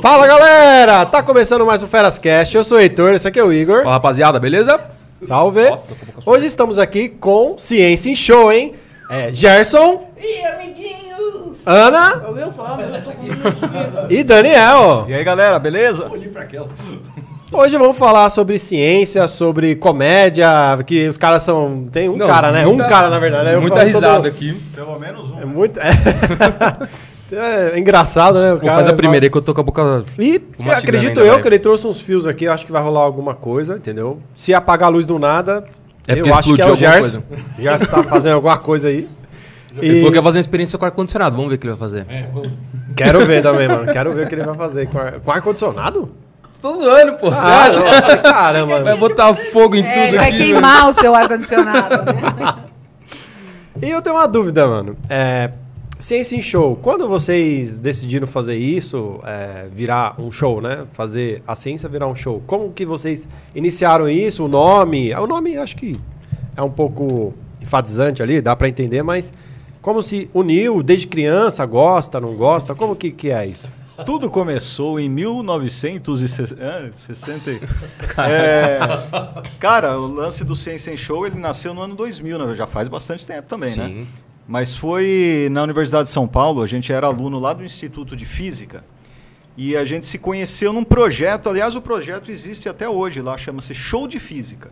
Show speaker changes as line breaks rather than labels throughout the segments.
Fala galera! Tá começando mais um Ferascast. Eu sou o Heitor, esse aqui é o Igor.
Fala, rapaziada, beleza?
Salve!
Ó, tô com a boca suja.
Hoje estamos aqui com Ciência em Show, hein? É, Gerson,
E amiguinhos!
Ana
Eu ouviu falar, mas eu tô com medo
e Daniel.
E aí galera, beleza?
Hoje vamos falar sobre ciência, sobre comédia, que os caras são. Tem um
Não,
cara, né?
muita-
um cara, na verdade. né? Eu
Muita
falo todo-
risada aqui.
Pelo menos um.
É muito. É engraçado, né? O
Vou fazer a primeira aí que eu tô com a boca.
E
mastigando
acredito
ainda,
eu
vai.
que ele trouxe uns fios aqui, eu acho que vai rolar alguma coisa, entendeu? Se apagar a luz do nada,
É
eu
porque
acho que é
explodiu
o
alguma
Gerson. O Gerson tá fazendo alguma coisa aí.
Ele
E
falou que ia fazer uma experiência com ar-condicionado. Vamos ver o que ele vai fazer.
Quero ver também, mano. Quero ver o que ele vai fazer. Com ar- com ar-condicionado?
Tô zoando, pô. Você
Ah,
acha?
eu- caramba,
Vai
mano.
botar fogo em
É, ele
tudo
vai
aqui.
queimar o seu ar-condicionado. né?
E eu tenho uma dúvida, mano. É, Ciência em Show, quando vocês decidiram fazer isso, é, virar um show, né? Fazer a ciência virar um show, como que vocês iniciaram isso? O nome? O nome acho que é um pouco enfatizante ali, dá pra entender, mas como se uniu desde criança, gosta, não gosta? Como que, que é isso?
Tudo começou em 1960. É, cara, o lance do Ciência em Show ele nasceu no ano 2000, né? já faz bastante tempo também, né?
Sim.
Mas foi na Universidade de São Paulo, a gente era aluno lá do Instituto de Física e a gente se conheceu num projeto. Aliás, o projeto existe até hoje lá, chama-se Show de Física.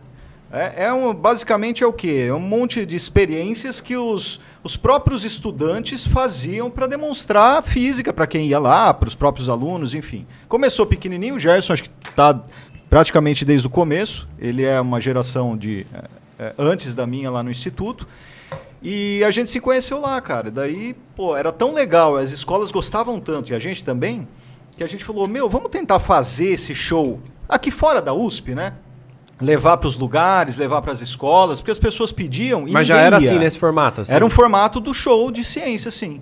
É, é um, basicamente é o quê? É um monte de experiências que os, os próprios estudantes faziam para demonstrar a física para quem ia lá, para os próprios alunos, enfim. Começou pequenininho, o Gerson acho que está praticamente desde o começo. Ele é uma geração de é, é, antes da minha lá no instituto. E a gente se conheceu lá, cara. Daí, pô, era tão legal, as escolas gostavam tanto, e a gente também, que a gente falou: meu, vamos tentar fazer esse show aqui fora da USP, né? Levar para os lugares, levar para as escolas, porque as pessoas pediam. E
mas já
ninguém
era
ia.
assim, nesse formato? assim?
Era um formato do show de ciência, sim.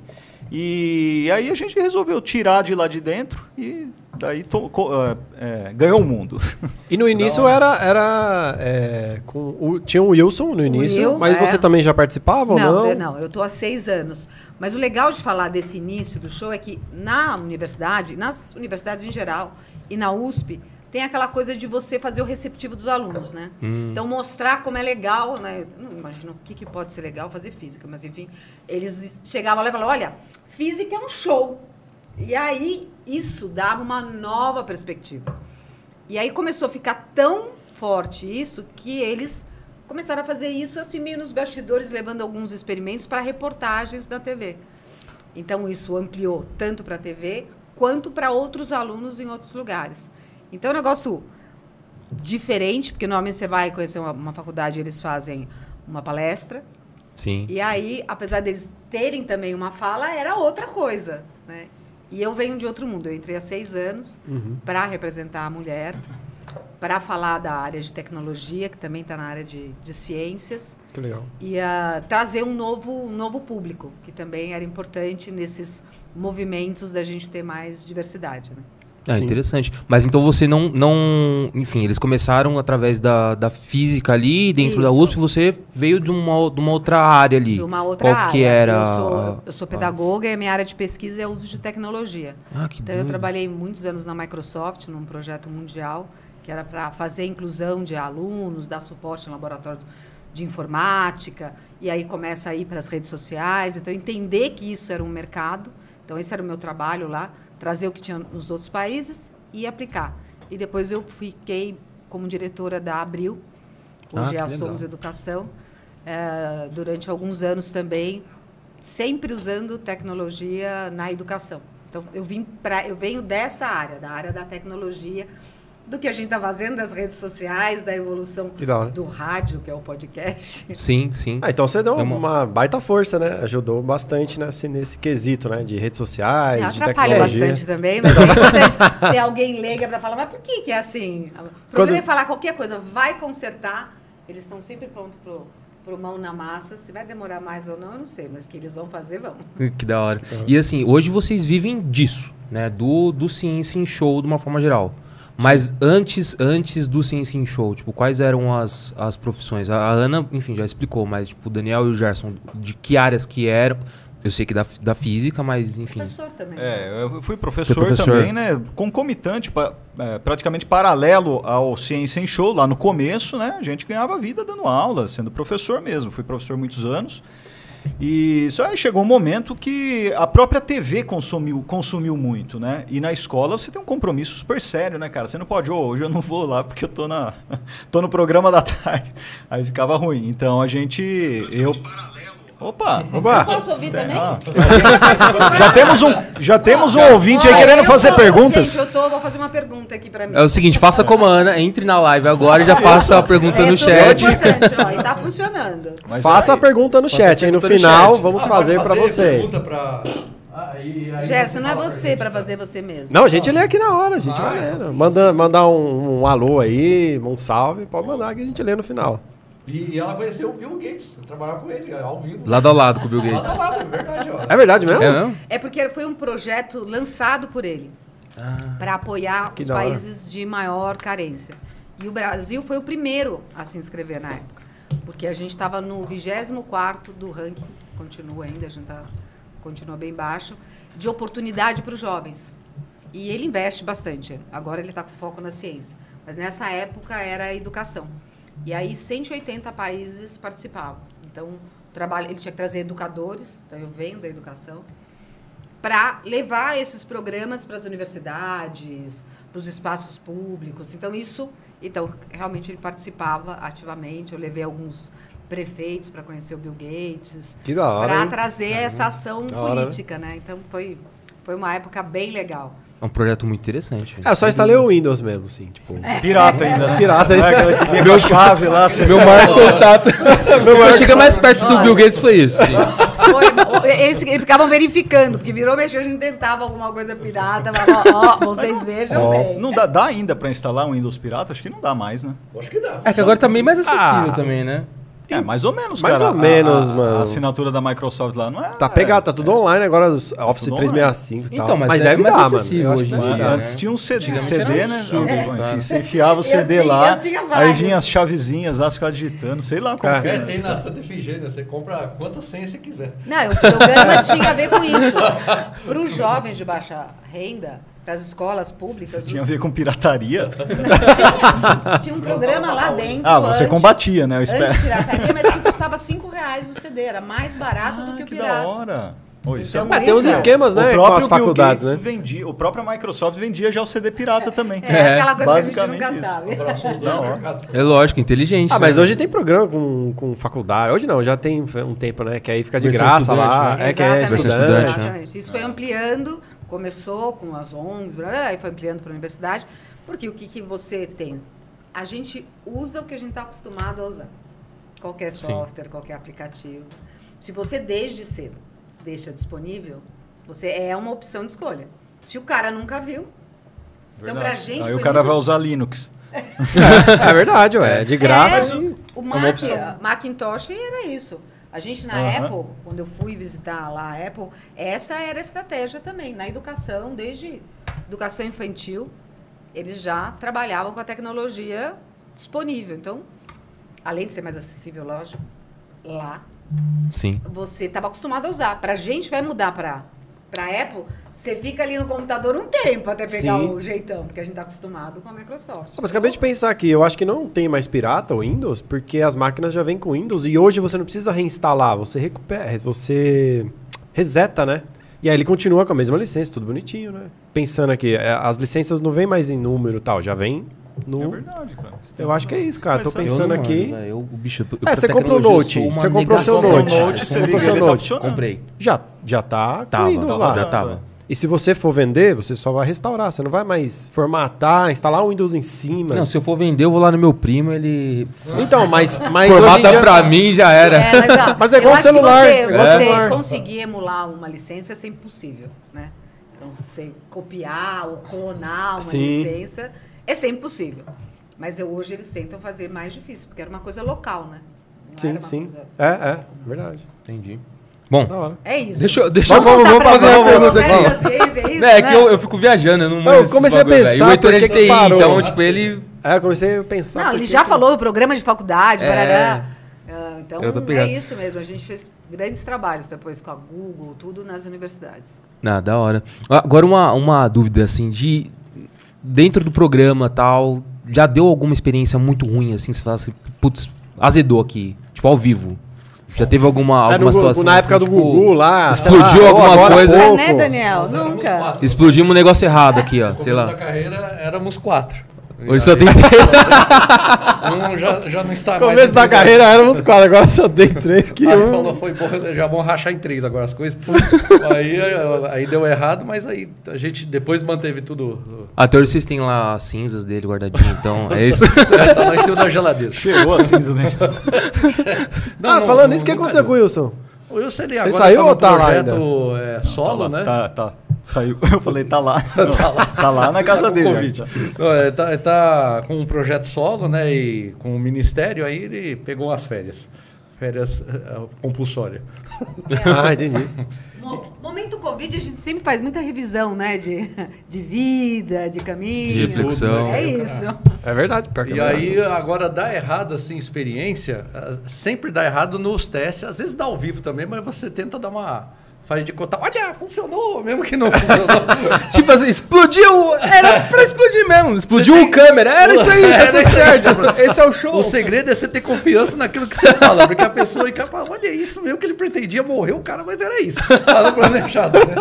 E aí a gente resolveu tirar de lá de dentro e daí to- co- ah, é, ganhou o mundo.
E no início era. era é, com o- tinha o Wilson no início,
Will,
mas
é.
você também já participava ou
não,
não?
eu- não, eu tô há seis anos. Mas o legal de falar desse início do show é que na universidade, nas universidades em geral e na USP, tem aquela coisa de você fazer o receptivo dos alunos, né? Então mostrar como é legal, né? Não imagino o que, que pode ser legal fazer física, mas enfim, eles chegavam lá e falavam: olha, física é um show. E aí isso dava uma nova perspectiva. E aí começou a ficar tão forte isso que eles começaram a fazer isso assim meio nos bastidores, levando alguns experimentos para reportagens da TV. Então isso ampliou tanto para a TV quanto para outros alunos em outros lugares. Então é um negócio diferente, porque normalmente você vai conhecer uma, uma faculdade, eles fazem uma palestra,
Sim.
e aí, apesar deles terem também uma fala, era outra coisa, né? E eu venho de outro mundo. Eu entrei há seis anos para representar a mulher, para falar da área de tecnologia, que também está na área de, de ciências,
Que legal.
e ah, trazer um novo, um novo público, que também era importante nesses movimentos da gente ter mais diversidade. Né?
Ah,
Sim.
interessante. Mas então você não, não. Enfim, eles começaram através da, da física ali, dentro da
Isso.
USP, você veio de uma, o- de uma outra área ali.
De uma outra
Qual
área.
que era?
Eu sou, eu sou
a-
pedagoga e a minha área de pesquisa é o uso de tecnologia.
Ah, que
Então, eu
doido.
trabalhei muitos anos na Microsoft, num projeto mundial, que era para fazer a inclusão de alunos, dar suporte no laboratório de informática, e aí começa a ir para as redes sociais. Então, entender que isso era um mercado. Então, esse era o meu trabalho lá, trazer o que tinha nos outros países e aplicar. E depois eu fiquei como diretora da Abril,
Ah,
hoje
que
é a
legal.
Somos Educação, eh, durante alguns anos também, sempre usando tecnologia na educação. Então eu vim para, eu venho dessa área, da área da tecnologia, do que a gente está fazendo das redes sociais, da evolução
Que da hora.
do rádio, que é o podcast.
Sim, sim.
Ah, então você deu
Deu uma-
uma baita força, né? Ajudou bastante nesse, nesse quesito, né? De redes sociais,
É,
de
atrapalha
tecnologia.
bastante também, mas é importante ter alguém leiga para falar, mas por que, que é assim? O problema
Quando-
é falar qualquer coisa, vai consertar, eles estão sempre prontos pro, pro mão na massa, se vai demorar mais ou não, eu não sei, mas que eles vão fazer, vão.
Que da hora. E assim, hoje vocês vivem disso, né? Do, do Ciência em Show de uma forma geral. Mas antes antes do Ciência em Show, tipo, quais eram as, as profissões? A, a Ana, enfim, já explicou, mas tipo, o Daniel e o Gerson, de que áreas que eram? Eu sei que da, da física, mas enfim.
Professor também.
É, eu fui professor,
Foi professor.
também, né? Concomitante, pa- é, praticamente paralelo ao Ciência em Show, lá no começo, né? A gente ganhava vida dando aula, sendo professor mesmo. Fui professor muitos anos. E só aí chegou um momento que a própria TV consumiu, consumiu muito, né? E na escola você tem um compromisso super sério, né, cara? Você não pode, "Ô, hoje eu não vou lá porque eu tô, na, tô no programa da tarde. Aí ficava ruim. Então a gente. Eu. Opa!
Opa!
Posso ouvir também?
Ah, já temos um, já temos um ouvinte aí
Olha,
querendo
eu
fazer
tô-
perguntas.
Gente, eu tô, vou fazer uma pergunta aqui pra mim.
É o seguinte, faça como a Ana, entre na live agora e já faça a pergunta
Essa
no
é super
chat.
importante, ó, e tá funcionando.
Mas é
Faça a
aí-
pergunta no chat, aí no final vamos fazer pra vocês.
Ah,
Gerson, não é você pra fazer você mesmo.
Não, a gente lê aqui na hora, a gente vai lendo. Manda, mandar um, um alô aí, um salve, pode mandar que a gente lê no final.
E, e ela conheceu o Bill Gates, eu trabalhava com ele, ao vivo.
Lado a lado com o Bill
Lá
Gates.
da lado, é verdade, ó.
É verdade mesmo?
É mesmo?
É porque foi um projeto lançado por ele para apoiar
Ah. Que
os
da hora.
países de maior carência. E o Brasil foi o primeiro a se inscrever na época, porque a gente estava no 24º do ranking, continua ainda, a gente tá, continua bem baixo, de oportunidade para os jovens. E ele investe bastante. Agora ele está com foco na ciência. Mas nessa época era a educação. E aí 180 países participavam. Então, o trabalho, ele tinha que trazer educadores, então eu venho da educação, para levar esses programas para as universidades, para os espaços públicos. Então isso, então realmente ele participava ativamente. Eu levei alguns prefeitos para conhecer o Bill Gates,
Que da hora,
para
hein?
trazer essa ação
Da hora, né?
política, né? Então foi foi uma época bem legal.
É um projeto muito interessante.
É, eu só instalei o Windows mesmo, assim, tipo.
Pirata ainda. né?
Pirata ainda.
Não é aquela que vem com a chave lá. Você...
Meu maior contato. Meu maior cheguei mais perto do Bill Gates foi isso. sim.
Foi- eles, eles ficavam verificando, porque virou mexer, a gente tentava alguma coisa pirata, mas ó, ó, vocês vejam bem.
assim. Não dá, dá ainda pra instalar um Windows pirata? Acho que não dá mais, né?
Eu Acho que dá.
É que agora tá meio mais acessível
Ah.
também, né?
É, mais ou menos,
Mais
cara.
ou
A-
menos,
a,
mano.
A assinatura da Microsoft lá não é...
Tá pegado, tá tudo online agora, os Office
tudo
365 e tal.
Então, mas é
deve
mais
dar, mano.
acessível
Eu acho que
hoje em
deve
dia,
dar.
né?
Antes tinha um CD,
Antigamente
CD
era
né?
absurdo,
Algum-
cara.
Enfim, você enfiava o
Eu
CD
tinha-
lá,
eu tinha
aí
vários.
vinha as chavezinhas lá, você ficava digitando, sei lá como
É.
que
É,
era.
tem na Santa Efigênia, né? você compra quantas senhas você quiser.
Não, o programa tinha a ver com isso. Para os jovens de baixa renda, para as escolas públicas,
Tinha a
os-
ver com pirataria.
tinha, tinha um programa lá dentro.
Ah, você
anti-
combatia, né? Eu espero.
Anti-pirataria, mas que custava 5 reais o CD, era mais barato do que o
Ah, que da
pirata.
hora. Pô, isso
Então,
é
Mas tem uns
Isso.
esquemas, né? Com as faculdades, né?
vendia, o próprio Microsoft vendia já o CD pirata também.
É, aquela coisa que a gente nunca
basicamente isso.
sabe.
Abraçou os dois mercados.
É lógico, inteligente.
Ah, mas
né?
hoje tem programa com, com faculdade. Hoje não, já tem um tempo, né? Que aí fica de
Versão
graça lá.
estudante, né?
É que é
Exatamente,
estudante.
né?
exatamente. Isso foi ampliando, começou com as ONGs, blá, blá, blá, e foi ampliando para a universidade, porque o que, que você tem? A gente usa o que a gente está acostumado a usar. Qualquer
Sim.
software, qualquer aplicativo. Se você desde cedo deixa disponível, você é uma opção de escolha. Se o cara nunca viu, então pra
Verdade.
gente
Aí
foi
o cara
muito
vai usar Linux.
É verdade, ué. é De graça.
é,
e-
o
uma
Mac,
opção.
a Macintosh era isso. A gente na
Aham.
Apple, quando eu fui visitar lá a Apple, essa era a estratégia também, na educação, desde educação infantil, eles já trabalhavam com a tecnologia disponível. Então, além de ser mais acessível, lógico, lá
Sim.
você estava acostumado a usar. Pra gente vai mudar pra para Apple, você fica ali no computador um tempo até pegar
Sim.
o jeitão, porque a gente tá acostumado com a Microsoft.
Ah, Mas acabei de pensar aqui, eu acho que não tem mais pirata o Windows, porque as máquinas já vêm com Windows e hoje você não precisa reinstalar, você recupera, você reseta, né? E aí ele continua com a mesma licença, tudo bonitinho, né? Pensando aqui, é, as licenças não vêm mais em número e tal, já vem
É
no.
verdade, cara.
eu acho que é isso, cara. Tô
Mas eu
pensando
Eu não
aqui.
manjo, velho. Eu, o bicho, eu,
É,
pra
você comprou o
tecnologia, eu
Note,
sou uma
você comprou
negação,
seu Note.
cara.
Note,
Eu
você
comprei.
comprou
liga,
seu
ele tá
Note.
funcionando.
Comprei.
Já, já tá. com
Tava,
Windows
tava,
lá.
já
rodando,
tava.
é.
E se você for vender, você só vai restaurar, você não vai mais formatar, instalar o Windows em cima.
Não, se eu for vender, eu vou lá no meu primo, ele.
Então, mas, mas hoje em
Formata
dia-
pra mim já era.
É, mas, ó,
Mas é
eu
igual
acho que
celular,
Você,
é.
você
Celular.
conseguir emular uma licença é sempre possível, né? Então, você copiar ou clonar uma
Sim.
licença é sempre possível. Mas eu- hoje eles tentam fazer mais difícil, porque era uma coisa local, né? Não era
Sim,
uma
sim.
coisa-
É, é, verdade.
Entendi. Bom,
Da hora.
É isso.
deixa, eu- deixa
Vamos,
eu
vamos, vamos
Pra
fazer uma
vocês,
pergunta
né,
aqui.
vocês, é isso,
Não, é
né?
que eu, eu fico viajando, eu não manjo
Eu
esses
comecei a
bagulho, velho.
pensar
E O Heitor
por
é de
que que
TI,
parou.
então, tipo, ele.
É, eu comecei a pensar.
Não, ele
porque-
já falou do programa de faculdade,
É.
parará. Ah, Então,
Eu tô
é
pegado.
isso mesmo. A gente fez grandes trabalhos depois com a Google, tudo nas universidades.
Ah, da hora. Agora uma, uma dúvida, assim, de... Dentro do programa tal, já deu alguma experiência muito ruim, assim, que você fala assim, putz, azedou aqui, tipo, ao vivo. Já teve alguma,
É,
alguma
no Gu-
situação?
na
assim,
época do
tipo,
Gugu lá. sei lá,
explodiu
ou
alguma
agora há
coisa.
É,
pouco.
né, Daniel? Nunca.
Explodimos um negócio errado aqui, ó,
No
sei
começo da
lá.
carreira, éramos quatro.
Hoje só tem...
Um já, já não está
No começo da
entre nós.
carreira éramos quatro, agora só tem três que
Aí
um-
falou, foi bom, já vão rachar em três agora as coisas. aí, eh, aí deu errado, mas aí a gente depois manteve tudo.
Até hoje vocês têm lá as cinzas dele guardadinho, então é isso.
Tá lá em cima da geladeira.
Cheirou a cinza, né?
Ah, falando isso, o que aconteceu com o Wilson?
o Wilson? Ele agora
saiu
tá no
ou tá lá
projeto eh,
Tá
solo,
lá,
né?
Tá, tá. Saiu. Eu falei, tá lá. tá lá. Tá lá na casa dele.
Covid. Não, ele tá, ele tá com um projeto solo, né? E com o ministério, aí ele pegou umas férias. Férias eh, compulsórias.
Ah, entendi.
Mo- Momento Covid, a gente sempre faz muita revisão, né? De, de vida, de caminho.
De reflexão.
É isso.
É verdade, pior que
E
é verdade.
aí, agora dá errado, assim, experiência, ah, sempre dá errado nos testes, às vezes dá ao vivo também, mas você tenta dar uma. faz de conta, olha, funcionou, mesmo que não funcionou.
tipo assim, explodiu! Era pra explodir mesmo. Explodiu
Você
o
tem-
câmera, era isso aí,
Era
né?
tá tudo
isso aí,
certo. Esse é o show.
O segredo é você ter confiança naquilo que você fala, porque a pessoa encapa, olha isso mesmo que ele pretendia, morreu o cara, mas era isso. Tava planejado. né?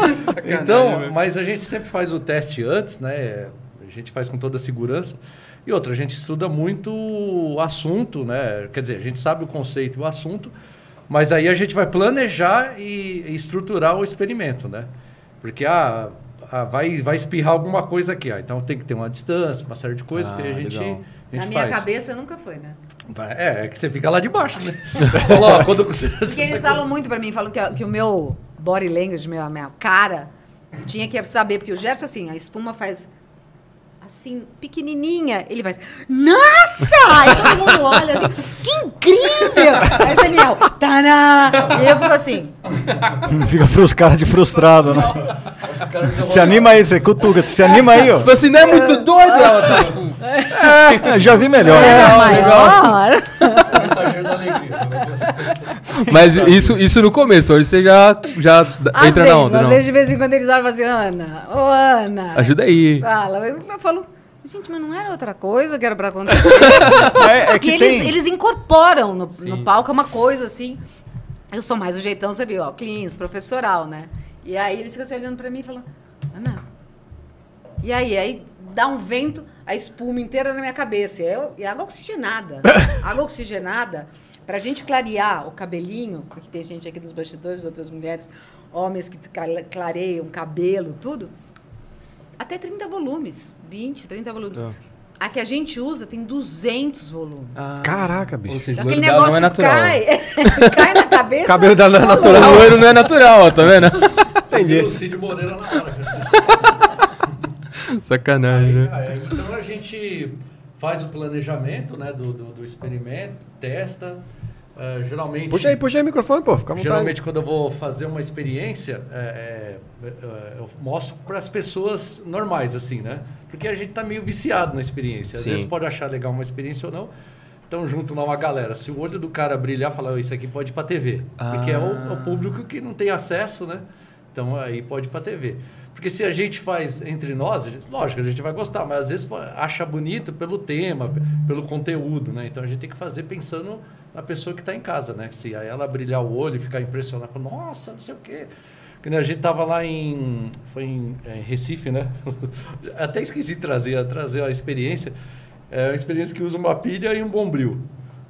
né?
Então, mas a gente sempre faz o teste antes, né? A gente faz com toda a segurança. E outra, a gente estuda muito o assunto, né? Quer dizer, a gente sabe o conceito e o assunto, mas aí a gente vai planejar e e estruturar o experimento, né? Porque ah, ah, vai, vai espirrar alguma coisa aqui, ah, então tem que ter uma distância, uma série de coisas que a
Ah,
gente,
legal.
a gente
Na minha
faz.
cabeça nunca foi, né?
É, é que você fica lá de baixo, né? Olha lá, quando você. tá
Porque eles falam muito pra mim, falam que, que o meu body language, meu, a minha cara, tinha que saber, porque o Gerson, assim, a espuma faz assim, pequenininha, ele faz, nossa! Aí todo mundo olha assim, que incrível! Aí o Daniel, taná! E eu fico assim,
Fica pros caras de frustrado, né? Se anima aí, você cutuca. Se anima aí, ó.
Você não é muito doido?
É, já vi melhor.
é maior!
Mas isso, isso no começo, hoje você já, já
Às
entra
vezes,
na onda,
às
não.
vezes, de vez em quando eles olham e falam assim, Ana, ô Ana,
Ajuda aí.
fala. Mas eu falo, gente, mas não era outra coisa que era pra acontecer.
É, é
Porque
que
eles,
tem.
eles incorporam no, no palco, é uma coisa assim. Eu sou mais o jeitão, você viu, ó, cleans, professoral, né? E aí eles ficam assim, olhando pra mim e falando, Ana. E aí, aí dá um vento, a espuma inteira na minha cabeça. E, eu, e água oxigenada. água oxigenada, pra gente clarear o cabelinho, porque tem gente aqui dos bastidores, outras mulheres, homens que cala- clareiam cabelo, tudo até 30 volumes. 20, 30 volumes. A que a gente usa tem 200 volumes.
Ah, Caraca, bicho.
Então, aquele negócio cai, cai na cabeça.
Cabelo da Ana
O
natural.
loiro não é natural, ó, tá vendo?
Entendi.
Entendi.
O Cid Moreira na hora.
Sacanagem, né?
É, então a gente faz o planejamento né, do, do, do experimento, testa. ah, geralmente.
Puxa aí, puxa aí o microfone, pô. Fica à vontade.
Geralmente, quando eu vou fazer uma experiência, é, é, é, eu mostro para as pessoas normais, assim, né? Porque a gente tá meio viciado na experiência. Às
Sim.
vezes pode achar legal uma experiência ou não. Então, junto lá uma galera. Se o olho do cara brilhar, falar, "Oh, isso aqui pode ir para TV. Porque é o, é o público que não tem acesso, né? Então, aí pode ir para TV. Porque se a gente faz entre nós, a gente- lógico, a gente vai gostar, mas às vezes pô, acha bonito pelo tema, pe- pelo conteúdo, né? Então a gente tem que fazer pensando na pessoa que está em casa, né? Se aí ela brilhar o olho e ficar impressionada, falar, nossa, não sei o quê. Que nem a gente tava lá em. Foi em, em Recife, né? Até esqueci de trazer, trazer a experiência. É uma experiência que usa uma pilha e um bombril.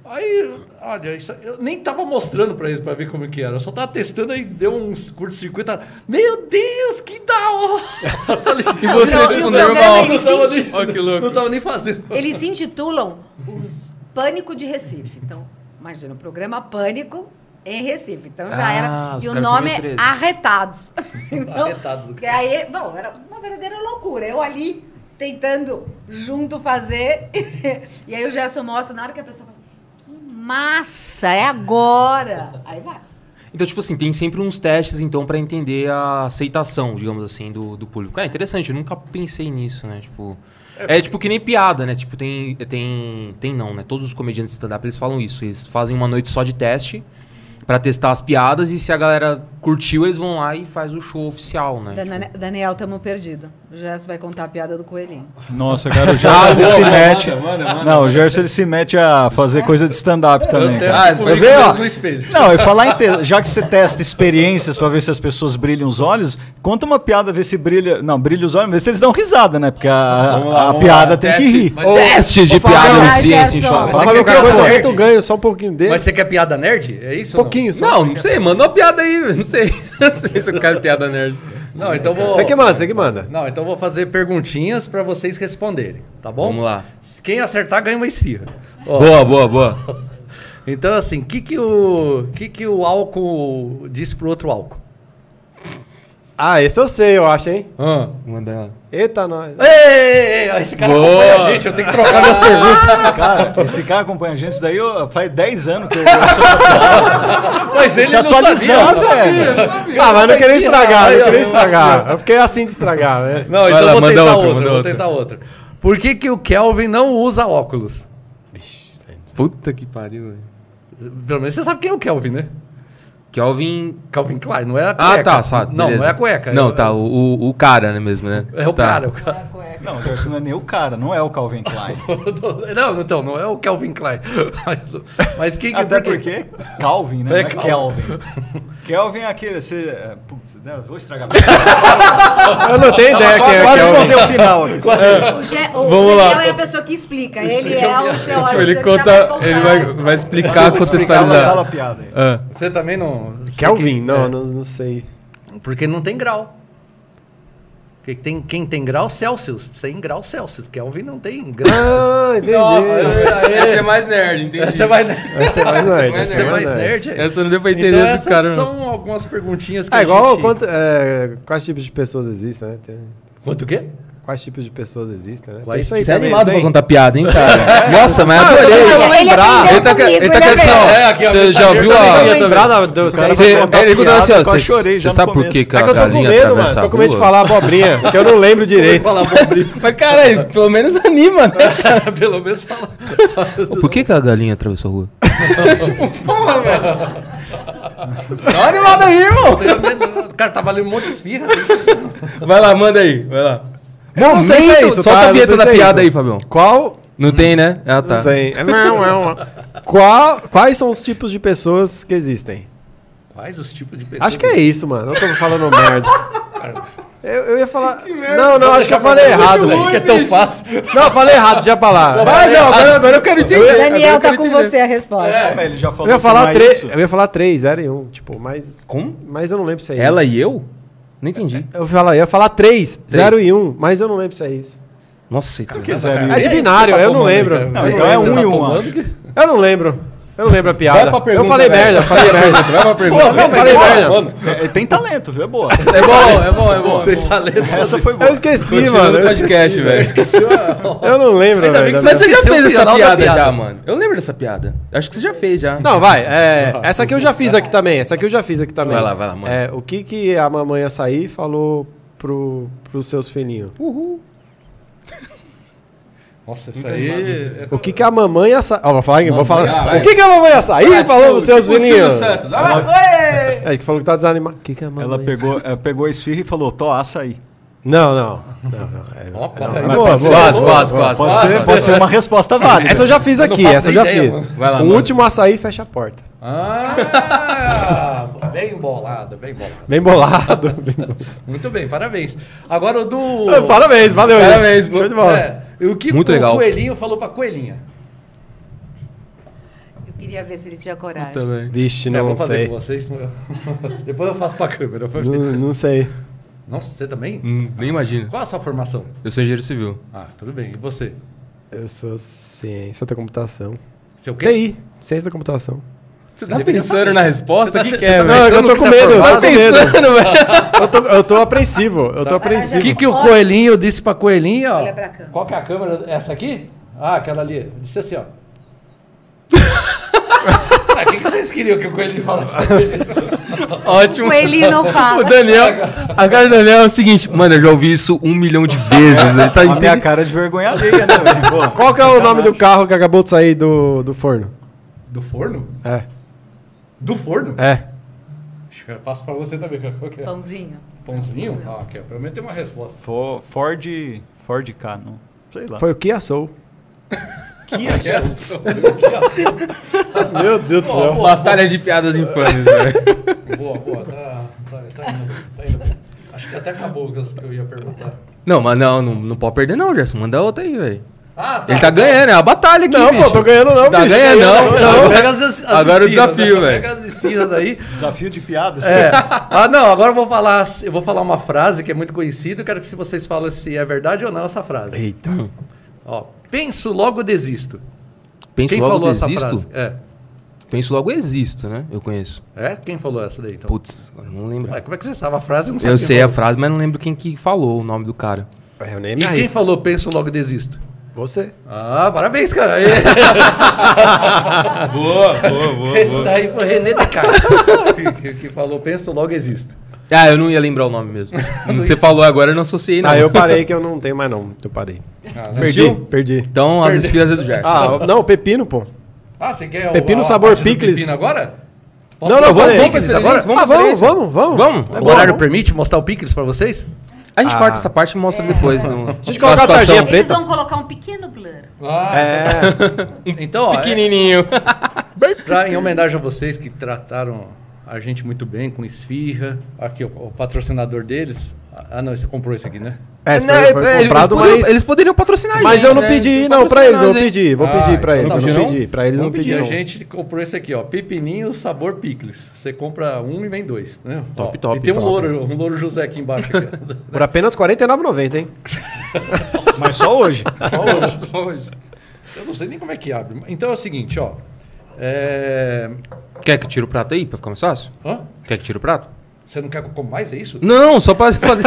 Aí, olha, isso- eu nem tava mostrando pra eles pra ver como que era. Eu só tava testando aí, deu uns curto-circuito. tá, Meu Deus, que da hora! Tá ligado?
E você,
Não, e
tipo,
o
normal.
programa, ele
Não tava
sente-
nem-
Ó, que louco.
Não tava nem fazendo.
Eles se intitulam os Pânico de Recife. Então, imagina, o programa Pânico em Recife. Então já
Ah,
era.
os
E o
caras são
nome é
meio tretas.
Arretados. Então,
Arretados.
que aí, bom, era uma verdadeira loucura. Eu ali tentando junto fazer. e aí o Gerson mostra, na hora que a pessoa fala, que massa, é agora. Aí vai.
Então, tipo assim, tem sempre uns testes, então, pra Ah, entender a aceitação, digamos assim, do, do público. É interessante, eu nunca pensei nisso, né? Tipo, É tipo que nem piada, né? Tipo, tem. Tem. Tem não, né? Todos os comediantes de stand-up eles falam isso. Eles fazem uma noite só de teste pra testar as piadas e se a galera curtiu, eles vão lá e faz o show oficial, né? Tipo,
Dana- Daniel, tamo perdido. O Gerson vai contar a piada do coelhinho.
Nossa, cara, o Gerson ele se mete. Não, o Gerson ele se mete a fazer coisa de stand-up também.
testo
Ah,
cara. Vai
o público
ver, ó.
mesmo no espelho.
Não, e falar em te- já que você testa experiências pra ver se as pessoas brilham os olhos, conta uma piada, ver se brilha. Não, brilha os olhos, ver se eles dão risada, né? Porque a,
Vamos lá,
a
vamos
piada
lá,
tem
teste,
que rir.
mas-
Testes de
Ô, Fabião,
piada assim, no
vai,
ciência,
Gerson.
chama.
Vai.
Sabe o
que
Ah, que
eu
coisa?
quero
Aí tu
fazer?
ganha só um pouquinho dele. Um
Mas você quer piada nerd? É isso? ou
pouquinho só.
Não, não sei, manda uma piada aí, velho. Não sei. Não sei se eu quero piada nerd.
Não, Não, então vou.
Você que manda, você que manda.
Não, então vou fazer perguntinhas pra vocês responderem, tá bom?
Vamos lá.
Quem acertar ganha uma esfirra. Ó,
Boa, boa, boa.
Então assim, o que que o que que o álcool diz pro outro álcool?
Ah, esse eu sei, eu acho, hein?
Hã?
Manda lá.
Eita, nós.
Ei, ei, ei, esse cara
Boa.
acompanha a gente, eu tenho que trocar minhas perguntas.
Cara, esse cara acompanha a gente, isso daí ó, faz 10 anos que eu, eu sou
Mas ele não
atualizar,
sabia.
velho.
Ah, mas não queria estragar, não
eu
queria estragar. Eu fiquei assim de estragar, né?
Não,
Vai
então
lá,
vou
manda
tentar
outra,
outra,
manda
vou
outra.
tentar outra. Por que que o Kelvin não usa óculos?
Puta que pariu, velho.
Pelo menos você sabe quem é o Kelvin, né?
Kelvin.
Calvin Klein, não é a
Ah,
cueca.
tá, sabe.
Não,
beleza.
não é a cueca.
Não,
é-
tá, o, o- o cara, né, mesmo, né?
É o
Tá.
cara, o cara.
Não, o Gerson não é nem o cara, não é o Calvin Klein.
Não, então, não é o Kelvin Klein. Mas, mas quem que
Até
por quê?
porque Calvin, né?
É
não é
Calvin.
Kelvin. Kelvin é aquele. Você, é, putz, né, vou estragar.
Eu não tenho ideia quem é
Quase
Kelvin.
contei o final aqui.
O, Ge o
Vamos lá.
Daniel é a pessoa que explica. Ele é o teórico.
Ele
já
conta.
vai
Ele
contar.
vai, vai explicar,
Fala, fala
contextualizar.
a piada aí.
Ah.
Você também não.
Kelvin, é
É.
não, não, não sei.
Porque não tem grau. Porque tem, quem tem grau Celsius, 100 graus Celsius. Kelvin não tem grau.
Ah, entendi.
Essa é mais nerd, entendi.
Essa é mais nerd.
Essa é mais nerd.
Essa é mais nerd. aí.
Essa não deu pra entender
Então,
dos
essas
caras, não.
são algumas perguntinhas que
É
a
igual
gente...
quanto, é, quais tipos de pessoas existem, né? Tem-
Quanto o quê?
quais tipos de pessoas existem, né? Tem
Quais
isso aí
Você é
também,
animado
não
pra
tem?
contar piada, hein, cara? Nossa, mas adorei.
também
Ele,
quero lembrar.
tá,
aprendeu
ele
comigo,
tá
né,
com essa,
velho?
É, aqui, ó,
Você já
mensageiro
viu
também
Eu
a.
também.
lembrar da- do...
cara
Você,
vai
ele
contar
perguntou assim,
piada,
ó,
eu quase
você-
chorei já
você
no
sabe por
começo.
que
É
que a
É que eu tô com
galinha
medo, mano.
atravessa a
Tô com medo de
rua?
falar abobrinha, que eu não lembro direito.
Fala, Bob.
Mas caralho, pelo menos anima, né?
Pelo menos fala.
Por que, que a galinha atravessou a rua? tipo, porra, velho. Dá uma animada aí, irmão.
O cara tá valendo um monte de esfirra.
Vai lá, manda aí, vai lá.
Não, não sei se é isso,
Solta
tá? Não sei
a vinheta
se
da
é
piada
isso.
aí, Fabião.
Qual...
Não tem, né? Ah, tá.
Não tem. É, não, não. Qual, quais são os tipos de pessoas que existem?
Quais os tipos de pessoas?
Acho que é isso, mano. Eu tô falando merda. Eu, eu ia falar... Não, não, acho que eu
Deixa
falei
pra fazer
errado.
isso
velho.
aí, Que é tão fácil.
Não, eu falei errado, já falar.
Vai, não, agora, agora eu quero entender.
Daniel,
Agora eu
tá
quero
com
entender.
você a resposta.
É, Ele já falou
Eu ia
que não
falar
é
três,
isso.
eu ia falar três, era e um, tipo, mas...
Como?
Mas eu não lembro se é
Ela
isso.
e eu? Não entendi.
Eu ia falar, eu ia falar 3, 0 e 1, um, mas eu não lembro se é isso.
Nossa, tá cara.
Que zero.
É de
Aí,
binário,
você tá
eu não
tomando,
lembro.
cara.
Não, então é um e um, acho.
Eu não lembro. Eu não lembro a piada.
pra pergunta,
eu falei
velho.
merda, eu falei merda.
Vai pra pergunta.
Eu não falei merda.
É, Tem talento, viu? É boa.
É bom, é bom, é bom.
Tem talento.
Essa foi boa.
Eu esqueci,
Continua
mano.
no
Eu esqueci.
podcast, velho.
Eu não lembro,
Ainda bem
velho. da
Mas
que
minha-
você já
Esqueceu o
fez essa
final da
piada,
piada.
já, mano. Eu lembro dessa piada. Acho que você já fez, já.
Não, vai. é, essa aqui eu já fiz aqui também. Essa aqui eu já fiz aqui também.
Vai lá, vai lá, manda.
É, o que que a mamãe açaí falou pro, pros seus filhinhos?
Nossa,
Então,
isso aí... é-
O que que a mamãe açaí... Ó, vou falar, vou falar.
açaí.
O que que a mamãe açaí falou pros seus
Tipo,
filhinhos?
Ah,
É, que falou que tá desanimado. O que que a mamãe
Ela pegou, é, pegou a esfirra e falou: Tô, açaí.
Não, não. Não, não. É,
Ó, quase.
Boa,
pode ser,
boa,
quase,
boa,
quase,
boa.
quase.
Pode, ser, pode ser uma resposta válida.
Essa eu já fiz aqui,
faço
essa eu
nem
já
ideia,
fiz.
mano.
Vai lá,
o
manda.
último açaí fecha a porta.
Ah, bem bolada, bem bolada.
Bem bolado. bem bolado.
Muito bem, parabéns. Agora o do...
Parabéns, valeu. gente.
Parabéns,
Show de bola.
É, e o que
Muito
o
legal.
coelhinho falou pra coelhinha?
Eu queria ver se ele tinha coragem.
Também.
Vixe,
É, eu
não
vou fazer
sei.
com vocês. Depois eu faço pra câmera.
Não, não sei.
Nossa, você também?
Hum, Nem imagina.
Qual a sua formação?
Eu sou engenheiro civil.
Ah, tudo bem. E você?
Eu sou ciência da computação.
Seu é quê?
TI, ciência da computação.
Você
tá pensando
na resposta?
O que que é,
é,
velho?
Não, eu tô com medo, eu tô com medo.
Tá velho.
Eu tô, eu tô apreensivo, eu tô
O
apreensivo.
que, que o coelhinho disse pra coelhinha? ó?
Olha pra câmera.
Qual que é a câmera? Essa aqui? Ah, aquela ali. Disse assim, ó. Cara, o que, que vocês queriam que o Coelho falasse?
Ótimo.
O Eli não
O
fala.
Daniel, a cara do Daniel é o seguinte, mano, eu já ouvi isso um milhão de vezes. Ele tá
A minha
entendendo.
cara de vergonha alheia, né? velho? Pô,
Qual que é o
sacanagem.
nome do carro que acabou de sair do, do forno?
Do forno?
É.
Do forno?
É.
Acho que eu Passo pra você também. cara. Qual que é?
Pãozinho.
Pãozinho? Ah, quer. Pelo menos tem uma resposta.
Fo- Ford. Ford K, não. Sei lá.
Foi o Kia Soul.
Quero.
Meu Deus do
céu.
Batalha de piadas infames, velho.
Boa, boa. Tá, tá, tá indo. Tá indo. bem. Acho que até acabou o que eu- que eu ia perguntar.
Não, mas não, não, não pode perder não, Gerson. Manda outra aí, velho.
Ah,
Ele tá ganhando, é uma batalha aqui,
Não,
bicho.
pô, tô ganhando não,
Tá
bicho.
ganhando não, não.
Pega as, as
Agora é o
esfirras,
desafio,
né?
velho.
Pega as esfirras aí.
Desafio de piadas.
É. Ah, não, agora eu vou falar, eu vou falar uma frase que é muito conhecida, eu quero que se vocês falam se é verdade ou não essa frase.
Eita.
Ó, penso logo desisto.
Penso
Quem
logo
falou essa
existo.
frase? É.
Penso logo existo, né? Eu conheço.
É? Quem falou essa daí então?
Putz, agora não lembro.
Ué, como é que você sabe a frase? e Não sabe
Eu
quem
sei a
falou?
frase, mas não lembro quem que falou o nome do cara.
É, Eu nem me
E quem
arrisco.
falou penso logo desisto?
Você.
Ah, parabéns, cara.
Boa, boa, boa.
Esse daí foi René Descartes que, que falou penso logo existo.
Ah, eu não ia lembrar o nome mesmo. Você falou agora, eu não associei, não.
Ah, eu parei que eu não tenho mais não. Eu parei. Perdi, perdi.
Então, as esfirras é do Gerson.
Ah, não, pepino, pô.
Ah, você quer o-
Pepino
a- a
sabor
parte do
picles.
Pepino agora?
Não, não,
mostrar
vamos-
o
vamos
picles
pra
agora?
experiência,
Ah,
pra
vamos,
experiência.
vamos, vamos.
Vamos?
É
O
bom,
horário
vamos.
permite mostrar o picles pra vocês?
A gente
Ah.
corta essa parte e mostra depois. No, a
gente coloca a tarjinha
Eles
preta.
vão colocar um pequeno blur.
Ah,
É.
Então, ó, é,
Pequenininho.
pra- em homenagem a vocês que trataram a gente muito bem com esfirra, aqui ó, o, patrocinador deles. Ah, não, você comprou esse aqui, né?
É, isso
Não,
foi, foi
é,
comprado,
eles poderiam,
mas...
eles poderiam patrocinar a
Mas
gente,
eu não
né?
pedi,
Eles
não, pra eles. Eu
patrocinaram a gente.
pedi, vou
Ah,
pedir pra
então
eles.
tá
Eu
bom.
não pedi, pra eles eu não
Vamos
pedi,
E a
não.
gente comprou esse aqui, ó, pepininho sabor picles. Você compra um e vem dois, né?
Top,
Ó,
top,
E tem um
top.
louro, um louro José aqui embaixo. Aqui, ó.
Por apenas R$ 49,90, hein?
Mas só hoje.
Eu não sei nem como é que abre. Então é o seguinte, ó. É...
Quer que eu tire o prato aí, pra ficar mais fácil?
Hã?
Quer que tire o prato?
Você não quer que eu coma mais, é isso?
Não, só pra fazer...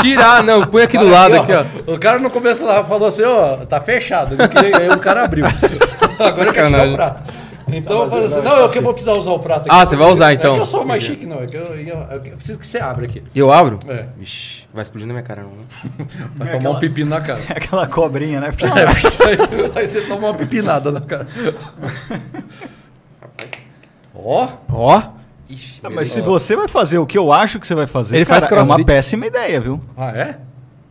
Tirar, não. Põe aqui do lado, aqui, ó.
O cara no começo lá falou assim, ó, tá fechado. Não queria- Aí o cara abriu. Agora quer tirar
Sacanagem.
o prato.
Tá
Então eu falei
né?
assim, não, eu que vou precisar usar o prato aqui.
Ah, você vai usar, então.
É que eu sou mais chique, não. É que eu, eu- eu- eu preciso que você abra aqui.
Eu abro?
É.
Vixe, vai explodir na minha cara, não. né?
Vai
É
tomar um
aquela-
pepino na cara.
É aquela cobrinha, né?
É, aí- aí você toma uma pepinada na cara. Ó,
Ó.
Ixi,
Ah, mas se você vai fazer o que eu acho que você vai fazer,
Ele faz
é uma
crossfit.
péssima ideia, viu?
ah é?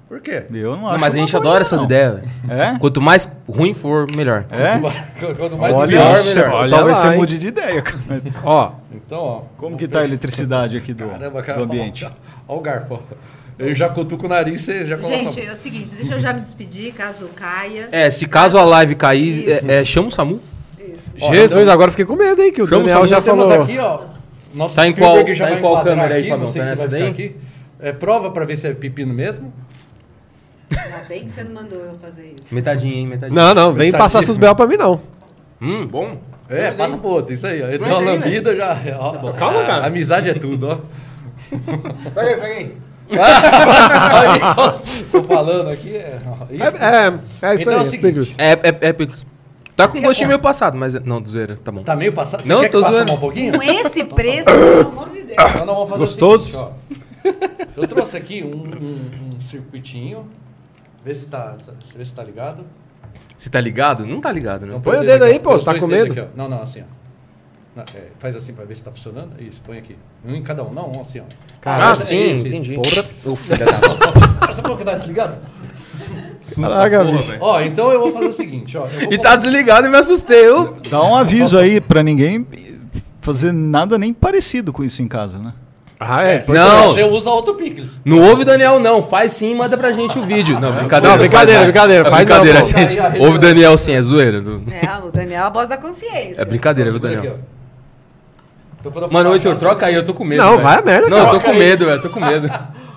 Por quê?
Eu não acho.
Não, mas a
uma
gente
boa
adora
ideia,
essas
não.
ideias, velho. Quanto mais ruim for, melhor.
É? É?
Quanto mais
Olha,
pior,
melhor,
você-
melhor.
Olha
talvez
lá,
você
hein?
mude de ideia. cara.
Ó,
Então, ó.
Como que tá a eletricidade aqui do,
Caramba, cara.
do ambiente?
Olha o garfo. ó. Eu já cutuco o nariz, você já coloca.
Gente, é o seguinte, deixa eu já me despedir, caso caia.
um- é, se caso a live cair, é, é, chama o Samu.
Jesus, agora eu fiquei com medo, hein? Que o
Chama o
Daniel
Samuel,
já
já temos
falou.
aqui, ó. Nosso
Tá em
Spielberg
qual-
já
tá em
vai
qual
enquadrar
câmera aí,
aqui,
Fabão?
Não sei
Tá
se vai
nessa
ficar
daí?
aqui. É prova pra ver se é pepino mesmo.
Ainda bem que você não mandou eu fazer isso.
Metadinha, hein, metadinha.
Não, não, vem
Tá
passar
aqui.
seus belos pra mim, não.
Hum, bom.
É, passa pro outro, isso aí, ó. Ele dá uma
Aguenta aí, Tá
lambida já. ó.
Calma,
A-
cara.
Amizade é tudo, ó.
Pega aí, pega aí.
Aí, ó, Tô falando aqui, é. ó, isso.
É, é isso
Então é
aí.
o seguinte.
Pedro.
É, é, é Pix. Tá com gostinho meio passado, mas... Não, do zero, tá bom.
Tá meio passado. Você
Não, é.
quer
tô
que passe
zoando.
mais um pouquinho?
Com esse preço, pelo amor de Deus.
Então nós vamos fazer
Gostoso?
o seguinte, ó. Eu trouxe aqui um, um- um circuitinho. Vê se tá, vê se tá ligado.
Você tá ligado? Não tá ligado, né?
Então
Põe o
dedo
dedo aí,
ó.
pô,
Põe os
você tá
dois
com
dedos
medo?
aqui, ó. não, não, assim, ó. Não, é, faz assim pra ver se tá funcionando. Isso, põe aqui. Um em cada um. Não, um assim, ó.
Ah,
Isso,
sim,
isso,
entendi.
isso.
Ô, filha da-
Porra, Você falou que tá desligado?
Caraca,
porra,
bicho.
velho.
Ó, então eu vou fazer o seguinte, ó. Eu vou
E tá desligado e me assustei, eu...
Dá um aviso aí pra ninguém fazer nada nem parecido com isso em casa, né?
Ah, é.
colocar-
Não.
Você usa outro picles.
Não ouve o Daniel, não. Faz sim, manda pra gente o vídeo. Não, brincadeira.
Não, brincadeira,
faz,
brincadeira,
É
faz não,
brincadeira,
pô.
gente. Ouve o Daniel sim, é zoeira. do-
É, o Daniel é a voz da consciência.
É brincadeira, viu,
Segura
Daniel?
aqui, ó. Então, quando eu
Mano,
falar,
Heitor,
já-
troca aí, eu tô com medo.
Não,
velho.
vai a merda,
Não, eu tô
troca
com
aí.
medo, eu tô com medo.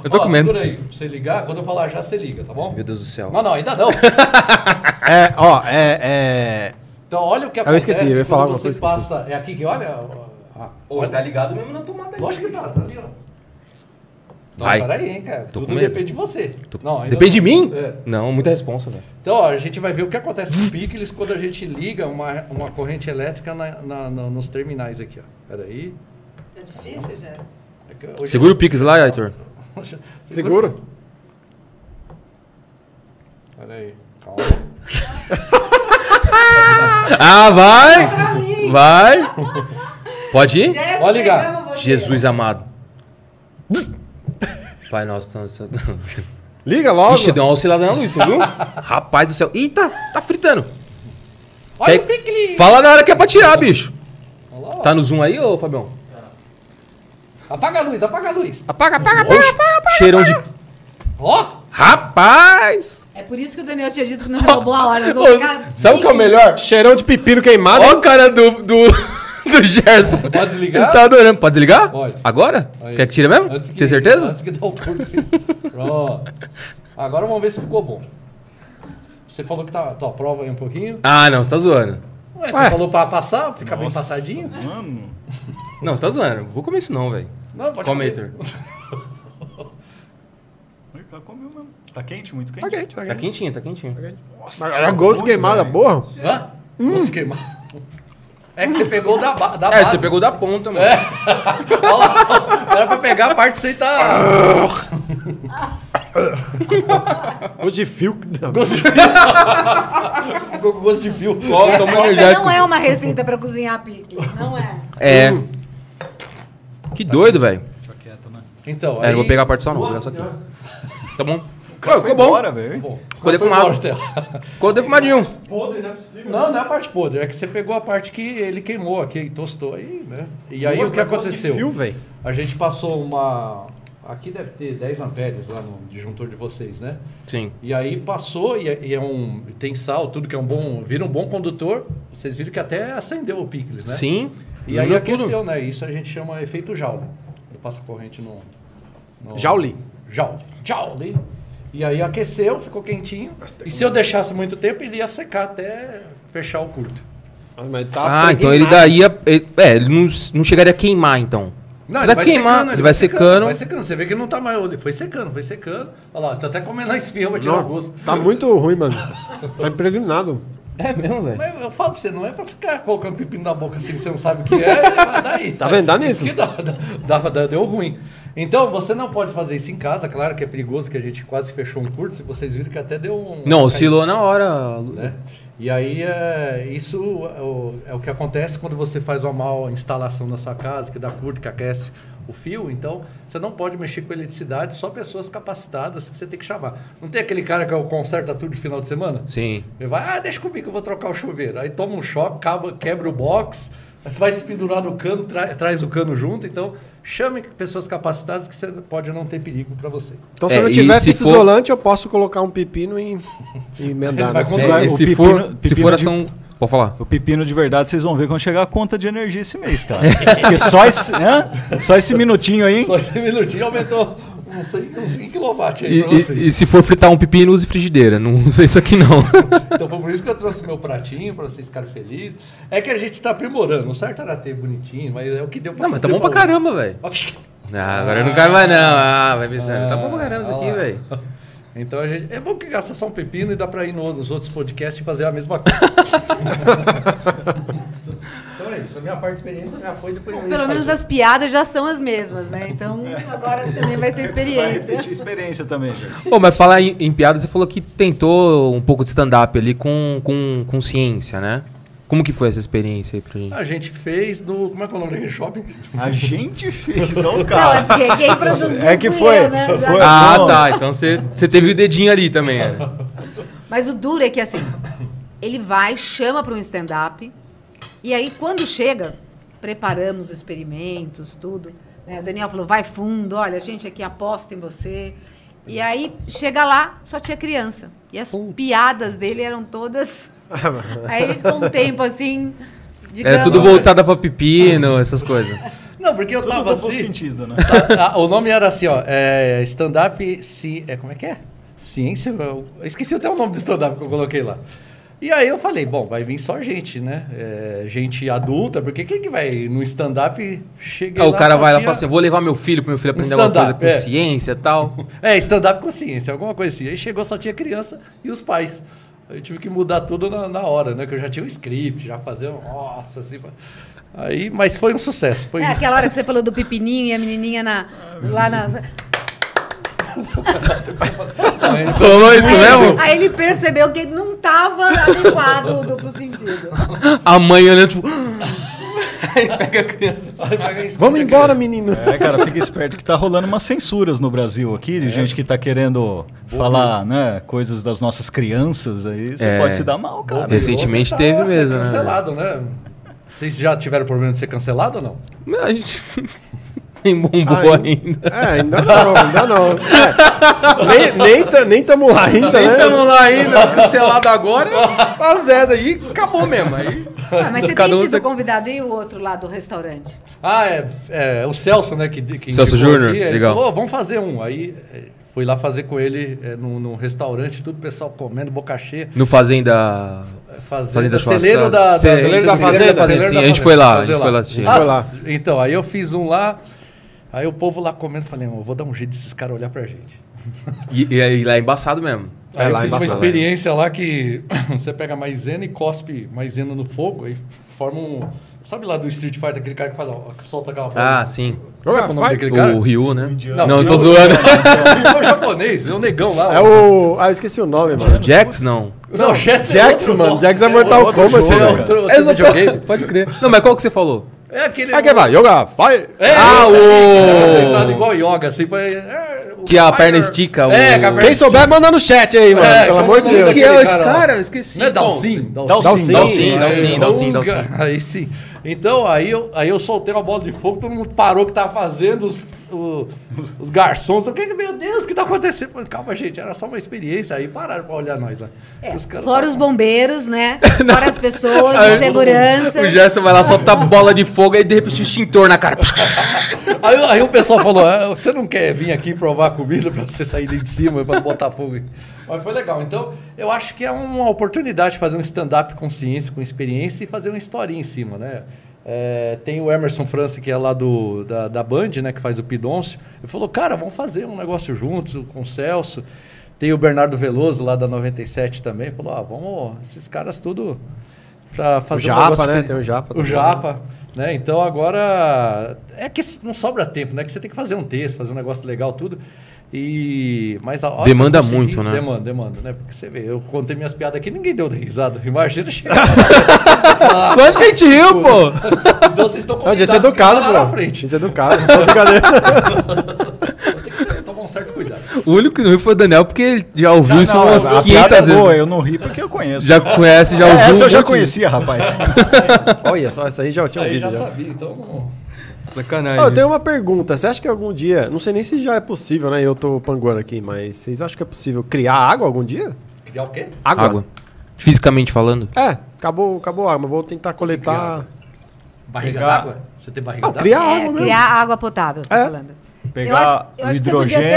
Eu tô
Ó,
com medo.
Segura aí, pra você ligar. Quando eu falar já, você liga, tá bom?
Meu Deus do céu.
Não, não, ainda não.
É, ó, é. é...
Então olha o que
Eu
acontece
esqueci, eu ia
quando
falar alguma
você
coisa, esqueci.
passa... É aqui que olha? Ah, olha.
ligado mesmo na tomada
Lógico que tá, tá ali, ó. tá Não,
Vai.
peraí, hein, cara.
Tô com
Tudo
medo.
depende de você.
Tô-
Não, ainda
Depende de
não.
mim?
É.
Não, muita responsa, velho.
Então, ó, a gente vai ver o que acontece com o Pickles quando a gente liga uma, uma corrente elétrica na- na- na- nos terminais aqui, ó. Peraí.
É difícil, Jéssica?
É que hoje-
Segura o Pix lá, Heitor.
Seguro?
Peraí, calma.
Ah, vai! Vai! Pode ir?
Jéssica,
Pode ligar.
pegamos você.
Jesus amado. Pai nosso, tá- tá-
Liga logo.
Ixi, deu uma oscilada na luz, você viu? Rapaz do céu. Eita, tá fritando.
Olha
Quer-
o Pickles!
Fala na hora que é pra tirar, bicho.
Olha lá, ó.
Tá no zoom aí, ô Fabião?
Apaga a luz, apaga a luz.
Apaga, apaga, apaga, apaga, Cheirão de.
Ó!
Rapaz!
É por isso que o Daniel tinha dito que não roubou a hora. nós vamos
Ô,
ficar-
sabe o que é o melhor?
Cheirão de pepino queimado.
Olha o cara do. do. do Gerson.
Pode desligar?
Ele tá adorando. Pode desligar?
Pode.
Agora?
Aí.
Quer que tire mesmo?
Antes que-
Tem certeza?
Antes que dá o curto. Pronto. Agora vamos ver se ficou bom. Você falou que tá. Tô, prova aí um pouquinho.
Ah, não, você tá zoando.
Ué,
Ué.
você falou pra passar, fica bem passadinho.
Mano,
Não, você tá zoando. Vou comer isso não, velho.
Não, pode
Come,
comer.
Heitor.
olha que ela comeu mesmo. Tá quente, muito quente.
Tá quente, tá
Tá
quente.
quentinho, tá quentinho.
Nossa,
Olha o gosto
muito,
queimado,
velho.
porra.
Hã?
Hum.
Não se queimar. É que você pegou da, ba da
É,
base.
você pegou da ponta, mano.
É. Olha lá, era pra pegar a parte sem tá.
Gosto de fio. Não.
Ficou com gosto de fio.
Ó,
Essa
toma
receita
energético.
não é uma receita pra cozinhar pique. Não é.
É. Que doido, velho.
Deixa quieto, né?
Então,
É,
aí...
não vou pegar a parte só não, vou pegar só aqui. Tá bom. Ô,
Foi
ficou bom.
embora, velho.
Bom,
Ficou
foi
defumado.
embora, Theo.
Ficou defumadinho.
Não, não é a parte podre, é que você pegou a parte que ele queimou aqui, tostou aí, né? E aí o que aconteceu?
é Fio, velho.
A gente passou uma. Aqui deve ter 10 amperes lá no disjuntor de vocês, né?
Sim.
E aí passou, e é, e é um. Tem sal, tudo que é um bom. Vira um bom condutor. Vocês viram que até acendeu o picles, né?
Sim.
E aí
Tudo, é tudo.
aqueceu, né? Isso a gente chama efeito Joule. Ele passa corrente no. no...
Joule.
Joule. Joule. E aí aqueceu, ficou quentinho. E se eu deixasse muito tempo, ele ia secar até fechar o curto.
Mas tá
Ah, então ele
impregnado.
daí. ia- ele- É, ele não, não chegaria a queimar, então. Mas vai queimar, ele, vai secando.
Vai secando. Você vê que não tá mais. ele Foi secando, foi secando. Olha lá, tá até comendo a esfirra pra tirar o gosto.
Não, tá muito ruim, mano. Tá impregnado.
É mesmo, velho.
Mas eu falo pra você, não é pra ficar colocando pepino na boca assim que você não sabe o que é, mas daí.
Tá vendo? Dá nisso.
Isso que dá, dá, dá- dá- deu ruim. Então, você não pode fazer isso em casa, claro que é perigoso, que a gente quase fechou um curto, se vocês viram que até deu um.
Não, oscilou na hora. Lu-
né? E aí, é, isso é o, é o que acontece quando você faz uma mal instalação na sua casa, que dá curto, que aquece o fio. Então, você não pode mexer com eletricidade, só pessoas capacitadas que você tem que chamar. Não tem aquele cara que conserta tudo de final de semana?
Sim.
Ele vai, ah, deixa comigo que eu vou trocar o chuveiro. Aí toma um choque, acaba- quebra o box, vai se pendurar no cano, tra- traz o cano junto. Então, chame pessoas capacitadas que você pode não ter perigo para você.
Então, se
É,
eu não
e
tiver
se
fita
for-
isolante, eu posso colocar um pepino e, e emendar.
Vai
né?
com-
É,
Vai,
e
o
se,
pepino-
for, se
pepino
for
de-
ação. Pode falar.
O pepino de verdade vocês vão ver quando chegar a conta de energia esse mês, cara. Porque só esse, hã? só esse minutinho aí.
Só esse minutinho aumentou não sei, não sei quilowatt aí
E,
para vocês.
e- e se for fritar um pepino, use frigideira. Não usa isso aqui, não.
Então foi por isso que eu trouxe meu pratinho para vocês ficarem felizes. É que a gente está aprimorando. O certo era ter bonitinho, mas é o que deu para
Não, mas tá bom pra caramba, velho. Ah, agora eu não quero mais, não. Ah, vai pensando. Tá bom pra caramba isso aqui,
Ah.
velho.
Então a gente, é bom que gasta só um pepino e dá para ir no- nos outros podcasts e fazer a mesma coisa. então é isso. A minha parte de experiência já foi depois a gente
Pelo
faz
menos
outra.
as piadas já são as mesmas, né? Então agora também vai ser
Vai
experiência.
repetir experiência também, gente.
Pô, mas falar em, em piada, você falou que tentou um pouco de stand-up ali com, com, com ciência, né? Como que foi essa experiência aí pra gente?
A gente fez no. Como é que é o nome daquele shopping?
A gente fez, ó o
Não, é
cara.
porque quem produziu
Ah, É que
fui
foi.
eu, né? Já-
foi
Ah,
não.
tá. Então você você teve o dedinho ali também. né?
Mas o duro é que assim, ele vai, chama para um stand-up, e aí quando chega, preparamos os experimentos, tudo. né? O Daniel falou, vai fundo, olha, a gente aqui aposta em você. E aí chega lá, só tinha criança. E as piadas dele eram todas. aí com o tempo assim.
Era
digamos-
É tudo
Então,
voltado pra pepino, essas coisas.
Não, porque eu
Tudo
tava
duplo
assim.
sentido, né?
Ah, o nome era assim, ó. É, stand-up. Ci... É, como é que é? Ciência. Eu eu esqueci até o nome do stand-up que eu coloquei lá. E aí eu falei, bom, vai vir só gente, né? É, gente adulta, porque quem que vai no stand-up chega
Ah, o cara vai lá e fala
faz
assim: vou levar meu filho pro meu filho aprender
Um
alguma coisa com
stand-up, é.
ciência e tal.
É, stand-up consciência, alguma coisa assim. Aí chegou, só tinha criança e os pais. Aí eu tive que mudar tudo na, na hora, né? Que eu já tinha um script, já fazia. um- Nossa, assim. pra- Aí, mas foi um sucesso. Foi...
É aquela hora que você falou do pepininho e a menininha na, lá na.
Rolou
É.
isso
aí,
mesmo?
aí ele percebeu que não estava adequado o duplo sentido.
A mãe olhando, tipo.
Vamos embora, menino.
É, cara, fica esperto que tá rolando umas censuras no Brasil aqui, de gente que tá querendo falar, né, coisas das nossas crianças aí. Você
É.
pode se dar mal, cara.
Recentemente
Você
teve
sendo
mesmo, né?
cancelado, né? Vocês já tiveram problema de ser cancelado ou não?
Não, a gente. Nem bombou
Ah,
ainda.
É, ainda não, ainda não. É, nem, nem, ta- nem tamo lá ainda, né?
Estamos lá ainda, cancelado agora, tá zero aí, acabou mesmo. Aí.
Ah, mas você
Cada
tem
um
sido
tem-
convidado e o outro lá do restaurante?
Ah, é, é, o Celso, né? Que, que
Celso
indicou
Júnior,
aqui, Ele
legal.
falou, "Ô, vamos fazer um. Aí é, fui lá fazer com ele é, num, num restaurante, tudo o pessoal comendo, boca cheia.
No Fazenda.
Fazenda,
Fazenda Churrasca.
Celeiro da,
Celeiro
da Fazenda,
Fazenda, sim, a gente foi lá, a gente foi lá assistir.
A gente foi lá.
lá. Então, aí eu fiz um lá, aí o povo lá comendo, falei, "Não, eu vou dar um jeito desses caras olhar pra gente.
E, e aí lá é embaçado mesmo.
Aí
É
eu
lá
fiz uma
embaçado,
experiência lá que você pega maisena e cospe maisena no fogo, aí forma um... Sabe lá do Street Fighter, aquele cara que faz, ó, que solta aquela bola?
Ah, sim.
Como é que é o nome
Vai.
daquele cara?
O Ryu, né? Não,
Não,
eu tô
Ryu-
zoando.
É o japonês, é o negão lá.
É o. Ah, eu esqueci o nome, mano.
Jax, não.
Não, Jax, é
Jax,
outro,
mano.
nossa,
Jax é
é
Mortal
outro
Kombat,
jogo,
É
velho.
outro, outro
É só-
videogame.
Pode crer. Não, mas qual que você falou?
É aquele...
Ah, que vai, yoga, vai.
É,
Ah, o-
esse aí, que fica sentado igual yoga, assim, pra- é, o
Que a
Fire-
perna estica, o-
É, que a perna
Quem souber, manda no chat aí, mano.
É,
Pelo
como
amor de
o nome
Deus.
daquele-
é
cara lá?
Eu esqueci. É,
Não é
pô.
Dalsim?
Dalsin.
Dalsin, Dalsin, Dalsin, Dalsin.
Aí sim. Então, aí eu, aí eu soltei uma bola de fogo, todo mundo parou o que tava fazendo, os, o- os garçons. O que, que- meu Deus, o que tá acontecendo? Eu Falei, calma, gente, era só uma experiência. Aí pararam pra olhar nós lá. Os caras-
É, Fora os bombeiros, né? Fora as pessoas, de segurança.
O Gerson vai lá, solta a bola de fogo e de repente o extintor na cara.
Aí, aí o pessoal falou: "Ah, você não quer vir aqui provar a comida pra você sair de cima pra botar fogo? Mas foi legal. Então, eu acho que é uma oportunidade de fazer um stand-up com ciência, com experiência e fazer uma historinha em cima, né? É, tem o Emerson França, que é lá do, da, da Band, né? Que faz o Pidoncio. Ele falou, cara, vamos fazer um negócio juntos com o Celso. Tem o Bernardo Veloso, lá da 97 também. Falou, ah, vamos... Esses caras tudo pra fazer um
Japa,
negócio
né?
feliz."
Tem o Japa
O
também.
Japa. Copa, né? Então agora é que não sobra tempo, né? Que você tem que fazer um texto, fazer um negócio legal, tudo. E mas a hora que eu
Demanda muito, né?
Demanda, demanda, né? Porque você vê, eu contei minhas piadas aqui, ninguém deu risada. Imagina chegar. lá.
Lógico que a gente riu, pô.
então vocês estão
Não, a
convidados.
gente é educado,
pra ir tá lá
bro.
na
A
frente.
gente é educado. Não é brincadeira.
Então Tem que tomar um certo cuidado.
O único que não riu foi o Daniel, porque ele já ouviu isso
Não,
umas
a
500
piada é
vezes. né?
boa, eu não ri porque eu conheço.
Já conhece, já
É,
ouviu.
essa
um
eu já
monte de-
conhecia, rapaz.
Olha só, essa aí já tinha um
Aí
vídeo.
já
já.
sabia, então não.
Sacanagem.
Ó, eu tenho
né?
uma pergunta. Você acha que algum dia, não sei nem se já é possível, né? Eu tô panguando aqui, mas vocês acham que é possível criar água algum dia?
Criar o quê?
água. Fisicamente falando.
É, acabou, acabou a água, mas vou tentar coletar.
Barriga
Pegar-
d'água? Você tem barriga
Não,
d'água?
criar
É,
água mesmo.
criar água potável, você tá
É.
falando.
Pegar
eu
o
acho que você podia até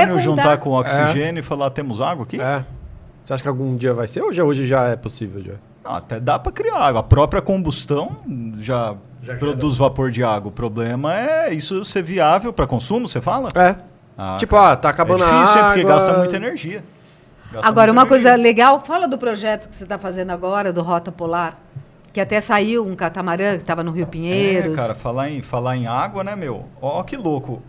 hidrogênio,
contar-
juntar com o oxigênio e falar, temos água aqui?
É. Você acha que algum dia vai ser? Ou já, hoje já é possível? Já?
Não, Ah, até dá pra criar água. A própria combustão já,
Já
produz vapor de água. O problema é isso ser viável pra consumo, você fala?
É.
Ah,
tipo,
cara.
ah, tá acabando
é difícil,
a
é
água.
porque gasta muita energia. Gasta
Agora,
muita
uma coisa
energia.
legal, fala do projeto que você está fazendo agora, do Rota Polar, que até saiu um catamarã que estava no Rio Pinheiros.
É, cara, falar em, falar em água, né, meu? Ó, que louco.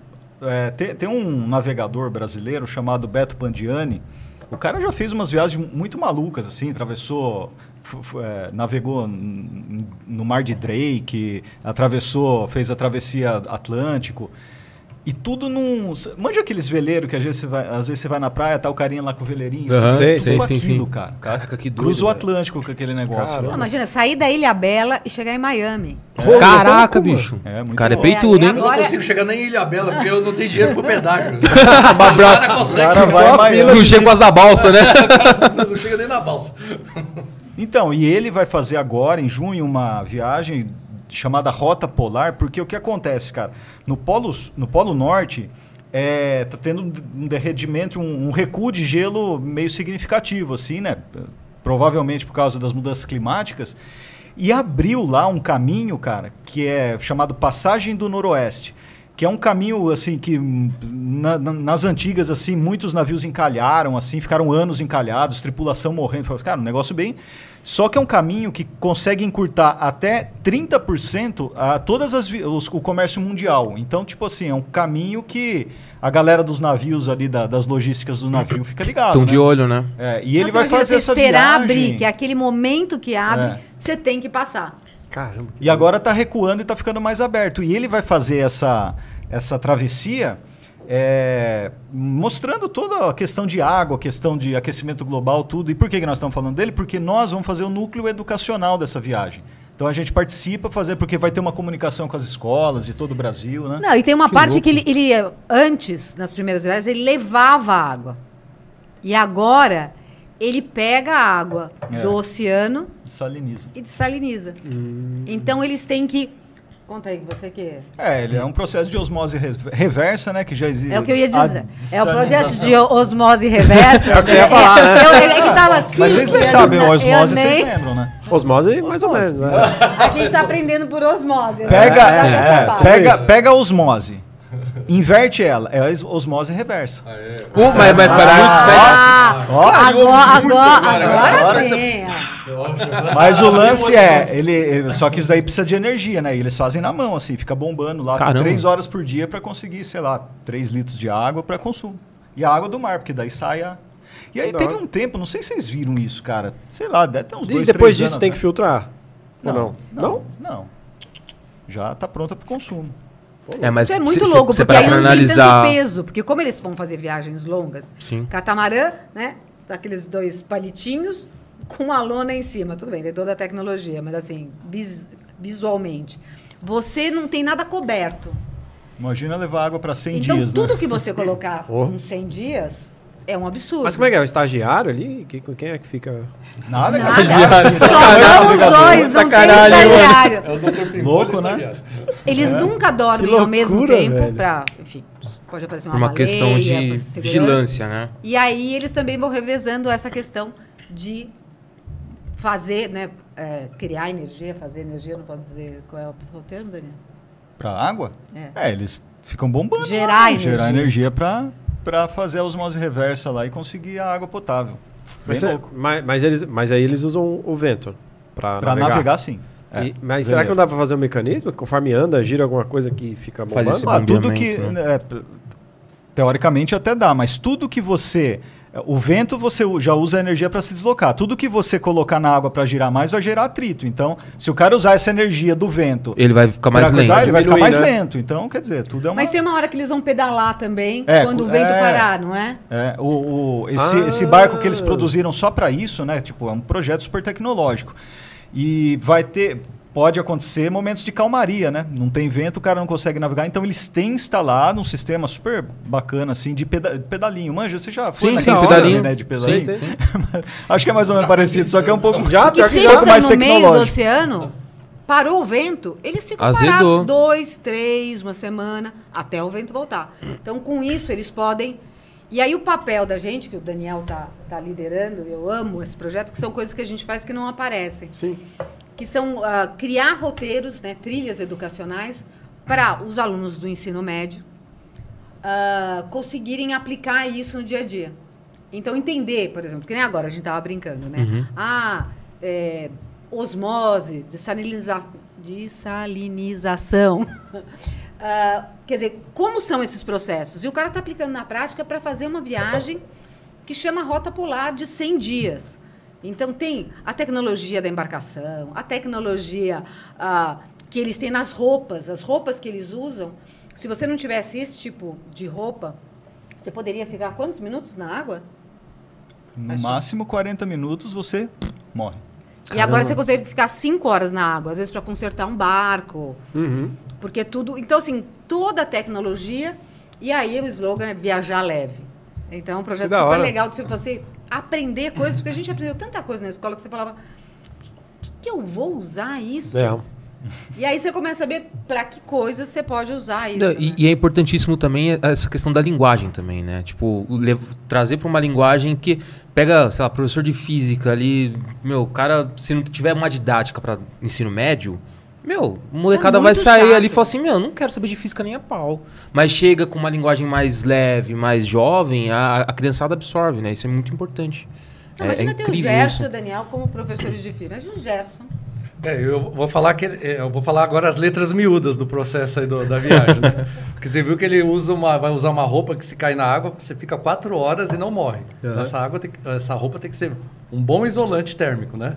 É, te- tem, um navegador brasileiro chamado Beto Pandiani. O cara já fez umas viagens muito malucas, assim, atravessou. f- f- é, navegou n- no mar de Drake, atravessou, fez a travessia Atlântico. E tudo num. cê- Manja aqueles veleiros que às vezes você vai, às vezes você vai na praia, tá o carinha lá com o veleirinho.
Aham,
assim,
sei,
tudo
sei, sim,
aquilo,
sim.
cara.
Caraca, que doido,
Cruza o
velho.
Atlântico com aquele negócio. né?
Caramba.
lá.
Não, imagina, sair da Ilha Bela e chegar em Miami.
Caraca, bicho.
É,
o
muito
cara é
bom.
peitudo,
É,
hein?
Eu
Agora-
não consigo chegar nem em Ilha Bela, porque eu não tenho dinheiro pro pedágio.
Mas
O
bra-
cara consegue,
Cara, vai
Só é a
Miami.
fila
Não
de-
chega quase da balsa, né?
não chega nem na balsa.
Então, e ele vai fazer agora, em junho, uma viagem chamada Rota Polar, porque o que acontece, cara? No Polo, S- no polo Norte, é, tá tendo um de- um derretimento, um, um recuo de gelo meio significativo, assim, né? provavelmente por causa das mudanças climáticas, e abriu lá um caminho, cara, que é chamado Passagem do Noroeste, que é um caminho assim que hum, na- na- nas antigas assim muitos navios encalharam, assim ficaram anos encalhados, tripulação morrendo, Falei, cara, um negócio bem. Só que é um caminho que consegue encurtar até 30% a todas as vi- os- o comércio mundial. Então, tipo assim, é um caminho que a galera dos navios ali da- das logísticas do navio fica ligado,
Estão
né?
de olho, né?
É, e ele
Nossa,
vai
imagina
fazer
você
essa
esperar
viagem.
abrir, que é aquele momento que abre,
É.
você tem que passar.
Caramba.
E agora está recuando e está ficando mais aberto. E ele vai fazer essa, essa travessia é, mostrando toda a questão de água, a questão de aquecimento global, tudo. E por que, que nós estamos falando dele? Porque nós vamos fazer o núcleo educacional dessa viagem. Então a gente participa fazer porque vai ter uma comunicação com as escolas de todo o Brasil, né?
Não, e tem uma
Que
parte
louco.
que ele, ele, eh, antes, nas primeiras viagens, ele levava a água. E agora, ele pega a água
É.
do oceano
Saliniza.
e dessaliniza.
Hum.
Então, eles têm que... Conta aí, você que...
É, ele é um processo de osmose res- reversa, né? Que já existe.
É o que eu ia
a
dizer. É o projeto
desalinização.
de o- osmose reversa.
É o que você ia falar, né?
Eu- é que tava...
Mas vocês não
Eu
sabem,
nem-
osmose
eu
vocês
nem-
lembram, né?
Osmose, mais ou menos. né?
A gente tá aprendendo por osmose. né?
Pega,
Só
é,
dessa
é,
parte.
pega, pega a osmose. Inverte ela. É a es- osmose reversa.
Pô, mas, mas faz muito
Ah,
Ó,
agora, agora,
agora,
agora,
agora
sim.
Mas o lance é, ele, ele- só que isso daí precisa de energia, né? E eles fazem na mão, assim, fica bombando lá
Caramba.
três horas por dia pra conseguir, sei lá, três litros de água pra consumo. E a água do mar, porque daí sai a. E aí
Da
teve
hora.
um tempo, não sei se vocês viram isso, cara. Sei lá, deve ter uns
E
dois,
depois
três
disso
anos,
tem
né?
que filtrar? Ou não?
Não? Não. Já tá pronta pro consumo.
É, mas
Isso é
se-
muito
se-
louco,
se
porque aí
parar pra
não tem tanto
analisar-
peso. Porque como eles vão fazer viagens longas,
Sim.
catamarã, né? tá Aqueles dois palitinhos com a lona em cima. Tudo bem, ele é toda a tecnologia, mas assim, vis- visualmente. Você não tem nada coberto.
Imagina levar água pra 100
então,
dias, né?
tudo que você colocar
Oh.
em 100 dias é um absurdo.
Mas como é que é? O estagiário ali? Que- Quem é que fica.
Nada,
Nada.
cara.
Só vamos dois, não tem
Sacanagem, mano.
estagiário.
É o Dr. Pimpolho
Louco, né?
estagiário.
Eles nunca dormem
Que
ao mesmo
loucura,
tempo
velho.
pra. Enfim, pode aparecer
Por
uma
uma
baleia,
questão de
por segurança.
vigilância, né?
E aí eles também vão revezando essa questão de fazer, né? é, criar energia, fazer energia, eu não posso dizer qual é o termo, Daniel.
Pra água?
É.
É, eles ficam bombando.
Gerar
lá, né?
energia.
Gerar energia pra, pra fazer a osmose reversa lá e conseguir a água potável.
Mas,
Bem
cê-
louco.
mas, mas eles, mas aí eles usam o vento pra,
Pra navegar,
navegar.
sim.
É,
E- mas será que não dá pra fazer um mecanismo? que Conforme anda, gira alguma coisa que fica
Faz
bombando?
esse
Ah, tudo
bombeamento,
que.
né?
né, p- teoricamente até dá, mas tudo que você. é, O vento você u- já usa a energia para se deslocar. Tudo que você colocar na água para girar mais vai gerar atrito. Então, se o cara usar essa energia do vento
Ele vai ficar mais
pra cruzar, ele
lento.
vai ficar
Diminui,
mais
né?
lento. Então, quer dizer, tudo é uma.
Mas tem uma hora que eles vão pedalar também,
É,
quando o
cu-
vento
é.
parar, não é?
É, o, o- esse,
Ah.
esse barco que eles produziram só para isso, né? Tipo, é um projeto super tecnológico. E vai ter. Pode acontecer momentos de calmaria, né? Não tem vento, o cara não consegue navegar. Então eles têm instalado um sistema super bacana, assim, de peda- pedalinho. Manja, você já foi
Sim,
naquele
sim,
rolê,
pedalinho.
né? De pedalinho.
Sim, sim.
Acho que é mais ou menos parecido, só que é um pouco.
Já,
Porque
pior
se
que
eles
já.
joga mais
estão no meio do
tecnológico.
oceano, parou o vento, eles ficam
Azedou.
parados dois, três, uma semana, até o vento voltar. Então, com isso, eles podem. E aí o papel da gente, que o Daniel tá, tá liderando, eu amo esse projeto, que são coisas que a gente faz que não aparecem.
Sim.
Que são ah, criar roteiros, né, trilhas educacionais, para os alunos do ensino médio ah, conseguirem aplicar isso no dia a dia. Então, entender, por exemplo, que nem agora a gente estava brincando, né? Ah, é, osmose, desaliniza dessalinização. Ah, quer dizer, como são esses processos? E o cara está aplicando na prática para fazer uma viagem que chama Rota Polar de 100 dias. Então, tem a tecnologia da embarcação, a tecnologia ah, que eles têm nas roupas, as roupas que eles usam. Se você não tivesse esse tipo de roupa, você poderia ficar quantos minutos na água?
No máximo 40 minutos você morre.
E agora você consegue ficar cinco horas na água, às vezes para consertar um barco,
Uhum.
porque tudo. Então, assim, toda a tecnologia. E aí o slogan é viajar leve. Então, é um projeto
Que da
super
hora.
legal de você aprender coisas, porque a gente aprendeu tanta coisa na escola que você falava: o que, que eu vou usar isso?
É.
E aí você começa a saber para que coisas você pode usar isso.
Não,
né?
e, e é importantíssimo também essa questão da linguagem também, né? Tipo, le- trazer para uma linguagem que pega, sei lá, professor de física ali, meu, o cara, se não tiver uma didática para ensino médio, meu, a molecada
É
vai
muito
sair
chato.
ali e falar assim, meu, não quero saber de física nem a pau. Mas chega com uma linguagem mais leve, mais jovem, a, a criançada absorve, né? Isso é muito importante.
Não,
Então,
é, é
imagina
um
ter o
incrível
Gerson e
isso.
o Daniel como professores de filho. Imagina o Gerson.
É, eu vou falar que é, eu vou falar agora as letras miúdas do processo aí do- da viagem, né? Porque você viu que ele usa uma, vai usar uma roupa que se cai na água, você fica quatro horas e não morre. Então, essa água, tem que- essa roupa tem que ser um bom isolante térmico, né?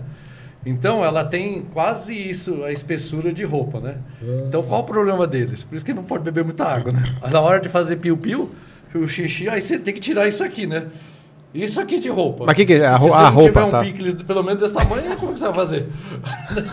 Então ela tem quase isso a espessura de roupa, né? Então qual o problema deles? Por isso que não pode beber muita água, né? Mas Na hora de fazer piu-piu, o xixi, aí você tem que tirar isso aqui, né? Isso aqui de roupa.
Mas que que é? A
Se
ro-
você
a
não
roupa,
tiver um
tá.
picles pelo menos desse tamanho, como que você vai fazer?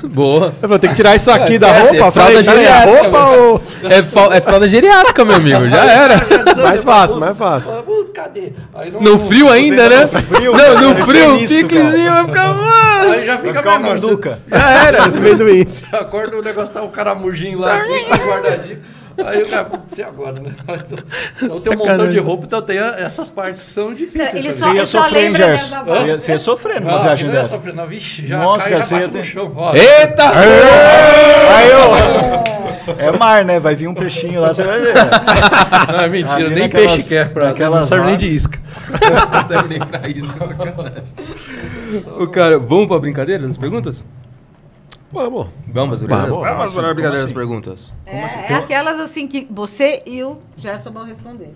Boa.
Eu falei, tem que tirar isso aqui
Não,
da
esquece,
roupa.
é
Falei, peraí,
fralda
a
geriátrica,
roupa ou...
É, fal- é fralda geriátrica, meu amigo, já era.
Mais fácil, mais fácil.
Fala, tá "Pô, cadê? Aí não-
No frio ainda, né?
é tá frio, é cara,
não, no
pensa
frio, um
nisso,
piclezinho vai ficar... mano,
Aí já
Vai
fica
ficar uma
melhor. Você,
manduca.
Já era.
Amendoim.
você acorda, o negócio tá o caramujinho lá, assim, tá guardadinho. Aí o cara, putz, e agora, né? Então tem um montão de
Sacanagem. É,
roupa, então tem a- essas partes que são difíceis.
Ele
também.
só-
Você ia
eu
sofrer, hein,
lembro dessa
Gerson?
voz.
Você ia, você ia sofrer numa
Ah,
viagem
que não é
dessa.
sofrer, não, vixe, já
Nossa,
cai, já
cara, você
bate
ia
no
ter-
chão. Ó,
Eita!
Aí, ô, É mar, né? Vai vir um peixinho lá, você vai ver.
Não, é mentira,
Ali
nem
naquelas-
peixe quer pra... Não
naquelas
serve nem de
horas.
isca.
Não serve nem pra isso, é sacanagem. O cara, vamos pra brincadeira das perguntas?
Vamos.
Vamos,
Vamos.
Vamos pra brincadeira das perguntas.
É, é aquelas assim que você e o Gerson vão responder.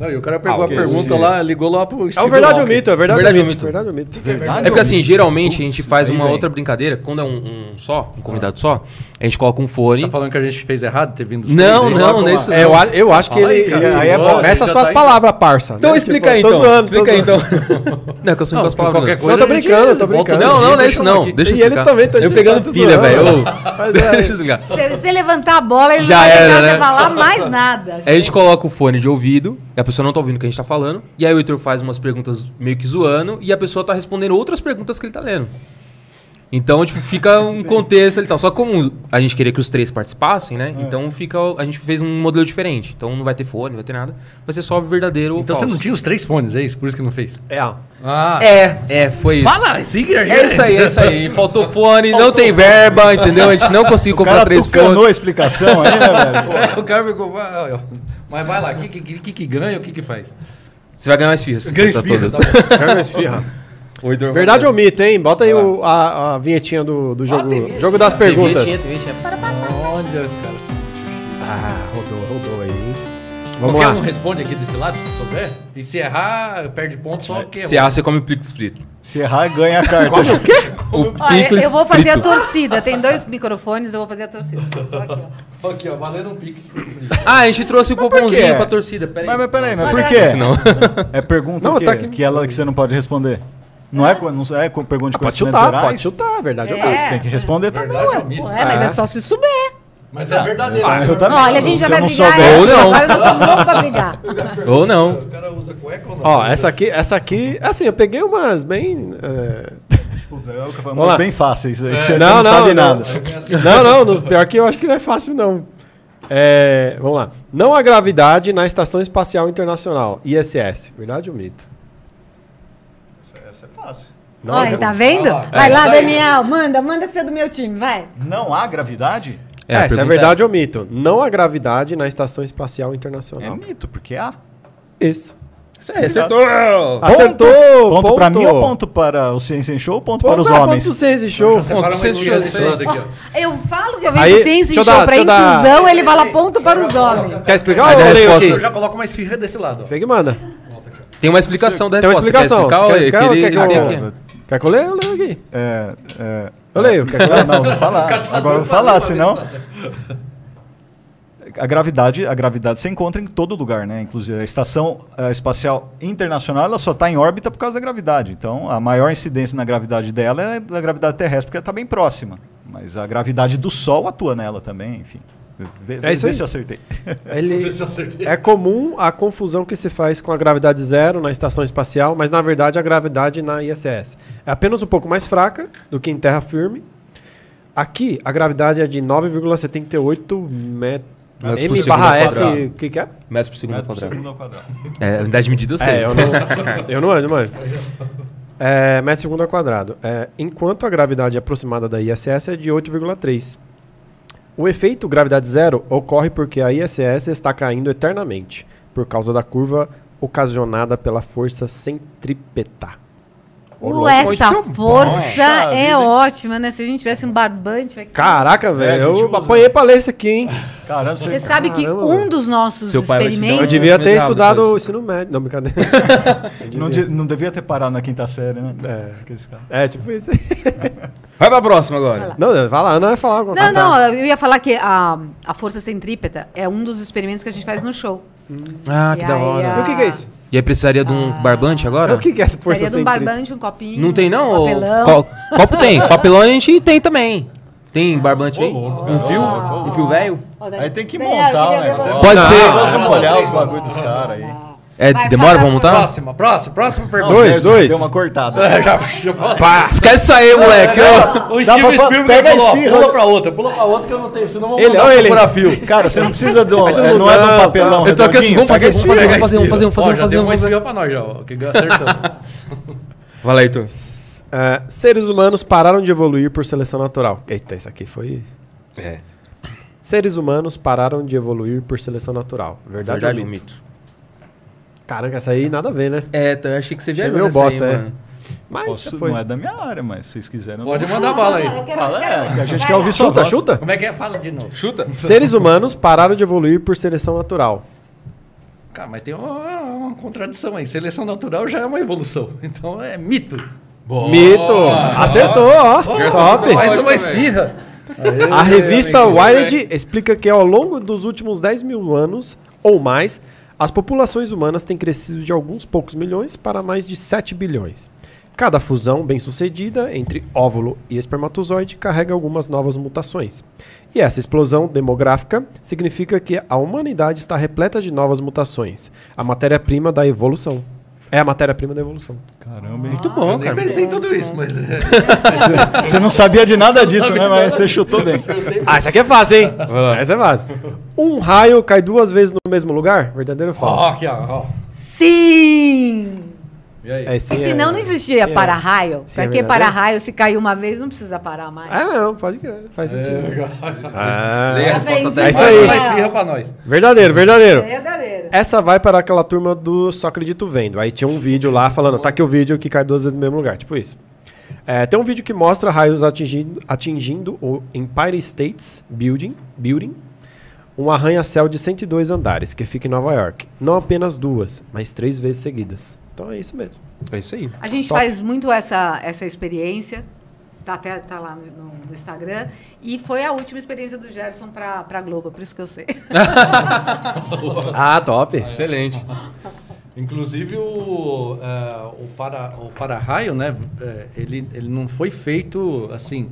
Não, e o cara pegou a
que
pergunta
esse-
lá, ligou lá pro
Ah, É o
Steve
verdade ou
Walker.
mito, é verdade,
Verdade
ou
ou
mito.
mito?
Verdade ou mito.
Ah,
Verdade,
É porque assim,
amigo.
geralmente a gente
Putz,
faz
aí
uma
vem.
outra brincadeira, quando é um, um só, um convidado só, a gente coloca um fone.
Tá falando que a gente fez errado, ter vindo... os
Não,
três aí?
não,
lá,
não é
lá.
isso.
É, eu, a- eu acho que
Fala aí,
ele,
cara.
ele- aí é
Boa,
bom.
ele
Essas
já
suas
tá indo.
palavras, parça.
Então
né?
explica aí,
Tipo, tô
então.
zoando, tô
explica aí,
zoando.
então. Não, é que eu sou
Não,
com as palavras.
porque qualquer
não.
Não,
coisa...
tô
a gente
brincando, tô
volta outro
brincando.
dia,
Não, não, não é
deixa
isso
uma
não.
aqui.
Deixa eu
E ele
explicar.
também tá
Eu
de-
pegando
tá de
pilha,
zoando.
velho. Ô,
Mas é-
Deixa eu explicar.
Se você levantar a bola, ele
Já
não vai deixar
era,
você
né? É
falar mais nada.
Aí a gente coloca o fone de ouvido, e a pessoa não tá ouvindo o que a gente tá falando, e aí o Heitor faz umas perguntas meio que zoando, e a pessoa tá respondendo outras perguntas que ele tá lendo. Então, tipo, fica um contexto ali e tal. Só que como a gente queria que os três participassem, né?
É.
Então fica. A gente fez um modelo diferente. Então não vai ter fone, não vai ter nada. Vai ser só verdadeiro ou
Então você
falso.
não tinha os três fones, é isso? Por isso que não fez?
É, ó.
Ah,
É, é, foi isso.
Fala, siga a gente.
É isso aí, é isso aí. Faltou fone, não tem verba, entendeu? A gente não conseguiu
O cara
comprar três
tucanou
fones.
a explicação aí, né, velho?
É, o cara ficou. vai, ó, ó. Mas vai lá, o que, que, que, que ganha, o que, que faz?
Você vai ganhar mais firras.
Ganha espirra, tá bom.
Verdade ou mito, hein? Bota aí o- a, a vinhetinha do, do jogo, jogo das perguntas.
Olha os caras.
Ah, rodou, rodou aí. Vamos
Qualquer
lá.
um responde aqui desse lado, se souber. E se errar, perde ponto só porque é
Se errar, você come picles frito.
Se errar, ganha a carta. O quê?
O
Olha, eu vou fazer a
frito.
torcida. Tem dois microfones, eu vou fazer a torcida. Só aqui, ó.
errou. Aqui, ó, valendo um pique.
Ah, a gente trouxe o
quê?
cupomzinho pra torcida. Peraí.
Mas, mas peraí, mas
Só
por
dessa.
quê?
Senão.
É pergunta
Não,
o quê?
tá aqui.
que ela que você não pode responder. Não é, co- não é co- pergunta de
Pode
conhecimentos
chutar,
gerais?
pode chutar, verdade ou
É.
mito.
Você tem que responder também,
Verdade
ué.
ou mito?
Ué, mas é. só se souber.
Mas é verdadeiro.
Ah, eu
tá
também.
Olha, a gente
Se
já
eu
vai
não
brigar. é.
souber-
Ou não.
Agora nós estamos loucos pra brigar.
Ou não.
O cara usa cueca ou não?
Ó, essa aqui, essa aqui, assim, eu peguei umas bem. é,
Puta, é o que eu falo,
Vamos lá.
bem fácil isso aí. Você você
Não,
não,
não,
sabe
não.
nada.
assim,
Não, não, nos pior que eu acho que não é fácil, não. É, vamos lá. Não há gravidade na Estação Espacial Internacional, ISS. Verdade ou mito?
Essa é fácil.
Não há
Olha,
gra-
tá vendo?
Vai lá.
Vai
É,
lá,
manda aí.
Daniel. Manda, manda que você é do meu time, vai.
Não há gravidade?
É,
a
essa é
pergunta
verdade ou mito? Não há gravidade na Estação Espacial
É
Internacional.
mito, porque há.
Isso.
Isso aí, acertou.
Acertou!
Ponto, pra mim ou ponto para o Ciência em Show ou ponto, para os homens?
Ponto vocês e show.
Separa
Ponto, vocês
mais um dia
acham
desse
isso aí?
lado aqui, ó.
Eu falo que eu venho
Aí,
de ciência
deixa eu
e show
dar-
pra
deixa eu dar-
inclusão, Ah, ele fala ponto para os homens.
Quer explicar
Aí
ou
dá
eu
a
leio
resposta.
Eu
aqui?
já coloco uma esfirra desse lado. ó.
Você que manda.
Tem uma explicação da
Tem uma
resposta.
explicação.
Quer
Você
explicar?
quer-
Olha,
quer-
ele- ele
quer-
tem aqui.
Quer que eu leia? Eu leio aqui.
É, é,
Eu leio. Quer que eu leia?
Não, não, vou falar. Agora eu vou falar, senão. A gravidade, a gravidade se encontra em todo lugar, né? Inclusive a estação eh, espacial internacional, ela só está em órbita por causa da gravidade. Então, a maior incidência na gravidade dela é da gravidade terrestre, porque ela está bem próxima. Mas a gravidade do Sol atua nela também, enfim. Vê, vê-
É isso
vê
aí.
se eu acertei.
Ele...
Se eu acertei.
É comum a confusão que se faz com a gravidade zero na estação espacial, mas na verdade a gravidade na ISS é apenas um pouco mais fraca do que em terra firme. Aqui, a gravidade é de 9,78 met...
Metros por
M
segundo
barra
ao
S,
quadrado.
o que, que é?
Metros por segundo ao
Metro por
quadrado.
segundo ao quadrado.
É, unidade de medida eu sei.
É, eu não, eu não ando, mano. É, metro segundo ao quadrado. É, enquanto a gravidade aproximada da ISS é de 8,3. O efeito gravidade zero ocorre porque a ISS está caindo eternamente, por causa da curva ocasionada pela força centrípeta. Ô, louco.
Uh, essa
Muito bom.
força
Poxa
é
vida, hein?
ótima, né? Se a gente tivesse um barbante aqui.
Caraca,
a
velho,
gente
eu
usa.
apanhei pra ler isso aqui, hein?
Caramba,
Você
você...
sabe que
Caramba,
um
mano.
dos nossos
Seu pai vai te dar uma
Eu
Eu
experimentos.
devia ter
legal,
estudado
depois.
o ensino médio. Não, brincadeira.
não, de- não devia ter parado na quinta série, né?
É.
Fica esse cara.
É, tipo isso.
Vai pra próxima agora.
Vai lá.
Não, vai lá, Ana vai falar alguma
Não,
coisa.
não, eu ia falar que a, a força centrípeta é um dos experimentos que a gente faz no show.
Ah, que
E
da
aí,
hora.
E o que, que é isso?
E aí precisaria de um barbante agora?
O que, que é essa força
Ah. Seria de um
centrípeta?
barbante, um copinho.
Não tem não?
Um papelão.
Co- copo tem. Papelão a gente tem também. Tem barbante aí? um fio? um fio velho?
Ó, daí-
Aí tem que
Daniel,
montar,
eu queria
né?
ver você.
Pode
Não,
ser.
Vamos molhar
Ah,
os bagulhos dos caras aí.
É,
Vai,
demora
fala,
pra montar?
Próxima, próxima, próxima pergunta.
Dois,
Beleza,
dois.
Deu uma cortada.
É, já, já pá.
Pá, esquece isso aí, moleque. ó.
O
Dá pra
Steven
fa-
Spielberg
pega a
falou, ó,
esfirra.
pula pra outra, pula pra outra que eu não tenho, senão eu vou
Ele,
mandar
olha ele.
procurar fio.
Cara, você não precisa de um. é, não é de
Não,
um papelão.
Eu tô aqui assim,
redondinho?
vamos fazer, vamos
Pega
fazer,
esse fio,
vamos fazer, vamos fazer,
Ó,
vamos fazer,
já deu uma
vamos fazer.
esfirra pra nós já, ó, que acertamos.
Vai lá, Heitor.
É, seres humanos pararam de evoluir por seleção natural. Eita, isso aqui foi.
É.
Seres humanos pararam de evoluir por seleção natural. Verdade,
Verdade
ou
ou
mito?
mito?
Caraca, essa aí nada a ver, né?
É, então, eu achei que você
Achei
viajou
meio
nessa
bosta,
aí,
é.
mano.
Mas
Posso-
já foi.
não é da minha área, mas se vocês quiserem. eu
Pode
dou-
mandar bala aí.
Eu quero-
Fala,
eu
é,
quero-
que a gente
Vai
quer
lá.
ouvir sua
Chuta,
voz.
chuta.
Como é que é? Fala de novo.
Chuta.
Seres humanos pararam de evoluir por seleção natural.
Cara, mas tem uma, uma contradição aí. Seleção natural já é uma evolução. Então é mito. Boa.
Mito! Acertou, ó. Top!
Mais uma esfirra.
A
né?
revista Wired explica que ao longo dos últimos 10 mil anos ou mais, as populações humanas têm crescido de alguns poucos milhões para mais de 7 bilhões. Cada fusão bem-sucedida entre óvulo e espermatozoide carrega algumas novas mutações. E essa explosão demográfica significa que a humanidade está repleta de novas mutações, a matéria-prima da evolução. É a matéria-prima da evolução.
Caramba, hein?
Muito bom,
Eu
cara.
pensei em tudo isso, mas.
Você não sabia de nada disso, né? Mas você chutou bem.
Ah, essa aqui é fácil, hein? Essa é fácil. Um raio cai duas vezes no mesmo lugar? Verdadeiro ou falso?
Ó, aqui, ó. ó.
Sim!
E aí?
É, sim,
E
é.
senão não existiria para-raio.
Sim, é
Pra que
verdade.
para-raio se cair uma vez não precisa parar mais?
Ah, não, pode crer, faz
É,
sentido. É. Ah,
Tá
Leia a resposta
Aprendi.
até
É isso
Vai,
aí.
fala esfirra pra nós.
verdadeiro, verdadeiro.
Verdadeira.
Essa vai para aquela turma do Só Acredito Vendo. Aí tinha um vídeo lá falando, tá aqui o vídeo que cai duas vezes no mesmo lugar, tipo isso. É, tem um vídeo que mostra raios atingindo, atingindo o Empire States Building, building um arranha-céu de 102 andares, que fica em Nova York. Não apenas duas, mas três vezes seguidas. Então é isso mesmo.
É isso aí.
A gente
Top.
faz muito essa, essa experiência, tá até tá lá no, no Instagram, e foi a última experiência do Gerson pra, pra Globo, por isso que eu sei.
Ah, top.
Excelente.
Inclusive o, é, o para o para-raio, né? é, ele, ele não foi feito assim.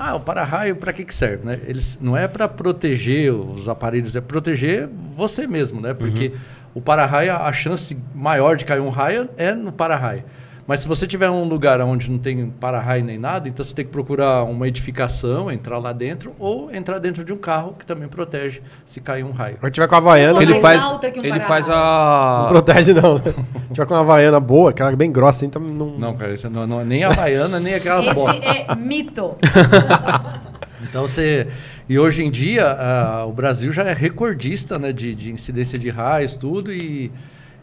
Ah, o para-raio para que que serve, né? Ele s- não é para proteger os aparelhos, é proteger você mesmo, né? Porque o para-raio a chance maior de cair um raio é no para-raio. Mas se você tiver um lugar onde não tem para-raio nem nada, então você tem que procurar uma edificação, entrar lá dentro ou entrar dentro de um carro que também protege se cair um raio.
A gente vai com a Havaiana.
Ele
Ele
Mais
faz,
faz- alta que um ele
ele
para-raio. faz
faz
Não
a...
protege, não. né? A gente vai com uma Havaiana boa, aquela bem grossa, então não...
Não, cara, isso é, não, não, nem a baiana, nem aquelas botas.
Esse é mito.
Então você. E hoje em dia, ah, o Brasil já é recordista né, de, de incidência de raios, tudo, e,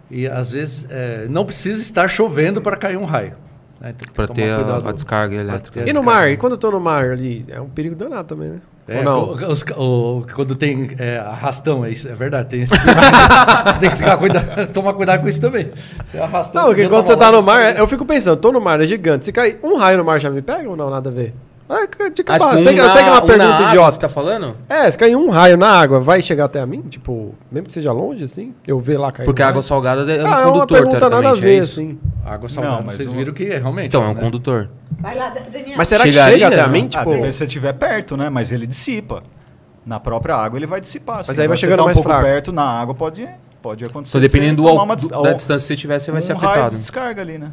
e às vezes eh, não precisa estar chovendo para cair um raio. né? Tem que
Pra
tomar
ter
cuidado.
a, a descarga elétrica.
ter
E no mar? E quando eu tô no mar ali? É um perigo danado também, né?
É,
Ou não?
co- os ca- o- quando tem eh, arrastão, é, isso, é verdade. Tem, esse- você tem que ficar cuida- tomar cuidado com isso também. Tem arrastão,
Não, porque
eu
quando
tava
você tá
lá
no
nos
mar,
caras-
eu fico pensando, tô no mar, é gigante. Se cair um raio no mar já me pega ou não? Nada a ver. É, c- de acabar. eu sei,
um
que- eu sei que é uma pergunta
Você
idiota.
tá falando?
É, se cair um raio na água, vai chegar até a mim? Tipo, mesmo que seja longe, assim? Eu ver lá cair.
Porque
um
a água
raio?
salgada é um
Ah, é uma
condutor,
pergunta nada a
teoricamente,
ver,
é isso?
assim.
Água salgada,
Não, mas
vocês
o-
viram que é, realmente.
Então, é um
né?
condutor.
Vai lá, Da- Daniel.
Mas será que
Chegaria,
chega até a
né?
mim?
Ah,
Tipo,
depende se você estiver perto, né? Mas ele dissipa. Na própria água ele vai dissipar.
Mas aí vai
você
chegando
tá um
mais
pouco
fraco.
perto, na água pode, pode acontecer.
Só dependendo
de
do,
você
al-
tomar uma
do-
dis-
da
ao-
distância que você tiver, você vai ser
um raio
afetado.
de descarga ali, né?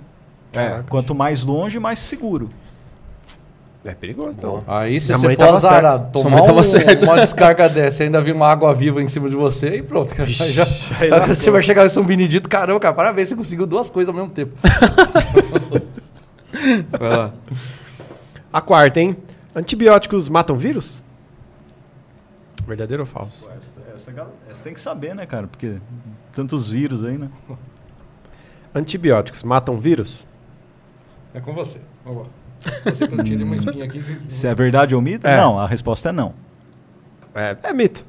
É,
Caraca.
quanto mais longe, mais seguro.
É perigoso, então.
Aí se
Minha
você
mãe
for
tava
azarado,
certa.
Sua
tomar
mãe tava
um-
certa.
uma descarga dessa e ainda vir uma água viva em cima de você, aí pronto. cara,
Vixe,
já-
aí
aí
lascou.
você vai chegar em São Benedito, caramba, cara, parabéns, você conseguiu duas coisas ao mesmo tempo.
Vai lá.
A quarta, hein? Antibióticos matam vírus? Verdadeiro ou falso?
Essa, essa gal- essa tem que saber, né, cara? Porque tantos vírus aí, né?
Antibióticos matam vírus?
É com você. Vamos lá. Você que não tira uma espinha aqui.
Se é verdade ou mito?
É.
Não, a resposta é não.
É, é mito.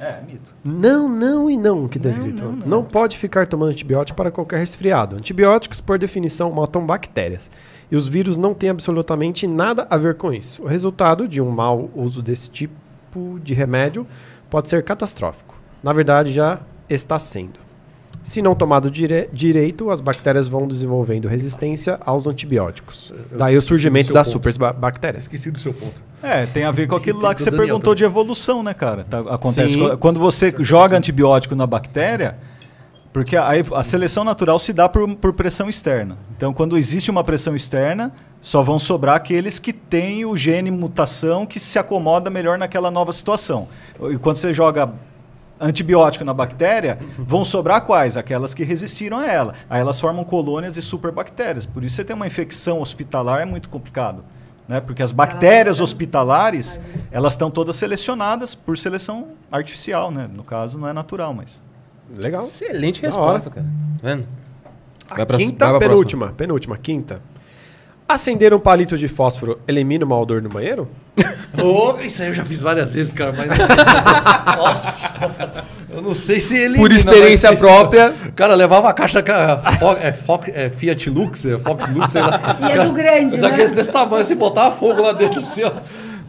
É, mito.
Não, não e não, que tá escrito. Não, pode ficar tomando antibiótico para qualquer resfriado. Antibióticos, por definição, matam bactérias. E os vírus não têm absolutamente nada a ver com isso. O resultado de um mau uso desse tipo de remédio pode ser catastrófico. Na verdade, já está sendo. Se não tomado dire- direito, as bactérias vão desenvolvendo resistência aos antibióticos. Daí o
esqueci do
surgimento
seu
das
ponto.
superbactérias.
Esqueci do seu ponto.
É, tem a ver com aquilo
Tem
lá que
do
você
Daniel
perguntou
também.
de evolução, né, cara? Tá- acontece
Sim.
co- quando você joga antibiótico na bactéria, porque a, ev- a seleção natural se dá por, por pressão externa. Então, quando existe uma pressão externa, só vão sobrar aqueles que têm o gene mutação que se acomoda melhor naquela nova situação. E quando você joga antibiótico na bactéria, vão sobrar quais? Aquelas que resistiram a ela. Aí elas formam colônias de superbactérias. Por isso você tem uma infecção hospitalar é muito complicado, né? Porque as bactérias hospitalares, elas estão todas selecionadas por seleção artificial, né? No caso não é natural, mas
Legal.
Excelente
Da
resposta, cara. Tá vendo?
A
Vai É pra- vai
quinta,
pra próxima.
penúltima, penúltima, quinta. Acender um palito de fósforo elimina o mau odor no banheiro?
Ô, isso aí eu já fiz várias vezes, cara, mas. Nossa! Eu não sei se ele.
Por experiência própria.
Cara, levava a caixa. ca- Fo- É, Fo- é Fiat Lux, é Fox Lux, sei lá.
E é do grande, né?
Daqueles desse tamanho, assim, botava fogo lá dentro, assim, ó.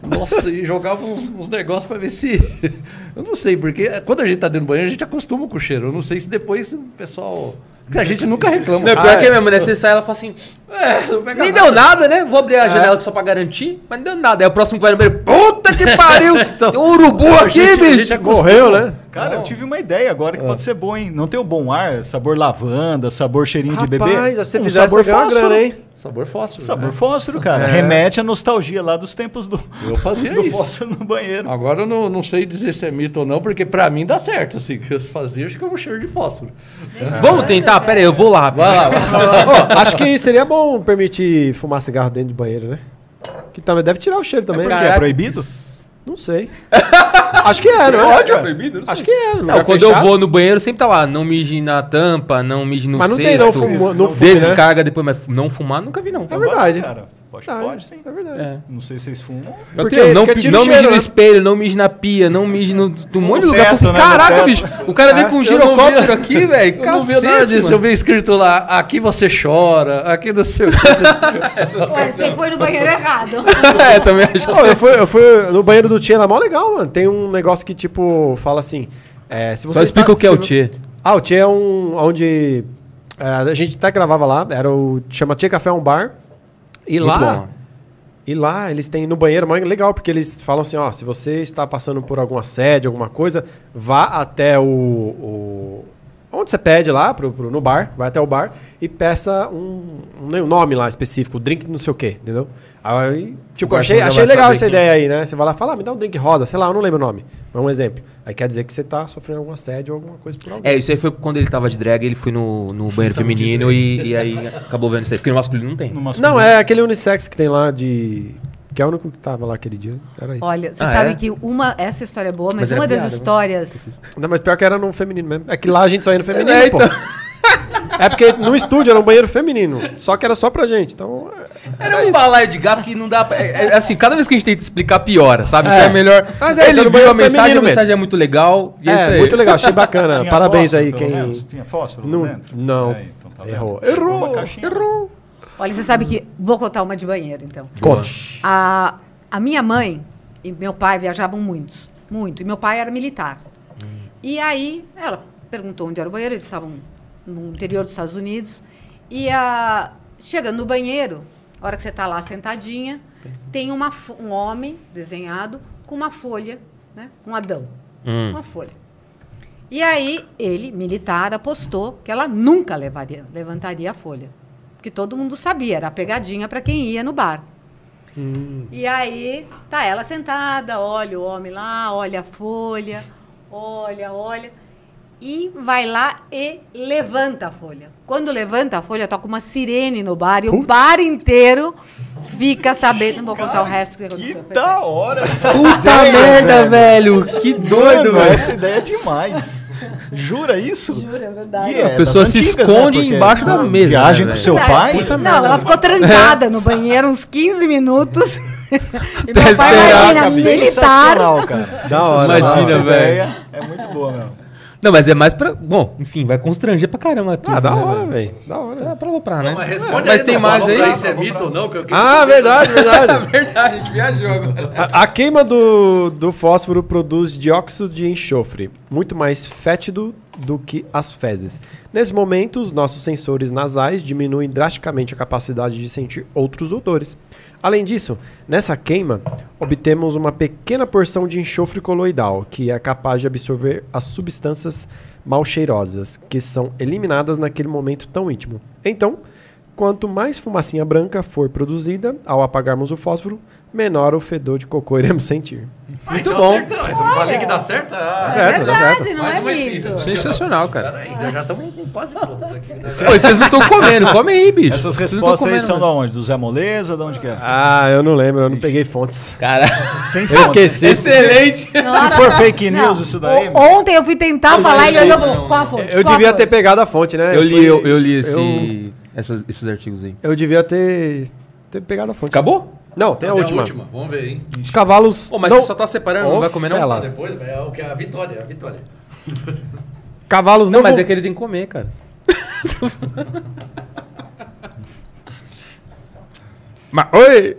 Nossa, e jogava uns, uns negócios pra ver se. Eu não sei, porque quando a gente tá dentro do banheiro, a gente acostuma com o cheiro. Eu não sei se depois o pessoal. Porque a gente nunca reclama.
Não, é pior
Ah,
que mesmo, né? Você sai ela fala assim.
é, não pega
Nem
nada.
deu nada, né? Vou abrir a janela só pra garantir, mas não deu nada. Aí o próximo que vai no banheiro, puta que pariu! tem um urubu
a
aqui,
gente- a
bicho!
gente acostuma.
Morreu, né?
Cara, eu tive uma ideia agora
É.
que pode ser bom, hein? Não tem o bom ar, sabor lavanda, sabor cheirinho de bebê.
se você
Um
fizer essa
sabor
ganha uma
fósforo.
grana, hein? É.
Sabor fósforo.
Sabor
né?
fósforo, cara. Remete à nostalgia lá dos tempos do,
Eu fazia
do
isso. Ah,
fósforo no banheiro.
Agora eu não, não sei dizer se é mito ou não, porque pra mim dá certo, assim, que eu fazia, acho que é um cheiro de fósforo.
Vamos tentar? Pera aí, eu vou lá. Vai lá.
Ó, acho que seria bom permitir fumar cigarro dentro do banheiro, né? Que também deve tirar o cheiro também.
porque-
né?
Que é
Caraca,
proibido?
Não sei. acho que é, não é? Ódio proibido? Acho que é.
Não, quando eu vou no banheiro, sempre tá lá, não mije na tampa, não mije no
Mas não
cesto.
tem não, fumo, não fume, né?
Descarga depois, mas não fumar nunca vi, não.
É verdade.
Cara, pode,
Ah,
pode sim.
É verdade.
É.
Não sei se vocês fumam.
Eu
Porque-
tenho, não
porque
pi-
tira o
não mije
cheiro,
no
né?
espelho, não mije na pia, não mije no, num monte de lugar. Eu
teto,
falo assim,
né, no
Caraca,
teto."
bicho, o cara vem com um girocóptero aqui, velho.
Eu não vi nada disso, eu vi escrito lá, aqui você chora, aqui não sei o que.
Ué, você foi no banheiro errado.
é, também acho
Ô, eu, fui, eu fui no banheiro do Tchê lá, mó legal, mano. Tem um negócio que, tipo, fala assim. É, se você
Só
está-
explica o que é
se
o
vo-
Tchê.
Ah, o Tchê é um. onde. é, a gente até gravava lá, era o. chama Tchê Café é um bar. E
Muito
lá.
bom.
E lá eles têm no banheiro, mas é legal, porque eles falam assim, ó, se você está passando por algum assédio, alguma coisa, vá até o. o- onde você pede lá, pro, pro- no bar, vai até o bar e peça um, um nome lá específico, drink não sei o quê, entendeu? Aí, tipo,
O
achei,
garçom já
achei
vai
legal
saber
essa
quem
ideia aí, né? Você vai lá e fala, ah, me dá um drink rosa, sei lá, eu não lembro o nome. É um exemplo. Aí quer dizer que você tá sofrendo algum assédio ou alguma coisa por alguém.
É, isso aí foi quando ele tava de drag, ele foi no, no banheiro feminino e, e aí acabou vendo isso aí. Porque no masculino não tem.
Numa
Não, é aquele unissex que tem lá de. Que é o único que tava lá aquele dia. Era isso.
Olha, você
Ah,
sabe
é?
que uma. Essa história é boa, mas,
Mas era
uma das
piada, né?
histórias.
Não, mas pior que era no feminino mesmo. É então. que lá a gente só ia no feminino,
É,
pô. É porque no estúdio era um banheiro feminino. Só que era só pra gente. Então.
Era um balaio de gato que não dá pra... é- é assim, cada vez que a gente tenta explicar, piora, sabe? Então é melhor...
Mas é, isso
ele
era o
viu a
banheiro
mensagem,
feminino
a
mesmo.
mensagem é muito legal. E
É,
é, isso aí.
muito legal, achei bacana.
Tinha
É, Parabéns
fósforo,
aí
pelo
quem.
menos? Tinha fósforo
Não-
lá dentro?
não.
É, então tá
Errou.
vendo? Ficou
Errou,
uma caixinha.
Olha, você sabe que. Vou contar uma de banheiro, então.
Conte.
A, a minha mãe e meu pai viajavam muitos, muito. E meu pai era militar. E aí ela perguntou onde era o banheiro, eles estavam no interior dos Estados Unidos. E a, chegando no banheiro, a hora que você está lá sentadinha, tem uma, fo- um homem desenhado com uma folha, né? um Adão.
Hum.
Uma folha. E aí ele, militar, apostou que ela nunca levaria- levantaria a folha. Porque todo mundo sabia, era a pegadinha para quem ia no bar. E aí, tá ela sentada, olha o homem lá, olha a folha, olha, olha. E vai lá e levanta a folha. Quando levanta a folha, toca uma sirene no bar e o bar inteiro fica sabendo. Não vou contar o resto que
Que
aconteceu. foi
da hora essa
Puta
ideia,
merda,
é
velho. Que doido,
Mano,
velho.
Essa ideia é demais. Jura isso?
Jura, é verdade.
E é
A pessoa
das
se
antigas,
esconde
Porque
embaixo da
uma
mesa,
Viagem
né,
com
velho?
seu
Não,
pai?
Puta
Não, ela ficou trancada no banheiro uns 15 minutos. e meu pai,
Desesperada,
imagina,
bicho.
militar.
Tá Sensacional, cara.
Da hora.
Sensacional.
Imagina,
Essa
velho.
ideia É muito boa, meu.
Não, mas é mais pra. Bom, enfim, vai constranger pra caramba. tudo,
Ah, da
né,
hora,
velho?
velho. Da hora.
Dá pra aloprar, né?
Não, mas responde
mas
aí,
tem
não
mais
falou
aí?
pra isso é mito ou não? que eu quero
Ah,
saber.
verdade, verdade.
Verdade, a gente viajou agora.
A, a queima do, do fósforo produz dióxido de enxofre, muito mais fétido do que as fezes. Nesse momento, os nossos sensores nasais diminuem drasticamente a capacidade de sentir outros odores. Além disso, nessa queima, obtemos uma pequena porção de enxofre coloidal, que é capaz de absorver as substâncias mal cheirosas, que são eliminadas naquele momento tão íntimo. Então, Quanto mais fumacinha branca for produzida ao apagarmos o fósforo, menor o fedor de cocô iremos sentir.
Ah, então
bom.
acertou. Eu Falei que dá certo? Ah,
certo,
É
tá
verdade, não
Mais
é
uma
mito.
escrita.
Sensacional, cara.
Peraí, já estamos com quase todos aqui. Né?
Pô, vocês não estão comendo, comem aí, bicho.
Essas
Vocês não tão
respostas aí
comendo,
são
mano.
da onde? Do Zé Moleza? De onde que é?
Ah, eu não lembro, eu não peguei fontes.
Cara,
Sem
Eu
fonte.
esqueci.
excelente.
Se for fake news isso daí,
O- ontem eu fui tentar falar e ele olhou e falou, qual a fonte?
Eu
Qual a
devia
fonte?"
ter pegado a fonte, né?
Eu li,
fui-
eu, eu li esse,
Eu,
essas- esses artigos aí.
eu devia ter, ter pegado a fonte.
Acabou?
Não, tem
Até
a última.
Vamos ver, hein?
Os cavalos.
Pô, mas
não,
você só tá separando, não
Ô,
vai comer não?
fela.
Ah, Depois é o que é a vitória, a vitória.
Cavalos não.
Não, mas
vão-
é que ele tem que comer, cara. mas, oi!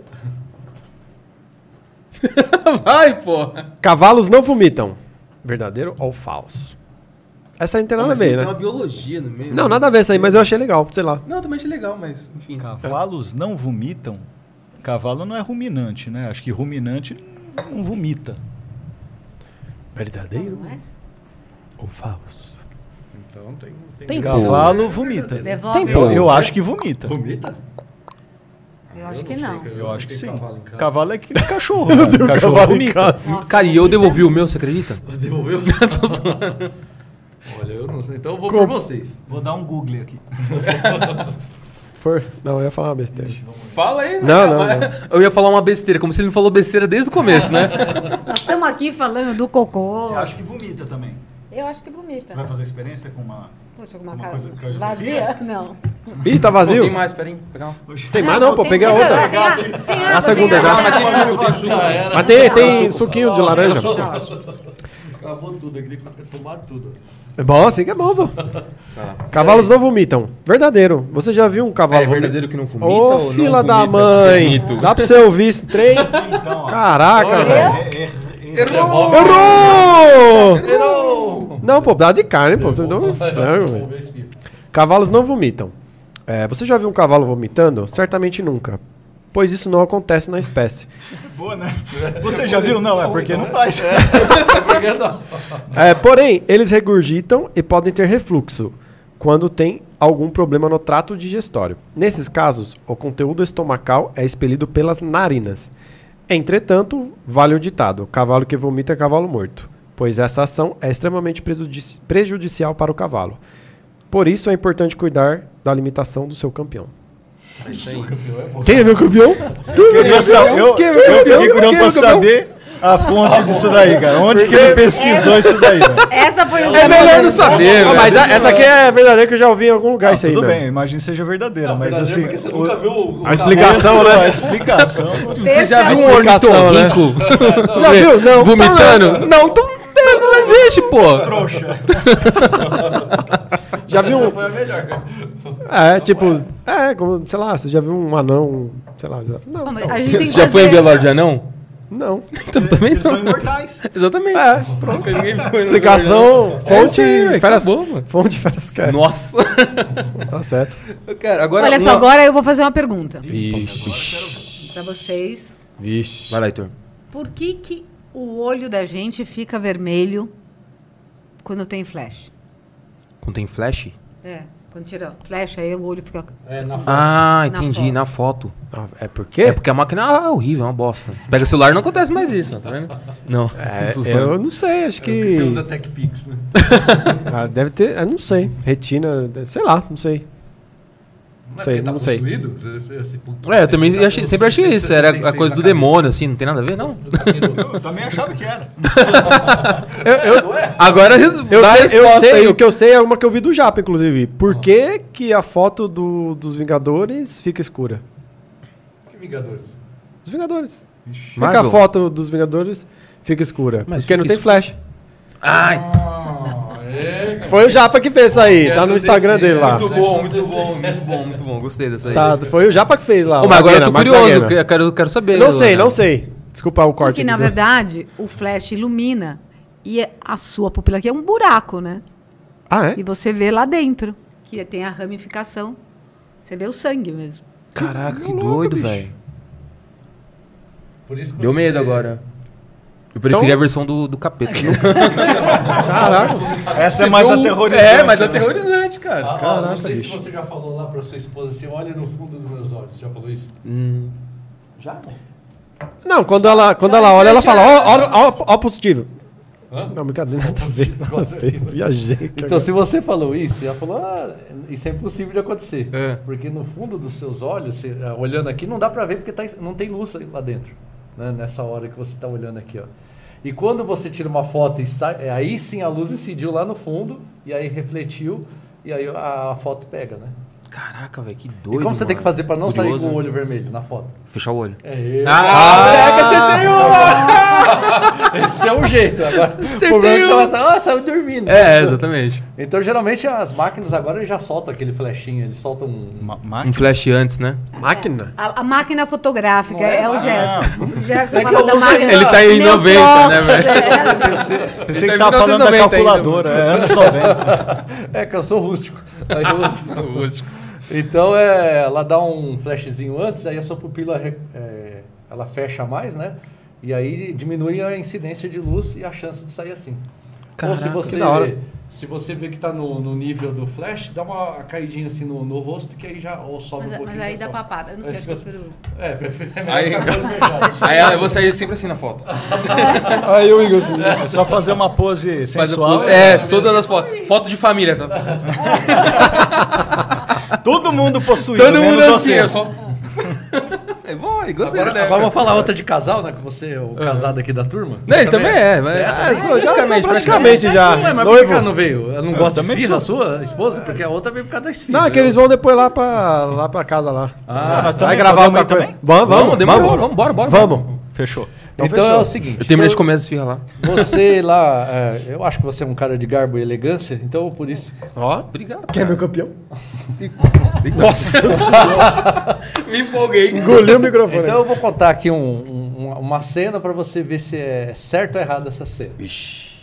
Vai, porra!
Cavalos não vomitam. Verdadeiro ou falso? Essa aí não tem nada a ver, né?
biologia no meio.
Não, nada a ver essa aí, mas eu achei legal, sei lá.
Não, também achei legal, mas enfim.
Cavalos não vomitam? Cavalo não é ruminante, né? Acho que ruminante não vomita.
Verdadeiro
Não é?
ou falso?
Então tem. tem...
Tem porra.
Cavalo vomita.
Devolve.
Tem pô.
Eu, eu acho que vomita.
Vomita?
Eu acho que não.
Eu acho que sim.
Cavalo em casa.
Cavalo é que nem cachorro. né? Cachorro vomita.
Nossa,
Cara, e eu devolvi o meu, você acredita?
Devolveu? Olha, eu não sei. Então eu vou por vocês.
Vou dar um Google aqui.
For... Não, eu ia falar uma besteira.
Fala aí,
Não, não,
Eu ia falar uma besteira, como se ele não falou besteira desde o começo, né?
Nós estamos aqui falando do cocô.
Você acha que vomita também?
Eu acho que é
Você
bonita.
vai fazer experiência com uma.
Puxa, alguma
Alguma
casa
coisa que eu já
vazia? Não.
Ih, tá
Pô,
vazio?
tem mais, peraí. Pegar uma.
Tem mais né? não, pô, peguei a outra.
Tem a- tem a-
Na segunda
tem
já.
a-
Mas
tem suco, tem
Já era.
Mas tem, tem suquinho de laranja.
Acabou tudo aqui, tem que tomar tudo.
É Bom, assim que é bom, pô. Cavalos não vomitam. Verdadeiro. Você já viu um cavalo
É verdadeiro que não
vomitar?
fumita
Ô,
ou não
fila da
vomita?
mãe.
Vomito.
Dá pra você ouvir esse trem?
Então, ó. é,
Caraca, velho.
Errou!
Errou!
Errou!
Não, pô, dá de carne, pô. Você me deu um frango, velho.
Vamos ver esse vídeo.
Cavalos não vomitam. É, você já viu um cavalo vomitando? Certamente nunca. Pois isso não acontece na espécie.
Boa, né? Você já viu? Não, é porque não faz.
Tá pegando a-
É, porém, eles regurgitam e podem ter refluxo quando tem algum problema no trato digestório. Nesses casos, o conteúdo estomacal é expelido pelas narinas. Entretanto, vale o ditado: cavalo que vomita é cavalo morto, pois essa ação é extremamente prejudici- prejudicial para o cavalo. Por isso é importante cuidar da limitação do seu campeão.
É
Quem é meu campeão?
Eu, queria saber, eu,
Quem é meu
eu
campeão? Quem é
fiquei curioso pra
meu campeão?
saber a fonte disso daí, cara. Onde que ele pesquisou isso daí, né? velho?
Essa foi o
É
Zé
melhor não
Moreira.
saber,
Ah,
velho.
mas a- essa aqui é verdadeira que eu já ouvi em algum lugar isso aí.
Tudo
mesmo.
bem, eu imagino que seja verdadeira,
Não,
mas
verdadeiro,
assim.
porque você
o-
nunca viu o- o
A explicação,
Isso,
né?
a explicação.
Você já
é
viu um
é explicação,
ornitorrinco?
Já viu? Não. tá
Vomitando? Não, tu não existe, pô.
Trouxa.
Já viu um,
Foi a melhor.
É, tipo, é, como, sei lá, você já viu um anão, sei lá, você vai falar,
Não,
não,
mas é- a gente tem
Você
que
já foi em
fazer-
velório de anão?
não.
Então também
Eles são
não.
imortais.
Exatamente.
É, pronto. Explicação, fonte,
aí,
feras,
acabou, mano.
fonte feras quer.
Nossa.
Tá certo.
Cara, agora...
Olha só,
uma-
agora eu vou fazer uma pergunta
Vixe.
para vocês.
Vixe. Vai lá, Heitor.
Por que, que o olho da gente fica vermelho quando tem flash?
Quando tem flash?
É. Quando tira flecha, aí o olho fica.
É, na foto.
Ah,
Na
entendi,
foto.
na foto.
Ah, É porque?
É porque a máquina é horrível, é uma bosta. Pega celular não acontece mais isso, tá vendo? Não.
É, eu não sei, acho
Porque você usa
que.
TechPix, né?
Ah, deve ter. Eu não sei. Retina, de- sei lá, não sei.
Mas
Sei,
porque tá
não sei.
possuído? Você- você- você- você-
É, eu também
tá
achei-
com
sempre achei isso, era a
166
coisa do
na
demônio, assim, não tem nada a ver, não.
cabeça.
Eu também achava que era.
é?
Agora
Eu sei, eu sei, o que eu sei é uma que eu vi do Japa, inclusive. Por que, que a foto do- dos Vingadores fica escura?
Que Vingadores.
Os Vingadores. Por que a
Marvel?
foto dos Vingadores fica escura?
Mas
porque não
fica
tem flash.
Ai,
Foi o Japa que fez isso aí,
Era
tá no
do
Instagram
DC,
dele lá.
muito bom, muito bom,
muito bom, muito bom, gostei dessa aí.
Tá, foi o Japa que fez lá.
Ô,
o
mas agora eu
Zagueira,
tô
Marcos
curioso,
Zagueira.
eu quero, eu quero saber.
Não sei,
né?
não sei. Desculpa o corte.
Porque, na
aqui.
verdade, o flash ilumina e a sua pupila aqui é um buraco, né?
Ah, é?
E você vê lá dentro, que é- tem a ramificação. Você vê o sangue mesmo.
Caraca, que doido, velho.
Por isso que
Deu
você-
medo agora. Eu preferi
Então-
a versão do, do capeta.
Caraca.
né?
Essa é
Tá
mais
Eu-
aterrorizante.
É, mas
né?
aterrorizante, cara.
Ah, ah, não
Caraca,
sei se
bicho.
você já falou lá pra sua esposa assim, olha no fundo dos meus olhos. Já falou isso?
Hum.
Já?
Não, quando ela, quando ela olha, ela fala, ó, ó, ó, ó positivo.
Hã?
Não, brincadeira, nada a ver, nada a ver. Viajei. aqui
Então, se você falou isso, ela falou, ah, isso é impossível de acontecer.
É.
Porque no fundo dos seus olhos, você, ah, olhando aqui, não dá para ver porque tá, es- não tem luz aí lá dentro. né? Nessa hora que você está olhando aqui, ó. E quando você tira uma foto e sai, é, aí sim a luz incidiu lá no fundo, e aí refletiu, e aí a, a foto pega, né?
Caraca, velho, que doido.
e como você tem
mano.
que fazer para não sair
Curioso,
com o
né?
olho vermelho na foto?
Fechar o olho.
É,
Ah,
esse é o jeito. Agora,
Acertei
o problema é que você
uma.
vai sair, ah, saiu dormindo.
É, exatamente.
Então, geralmente, as máquinas agora já soltam aquele flechinho, eles soltam um,
Ma- ma-
Um flash antes, né?
Máquina?
É. A, a máquina fotográfica
Não é
é, o Gerson. O Gerson
É que
fala
eu
da
uso
máquina.
ele
tá em 90, né, velho?
Neutrox, é, assim.
Pensei
Ele
que
tá
você
em
estava falando da
1990 ainda,
calculadora, é anos 90.
É que eu sou rústico. Aí eu uso- então é, ela dá um flashzinho antes, aí a sua pupila re- é, ela fecha mais, né? E aí diminui a incidência de luz e a chance de sair assim. Ou se
Caraca,
você
que da hora.
se você vê que tá no, no nível do flash, dá uma caidinha assim no, no rosto que aí já ou sobe um
Mas, é,
pouquinho.
mas aí
já
dá
sobe.
papada. Eu não sei, acho que eu prefiro.
É, prefiro. é melhor
Aí-
ficar com o olho fechado.
Aí eu vou sair sempre assim na foto.
Aí o Igor
É só fazer uma pose
Faz o
sensual.
pose- É, todas as fotos. Foto de família, tá?
Todo mundo possuído,
Todo mundo
menos
assim,
você.
eu só. É bom, aí gostei
Agora,
né?
agora vamos falar outra de casal, né? Que você é o casado aqui da turma.
Não, ele também é, mas-
tá
É, sou, já sou
Praticamente,
praticamente já.
Ué, mas por que que ela
Noivo.
não veio? Ela não gosta de
também
esfirra, a sua esposa? Porque a outra veio por causa da esfirra.
Não, é que eles vão depois lá pra, lá pra casa lá.
Ah,
nós
Vai
também
gravar
podemos
outra
ir
coisa.
também?
Vamos,
Vamos,
vamos,
demorou,
vamos.
vamos, bora, bora.
Vamos.
Fechou.
Então, é
fechou.
o seguinte.
Eu terminei de
então,
comer as esfirras lá.
Você lá, é, eu acho que você é um cara de garbo e elegância, então por isso.
Ó, obrigado.
Quem é meu campeão?
Nossa Me empolguei.
Engoliu o microfone.
Então eu vou contar aqui um- um- uma- uma cena pra você ver se é certo ou errado essa cena.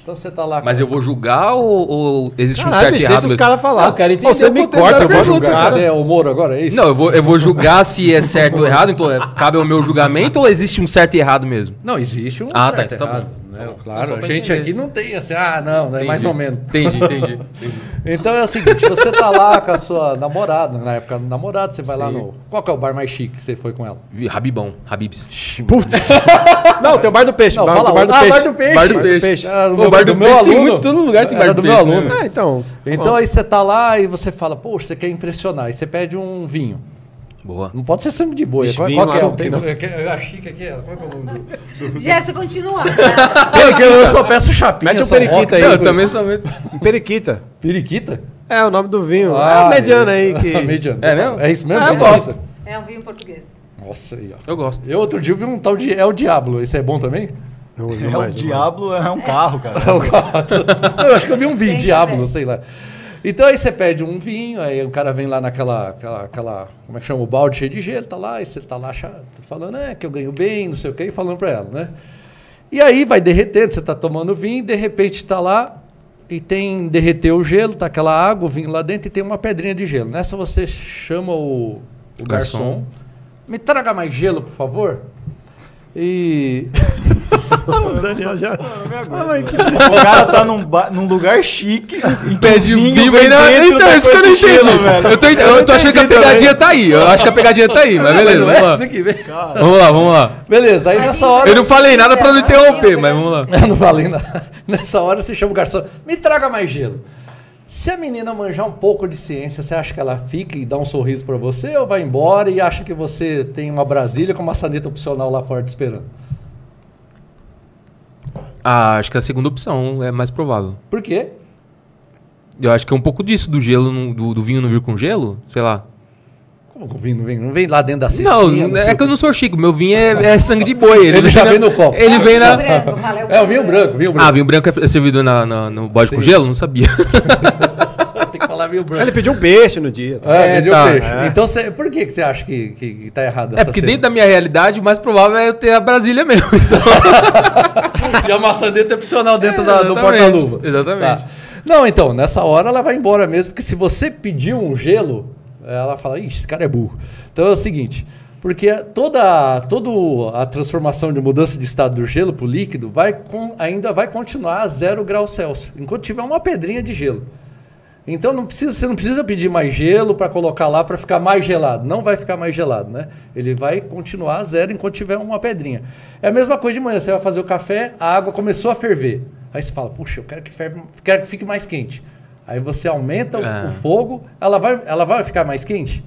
Então você tá lá.
Mas eu vou julgar ou, ou existe um
Caralho,
certo e
bicho,
errado?
deixa os
mesmo?
caras falar.
Eu quero entender
Você
o
me
contexto
corta,
da
eu vou
pergunta,
julgar.
cara.
Você é humor agora, é isso?
Não, eu vou, eu vou julgar se é certo ou errado, então é, cabe ao meu julgamento ou existe um certo e errado mesmo?
Não, existe um
Ah,
certo
tá,
e
tá bom. Tá
errado, né?
bom. Só
Claro, a
pra
gente
entender.
aqui não tem assim, ah, não, né? mais
Entendi.
ou menos.
Entendi, entendi. entendi.
Então é o seguinte, você tá lá com a sua namorada, na época do namorado, você vai lá
Sim.
no. Qual que é o bar mais chique que você foi com ela?
Ih, Rabibão, Habibs.
Putz. não, tem o Bar do Peixe.
Não,
bar,
fala
bar do
ah,
peixe.
Bar do Peixe.
Bar do
Bar do
Peixe.
Peixe.
Era do
Pô,
meu-
bar do
meu
peixe tem
aluno.
muito- todo lugar tem
Era
bar
do
do
meu
peixe, né,
aluno.
velho?
Ah, então.
Então aí você tá lá e você fala, poxa, você quer impressionar. E você pede um vinho.
Boa.
Não pode ser sangue de boi.
Ixi,
Qual,
vinho
qual
lá
que é?
não
o-
tem, não.
Eu que- Eu achei que aqui é. Qual que é o nome do.
Gerson, continua.
Peraí, que eu só peço chapinha.
Mete um
São
periquita
Roque.
aí.
Não, eu também sou
Periquita.
Periquita?
É o nome do vinho. é
Ah,
o mediano aí que.
Mediano.
É mesmo?
É isso mesmo?
Ah, eu
Periquita.
É um vinho português.
Nossa, aí, ó.
Eu gosto.
Eu outro dia vi um tal de El Diablo. Esse é bom também?
Não, não
É o
mais, não mais.
Diablo, é um carro, cara.
Não, calma. Não, eu acho que eu vi um vinho,
Tem
Diablo,
também.
sei lá. Então aí você pede um vinho, aí o cara vem lá naquela, aquela, aquela- como é que chama, o balde cheio de gelo, tá lá, e você tá lá cha- falando, é, que eu ganho bem, não sei o quê, e falando pra ela, né? E aí vai derretendo, você tá tomando vinho, e de repente tá lá, e tem, derreteu o gelo, tá aquela água, o vinho lá dentro, e tem uma pedrinha de gelo. Nessa você chama o, o
Garçom.
garçom, me traga mais gelo, por favor. E
o Daniel já. Ah, mas que-
O cara tá num, ba- num lugar chique, em que
um
Pé de
o
vinho,
vem
vem na...
dentro
Então,
da
isso que eu não entendi.
coisa de gelo, velho.
eu tô, ent- eu tô achando que a
né?
pegadinha tá aí. Eu acho que a pegadinha tá aí, mas beleza.
Não é
Vamos lá,
isso aqui, vem.
vamos lá. Vamos lá.
Beleza, aí nessa hora.
Eu não falei nada pra não interromper, mas vamos lá.
Eu não falei nada. Nessa hora você chama o garçom, me traga mais gelo. Se a menina manjar um pouco de ciência, você acha que ela fica e dá um sorriso pra você ou vai embora e acha que você tem uma Brasília com uma saneta opcional lá fora te esperando?
Ah, acho que a segunda opção é mais provável.
Por quê?
Eu acho que é um pouco disso, do gelo, não- do, do vinho não vir com gelo, sei lá.
Como que o vinho não vem? Não vem lá dentro da cestinha?
não,
sei
é
o
que eu
quê?
não sou chico, meu vinho é, é sangue de boi.
Ele já
na-
vem no copo.
Ele vem na...
Branco, fala,
É o vinho branco, vinho branco.
Ah, vinho branco é servido na, na- no bode com gelo? Não sabia.
Tem que falar vinho branco.
Ele pediu um peixe no dia. tá?
É,
É,
vendeu
tá.
peixe. Então, você- por que, que você acha que, que, que tá errado
É porque dentro da minha realidade, o mais provável é eu ter a Brasília mesmo. então.
da... E a maçaneta é opcional dentro
É,
da- do
exatamente,
porta-luva.
exatamente.
Não, então, nessa hora ela vai embora mesmo, porque se você pediu um gelo, ela fala, ixi, esse cara é burro. Então é o seguinte, porque toda, toda a transformação de mudança de estado do gelo para o líquido vai com- ainda vai continuar a zero graus Celsius, enquanto tiver uma pedrinha de gelo. Então não precisa, você não precisa pedir mais gelo para colocar lá para ficar mais gelado. Não vai ficar mais gelado, né? Ele vai continuar a zero enquanto tiver uma pedrinha. É a mesma coisa de manhã. Você vai fazer o café, a água começou a ferver. Aí você fala, puxa, eu quero que, ferve, quero que fique mais quente. Aí você aumenta o-
É.
o fogo, ela vai, ela vai ficar mais quente?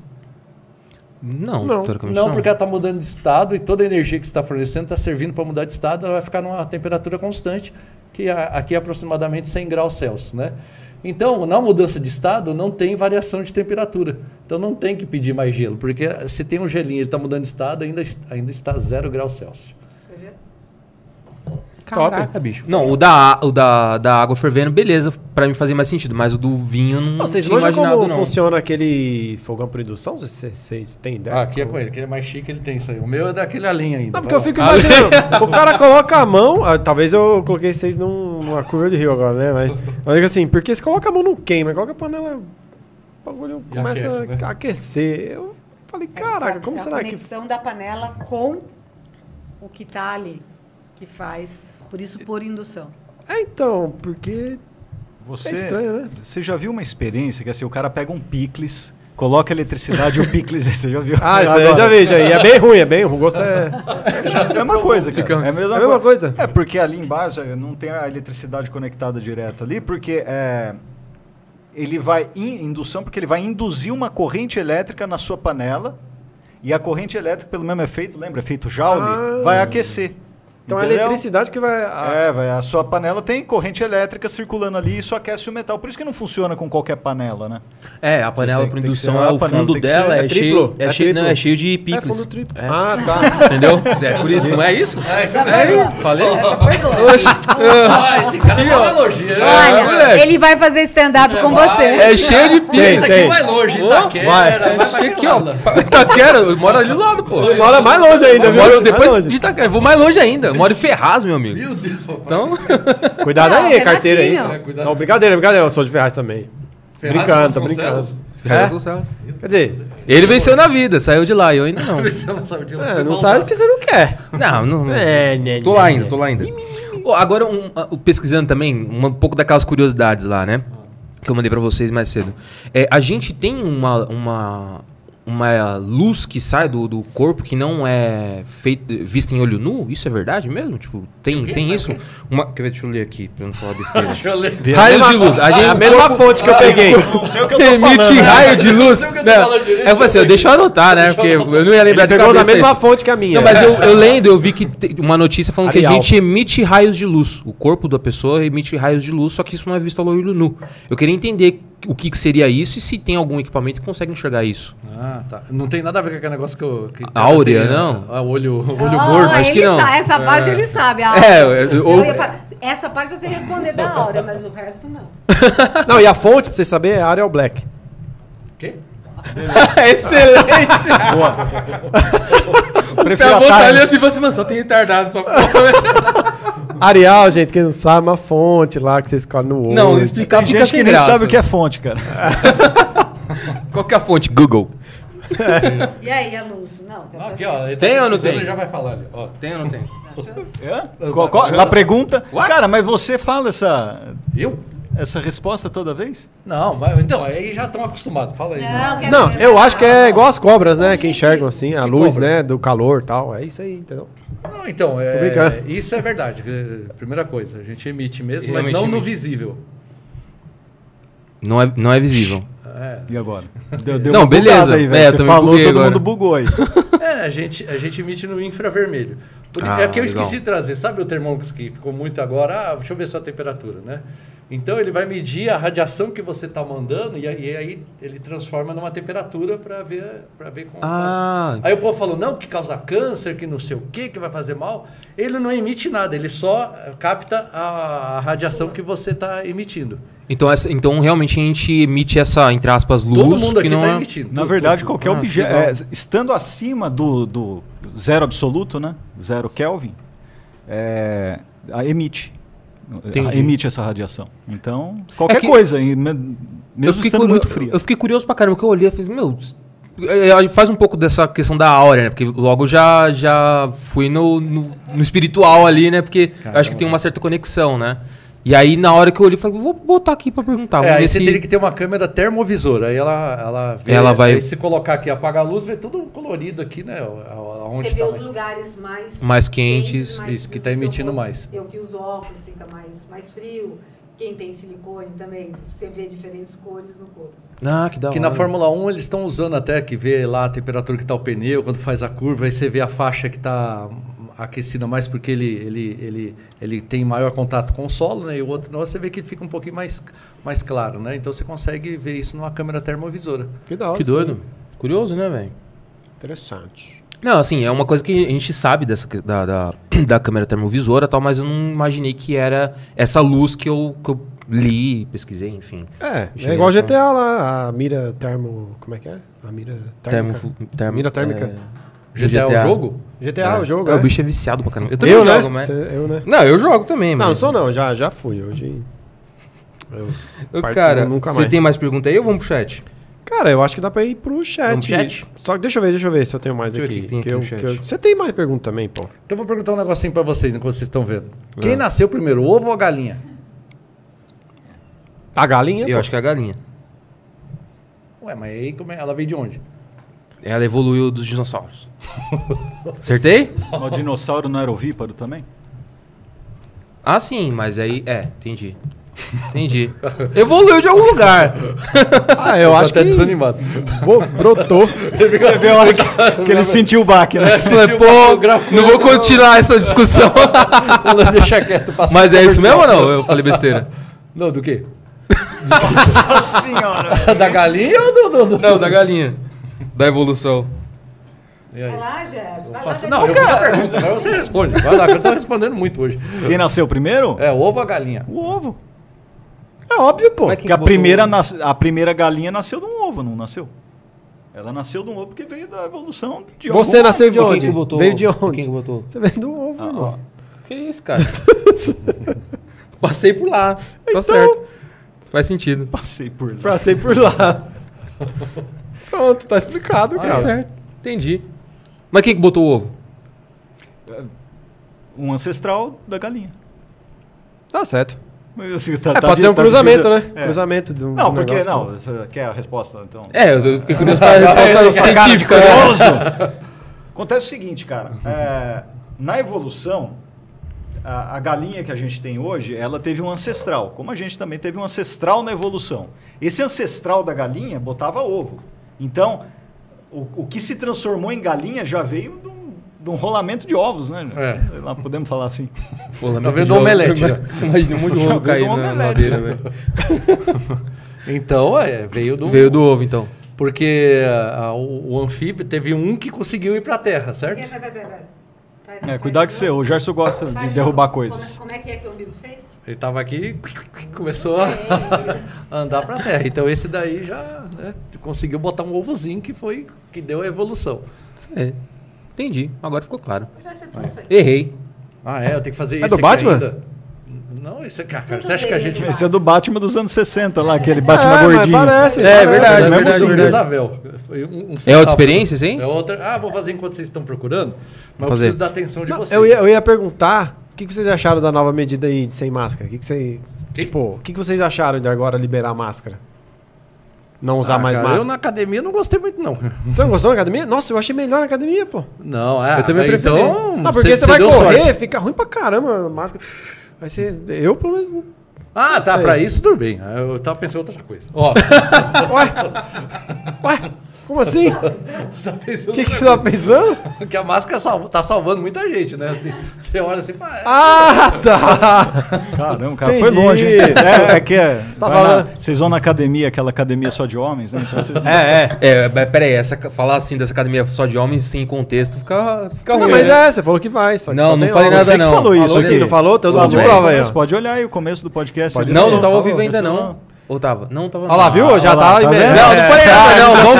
Não,
Não.
teoricamente
Não, porque ela está mudando de estado e toda a energia que você está fornecendo está servindo para mudar de estado, ela vai ficar numa temperatura constante, que a- aqui é aproximadamente 100 graus Celsius, né? Então, na mudança de estado, não tem variação de temperatura. Então, não tem que pedir mais gelo, porque se tem um gelinho e ele está mudando de estado, ainda, est- ainda está 0 graus Celsius.
Caraca, bicho. Não, o da, o da, da água fervendo, beleza, pra mim fazia mais sentido, mas o do vinho eu não,
Não, vocês
tinha
manjam
imaginado,
como
não.
funciona aquele fogão por indução? Vocês- Vocês têm ideia?
Ah, aqui é com ele, que ele é mais chique, ele tem isso aí. O meu é daquele alinho ainda.
Não, porque eu fico imaginando. o cara coloca a mão. ah, talvez eu coloquei vocês num- numa curva de rio agora, né? Mas eu digo assim, porque se coloca a mão não queima, coloca a panela. O bagulho
E
começa
aquece, né?
a aquecer. Eu falei, caraca, como
É a
será que.
conexão da panela com o que tá ali, que faz. Por isso, por indução.
É então, porque.
Você,
É estranho, né?
Você já viu uma experiência que assim, o cara pega um picles, coloca eletricidade e o picles, você já viu?
Ah, isso aí eu já vi, já. E é bem ruim, é bem ruim. O gosto é.
É a mesma coisa, cara. É a mesma,
É a mesma coisa.
É, porque ali embaixo é, não tem a eletricidade conectada direto ali, porque é, ele vai in, indução, porque ele vai induzir uma corrente elétrica na sua panela e a corrente elétrica, pelo mesmo efeito, lembra? Efeito Joule,
Ah.
vai aquecer.
Então é a
Entendeu?
eletricidade que vai. a-
É, vai, a sua panela tem corrente elétrica circulando ali e isso aquece o metal. Por isso que não funciona com qualquer panela, né?
É, a panela
tem-
para
tem que
indução,
ser-
é
a
o
panela
fundo
tem que
dela
ser-
é,
é
cheio,
triplo,
é,
é
cheio, não,
triplo.
é cheio de
É
picles.
fundo triplo.
É.
Ah, tá.
Entendeu? É por isso, não é isso?
É, isso
É, falei. Oxi.
Ah, esse cara é uma analogia. né?
Olha,
Olha,
moleque.
ele vai fazer stand-up com você.
É cheio de
Tem,
picles.
Isso aqui
tem.
vai longe,
Ô,
Itaquera,
vai.
vai, vai,
Achei que,
lá,
ó,
lá.
Itaquera, eu moro ali do lado, pô.
Mora mais longe ainda,
Eu
viu?
moro
Mais
depois
longe.
de Itaquera, eu vou mais longe ainda. Eu moro em Ferraz, meu amigo.
Meu Deus,
Então,
Cuidado
Não,
aí, carteira aí.
Renatinho.
É, cuidado.
Não, brincadeira, brincadeira. Eu sou de Ferraz também.
Ferraz
brincando, tô
Vasconcelos.
brincando.
Ferraz
É.
Gonçalves.
Quer dizer,
Ele venceu na vida, saiu de lá, eu ainda não.
Você não sabe de onde
é,
vai
não
voltar.
sabe porque você não quer.
Não, não.
É, né,
Tô
né,
lá
né.
ainda, tô lá ainda. Ô, agora, um, ah, o pesquisando também, um pouco daquelas curiosidades lá, né? Que eu mandei pra vocês mais cedo. É, a gente tem uma, uma, uma luz que sai do, do corpo que não é feita, vista em olho nu? Isso é verdade mesmo? Tipo, tem, tem isso? Uma, quer ver, deixa eu ler aqui pra eu não falar besteira.
Deixa eu ler.
Raios de luz. A
É a
gente
mesma fonte que eu peguei.
Não sei o que eu tô falando.
emite
né?
raio de luz.
Não sei o que eu tô
Não,
falando
eu
direito,
falei assim, eu deixa eu anotar, né? Porque eu não ia lembrar
Ele
de
pegou da
cabeça
mesma
isso.
fonte que a minha.
Não, mas eu, eu lendo, eu vi que tem uma notícia falando que a
Arial.
gente emite raios de luz. O corpo da pessoa emite raios de luz, só que isso não é visto ao olho nu. Eu queria entender o que, que seria isso e se tem algum equipamento que consegue enxergar isso.
Ah, tá. Não tem nada a ver com aquele negócio que eu. Que
A áurea,
tem,
não?
Ah, olho, olho
Ah,
gordo.
acho
ele
que não.
sa- Essa parte ele sabe. a
É,
hora.
eu-
Ah. Eu
ou-
ia falar, essa parte eu sei responder da hora, mas o resto não.
Não, e a fonte, pra vocês saberem, é Arial Black.
Quê?
Excelente!
Prefiro
Tá
a
bom, tá
Times.
ali assim, você, mano, só tem retardado essa porra.
Arial, gente, quem não sabe, é uma fonte lá que você escolhe no olho.
Não, explicar
Tem
fica
gente
sem
que é- nem
graça.
sabe o que é fonte, cara.
Qual que é a fonte? Google.
E aí, a luz? Não, quero
Não,
saber.
aqui, ó, ele tá
Tem ou não
pesquisando,
tem?
ele já vai falar ali. Ó,
Tem ou não tem?
Hã? Qual- qual- na pergunta.
What?
Cara, mas você fala essa,
eu?
essa resposta toda vez?
Não, vai, então, aí já estão acostumados. Fala aí.
Não, quero
Não,
ver. Tá
eu acho que é igual as cobras, né? Que
Gente,
enxergam assim, a
que
luz,
cobra?
né? Do calor e tal. É isso aí, entendeu?
Não, então, é-
Tô brincando.
isso é verdade. é, Primeira coisa, a gente emite mesmo, mas
Realmente
não no
emite.
visível.
Não é, não é visível.
É,
E agora? Deu, deu
Não,
uma bugada
beleza.
Aí, velho.
É, eu
você
também
falou, todo
buguei agora.
mundo bugou aí.
É, a, gente, a gente emite no infravermelho. Por-
Ah,
é que eu
legal.
esqueci de trazer. Sabe o termômetro que ficou muito agora? Ah, deixa eu ver sua temperatura, né? Então ele vai medir a radiação que você está mandando e aí, e aí ele transforma numa temperatura para ver, pra ver como.
Ah.
Aí o povo falou, não, que causa câncer, que não sei o que, que vai fazer mal. Ele não emite nada, ele só capta a, a radiação que você está emitindo.
Então, essa- então realmente a gente emite essa, entre aspas, luz
Todo mundo
que
aqui tá
não
está
é...
emitindo.
Na
Tu-
verdade,
tu-
qualquer
Ah,
objeto.
legal.
é, estando acima do, do zero absoluto, né? Zero Kelvin, é, a- emite.
Entendi.
A- emite essa radiação. Então, qualquer
É que-
coisa, e me-
Eu
mesmo
fiquei,
estando
curio-
muito frio.
eu fiquei curioso pra caramba, porque eu olhei e falei, meu, é, é, faz um pouco dessa questão da áurea, né? Porque logo já, já fui no, no, no espiritual ali, né? Porque eu acho que tem uma certa conexão, né? E aí, na hora que eu olhei, eu falei, vou botar aqui pra perguntar.
É,
Tá, Vamos
aí
ver
você
se...
teria que ter uma câmera termovisora. Aí ela, ela vê.
Ela vai-
Aí se colocar aqui, apagar a luz, vê tudo colorido aqui, né? Onde
Você vê
tá
os
mais.
lugares mais...
Mais quentes,
mais
isso, que
frios
tá
do seu
emitindo
corpo.
mais.
Eu que uso óculos, fica mais, mais frio. Quem tem silicone também, você vê diferentes cores no corpo.
Ah, que da
Que na
hora.
Fórmula 1 eles estão usando até que vê lá a temperatura que tá o pneu, quando faz a curva, aí você vê a faixa que tá aquecida mais porque ele, ele, ele, ele tem maior contato com o solo, né? E o outro não, você vê que fica um pouquinho mais, mais claro, né? Então você consegue ver isso numa câmera termovisora.
Que da hora.
Que
isso
doido. Curioso, né, velho?
aí. Interessante.
Não, assim, é uma coisa que a gente sabe dessa, que- da, da, da câmera termovisora e tal, mas eu não imaginei que era essa luz que eu, que eu li, pesquisei, enfim.
É,
Cheguei
é igual
então.
GTA lá, a mira termo. Como é que é? A mira térmica.
Termo- termo-
mira térmica.
GTA, é um jogo?
GTA é o jogo.
É,
é.
O bicho é viciado pra caramba. Eu também
Eu, né?
jogo, mas...
Cê- eu, né?
Não, eu jogo também,
Não,
mas...
não sou não, já, já fui. Hoje. Eu...
Ô,
Parto
Cara,
nunca
você
mais.
tem mais pergunta aí ou vamos pro chat?
Cara, eu acho que dá pra ir pro chat.
Vamos pro Um chat?
Só que deixa eu ver, deixa eu ver se eu tenho mais
Deixa eu ver
aqui.
o que tem
que
aqui
eu-
no
que
chat.
eu- Você tem mais pergunta também, Paulo?
Então vou perguntar um negocinho pra vocês enquanto vocês estão vendo.
É.
Quem nasceu primeiro, o ovo ou a galinha?
A galinha?
Eu acho que é a galinha.
Ué, mas aí como é? ela veio de onde?
Ela evoluiu dos dinossauros. Acertei?
O dinossauro não era ovíparo também?
Ah, sim, mas aí... É, entendi. Entendi. evoluiu de algum lugar.
Ah, eu acho
Tá
que
desanimado.
vo- brotou.
Você vê a hora que, que ele sentiu o baque, né?
Falei, pô, é não vou continuar essa discussão.
Deixa quieto, passa
Mas
pro
é isso mesmo
comercial.
ou não? Eu falei besteira.
Não, do quê?
Nossa senhora!
da galinha ou do... do, do...
Não, da galinha. Da evolução.
E aí?
Vai lá, Gerson. Vai
Passa-
lá,
Não, É. eu fiz a pergunta, agora você responde. Vai lá, que eu tô respondendo muito hoje.
Quem nasceu primeiro?
É, ovo ou a galinha?
O ovo.
É óbvio, pô.
Mas
Porque a primeira, nas- a primeira galinha nasceu de um ovo, não nasceu? Ela nasceu de um ovo porque veio da evolução de
Você
algum-
nasceu de
Quem
onde?
que botou-
Veio de onde?
quem que botou?
Você veio do ovo,
Ah,
irmão.
Que isso, cara? Passei por lá. Tá certo. Faz sentido.
Passei por lá.
Passei por lá. Pronto, tá explicado,
Tá
cara.
certo. Entendi. Mas quem que botou o ovo?
Um ancestral da galinha.
Tá certo.
Mas, assim, tá-
É,
tá
pode
de-
ser um
tá de-
cruzamento, né?
É.
Cruzamento de um. de
Não,
um
porque.
negócio
Não,
com-
você quer a resposta, então.
É, eu, eu fiquei curioso pra
tá
resposta científica. né?
curioso. Acontece o seguinte, cara.
Uhum.
é, na evolução, a, a galinha que a gente tem hoje, ela teve um ancestral. Como a gente também teve um ancestral na evolução. Esse ancestral da galinha botava ovo. Então, o, o que se transformou em galinha já veio de um, de um rolamento de ovos, né?
É.
Sei lá, podemos falar assim.
Pô, lamento
Tá vendo
de
o
ovo.
omelete, já.
Imagina um monte de
Tá
ovo
vendo
caindo
o
na
omelete.
madeira, velho.
Então, é, veio do...
Veio do ovo, então.
Porque ah, o, o anfíbio teve um que conseguiu ir pra terra, certo?
Vai, vai, vai, vai. Faz-
É,
faz
cuidado que
de
você,
novo.
o Gerson gosta
Faz
de
novo.
derrubar
Como-
coisas.
Como, é que é que o umbigo fez?
Ele tava aqui e começou a a andar pra terra. Então esse daí já né, conseguiu botar um ovozinho que foi... Que deu a evolução.
Isso aí. Entendi. Agora ficou claro.
Mas vai ser tudo é isso aí.
Errei.
Ah, é? Eu tenho que fazer
É
isso
do Batman?
Não, Não, isso é cara, cara, você acha que a gente.
Esse é do Batman dos anos 60 lá, aquele Batman
é,
gordinho.
Mas parece,
É
parece.
verdade, é
mesmo
verdade,
assim,
um
né?
desavel. Foi um- um
É
setup,
outra experiência, sim?
É outra. Ah, vou fazer enquanto vocês estão procurando, mas eu
Fazer.
preciso da atenção de
Tipo
Não,
vocês.
eu,
assim-
ia, eu ia perguntar o que, que vocês acharam da nova medida aí de sem máscara. O que, que vocês.
Que?
Tipo, o que, que vocês acharam de agora liberar máscara? Não usar
Ah,
mais
cara, Eu
máscara.
na academia não gostei muito, não.
Você não gostou na academia? Nossa, eu achei melhor na academia, pô.
Não, é.
Eu também
aí,
preferi.
Então,
Ah, porque você, vai
deu
correr,
sorte.
fica ruim pra caramba a máscara. Vai ser. Eu, pelo menos. não-
Ah, tá,
Gostei.
pra isso tudo bem. Ah, Eu tava pensando em outra coisa. Ó,
Ué? Ué? Como assim?
tava pensando
O que, que você tá- tava pensando?
que a máscara salva- tá salvando muita gente, né? Assim, você olha assim e fala, é,
Ah, tá!
Caramba, o cara
Entendi.
foi longe, hein? É, é que é,
tá
vai lá,
falando-
vocês vão na academia, aquela academia só de homens, né? Então vocês-
É, é.
É, mas peraí, essa, ca- falar assim dessa academia só de homens sem contexto fica, fica
Não,
ruim.
mas
né?
é, você falou que vai. Só que
Não,
só
não
tem
falei
lá.
nada,
Você que
não.
Falou isso,
Falou
sim,
sim.
não falou? Todo
Lá
mundo de
no
prova aí,
começo,
ó.
Pode olhar aí o começo do podcast. ele
Não,
falou,
não tava ao
falou,
vivo ainda
começou
não. Ou tava? Não, tava
Olha lá, tá viu? Já
Olha lá,
tá.
tá
Não,
vendo?
não falei nada, não. Vamos,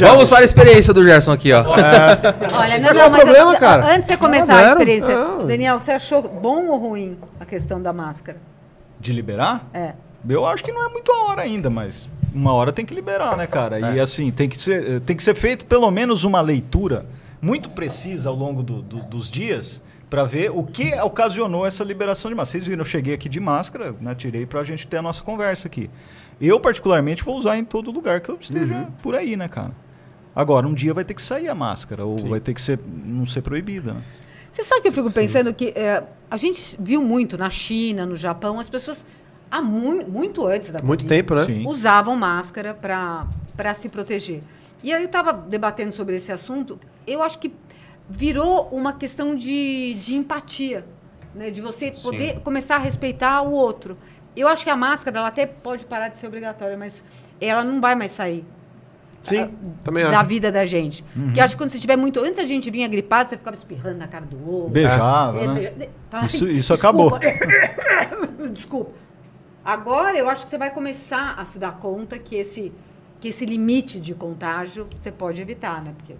pra, vamos para a experiência do Gerson aqui, ó.
É.
Olha,
Qual é o
eu-
problema, cara?
Antes de você começar a
deram.
experiência,
Não.
Daniel, você achou bom ou ruim a questão da máscara?
De liberar?
É.
Eu acho que não é muito a hora ainda, mas uma hora tem que liberar, né, cara? E assim, tem que, ser, tem que ser feito pelo menos uma leitura muito precisa ao longo do- do- dos dias para ver o que ocasionou essa liberação de máscara. Vocês viram, eu cheguei aqui de máscara, né, tirei para a gente ter a nossa conversa aqui. Eu, particularmente, vou usar em todo lugar que eu esteja por aí, né, cara? Agora, um dia vai ter que sair a máscara, ou vai ter que ser, não ser proibida, né?
Você sabe que eu fico pensando que eh, a gente viu muito na China, no Japão, as pessoas há mu- muito antes da
Muito
Covid,
tempo, né?
Sim.
usavam máscara para se proteger. E aí eu estava debatendo sobre esse assunto, eu acho que virou uma questão de, de empatia, né? de você poder começar a respeitar o outro. Eu acho que a máscara ela até pode parar de ser obrigatória, mas ela não vai mais sair
Sim, também
da
acho.
vida da gente.
Uhum.
Porque eu acho que quando você tiver muito. Antes a gente vinha gripado, você ficava espirrando na cara do outro.
Beijava,
É,
né?
be- de- fala
Isso- isso acabou.
"Desculpa." Desculpa. Agora eu acho que você vai começar a se dar conta que esse, que esse limite de contágio você pode evitar, né? Porque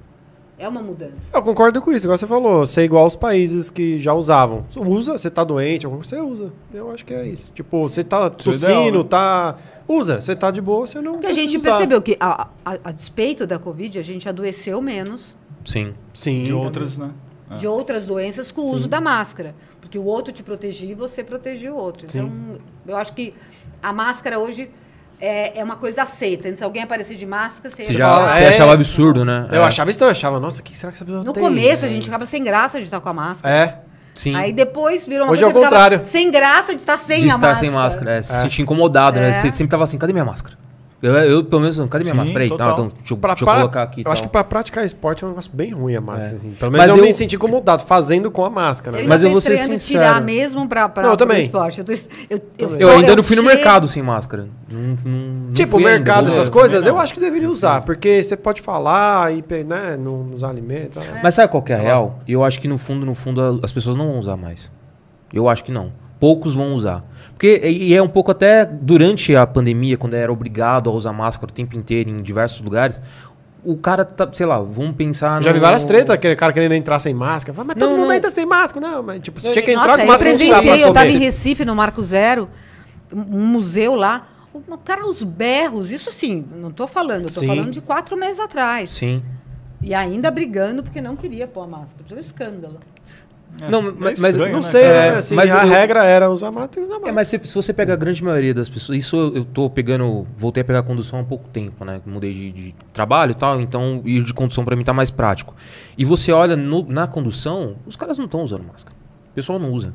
é uma mudança.
Eu concordo com isso, igual você falou, ser igual aos países que já usavam. Você usa, você tá doente, alguma coisa, você usa. Eu acho que é isso. Tipo, você tá
é ideal,
tossindo,
né?
tá. Usa, você tá de boa, você não.
Porque a gente
precisa usar.
percebeu que, a, a- a despeito da Covid, a gente adoeceu menos
Sim.
Sim.
De outras, né?
de outras doenças com o uso da máscara. Porque o outro te protegia e você protegia o outro. Então, eu acho que a máscara hoje é, é uma coisa aceita. Antes alguém aparecer de máscara, você
Você,
ia
já,
falar,
você
é.
achava absurdo, né?
Eu
É.
achava estranho, eu achava, nossa, o que será que essa pessoa
No
tem?
começo, a gente ficava sem graça de estar com a máscara.
É.
né? Sim.
Aí depois virou uma
Hoje é
coisa
o
que ficava
contrário.
sem graça de estar sem
de
a
estar
máscara.
sem máscara. É, se sentir incomodado, né?
É.
Você sempre tava assim, cadê minha máscara? Eu, eu pelo menos, cadê minha
Sim,
máscara? Peraí, tá,
total.
então, deixa, eu-
Pra-
deixa eu
pra-
colocar aqui. e
Eu acho que
tal.
pra praticar esporte é um negócio bem ruim a máscara. assim. Pelo
Mas
menos eu,
eu-
me senti incomodado fazendo com a máscara.
Eu
né?
ainda
é. Mas
tô
eu vou ser
estranhando
sincero.
tirar mesmo pra, pra,
Não, eu
pro
também.
esporte. Eu, tô est- eu- eu-
Eu ainda não fui no
chego-
mercado sem máscara. Não- não- não
Tipo,
fui ainda, né?
mercado,
vou-
essas
também
coisas,
não.
eu acho que deveria usar, porque você pode falar e pe- né, no- nos alimentos. tá?
Mas sabe qual que é a real? Eu acho que no fundo, no fundo, a- as pessoas não vão usar mais. Eu acho que não. Poucos vão usar. Porque e e é um pouco até durante a pandemia, quando era obrigado a usar máscara o tempo inteiro em diversos lugares, o cara tá, sei lá, vamos pensar
Já vi
no-
várias tretas, aquele cara querendo entrar sem máscara. Fala, mas
Não,
todo mundo
não.
aí tá sem máscara. Não, mas tipo, você tinha que entrar
Nossa,
com
eu
máscara. tirar a
presenciei,
máscara
eu tava em
também.
Recife, no Marco Zero, um um museu lá. O cara, os berros, isso sim, não tô falando, eu tô
Sim.
falando de quatro meses atrás.
Sim.
E ainda brigando porque não queria pôr a máscara. Isso é um escândalo.
não, mas, mas-
estranho,
Não
né,
sei,
cara?
né? Assim,
É. Mas
a
eu-
regra era usar máscara e usar
É,
máscara.
mas se, se você pegar a grande maioria das pessoas, isso eu, eu tô pegando, voltei a pegar condução há pouco tempo, né? Mudei de, de trabalho e tal, então ir de condução pra mim tá mais prático. E você olha no- na condução, os caras não estão usando máscara. O pessoal não usa.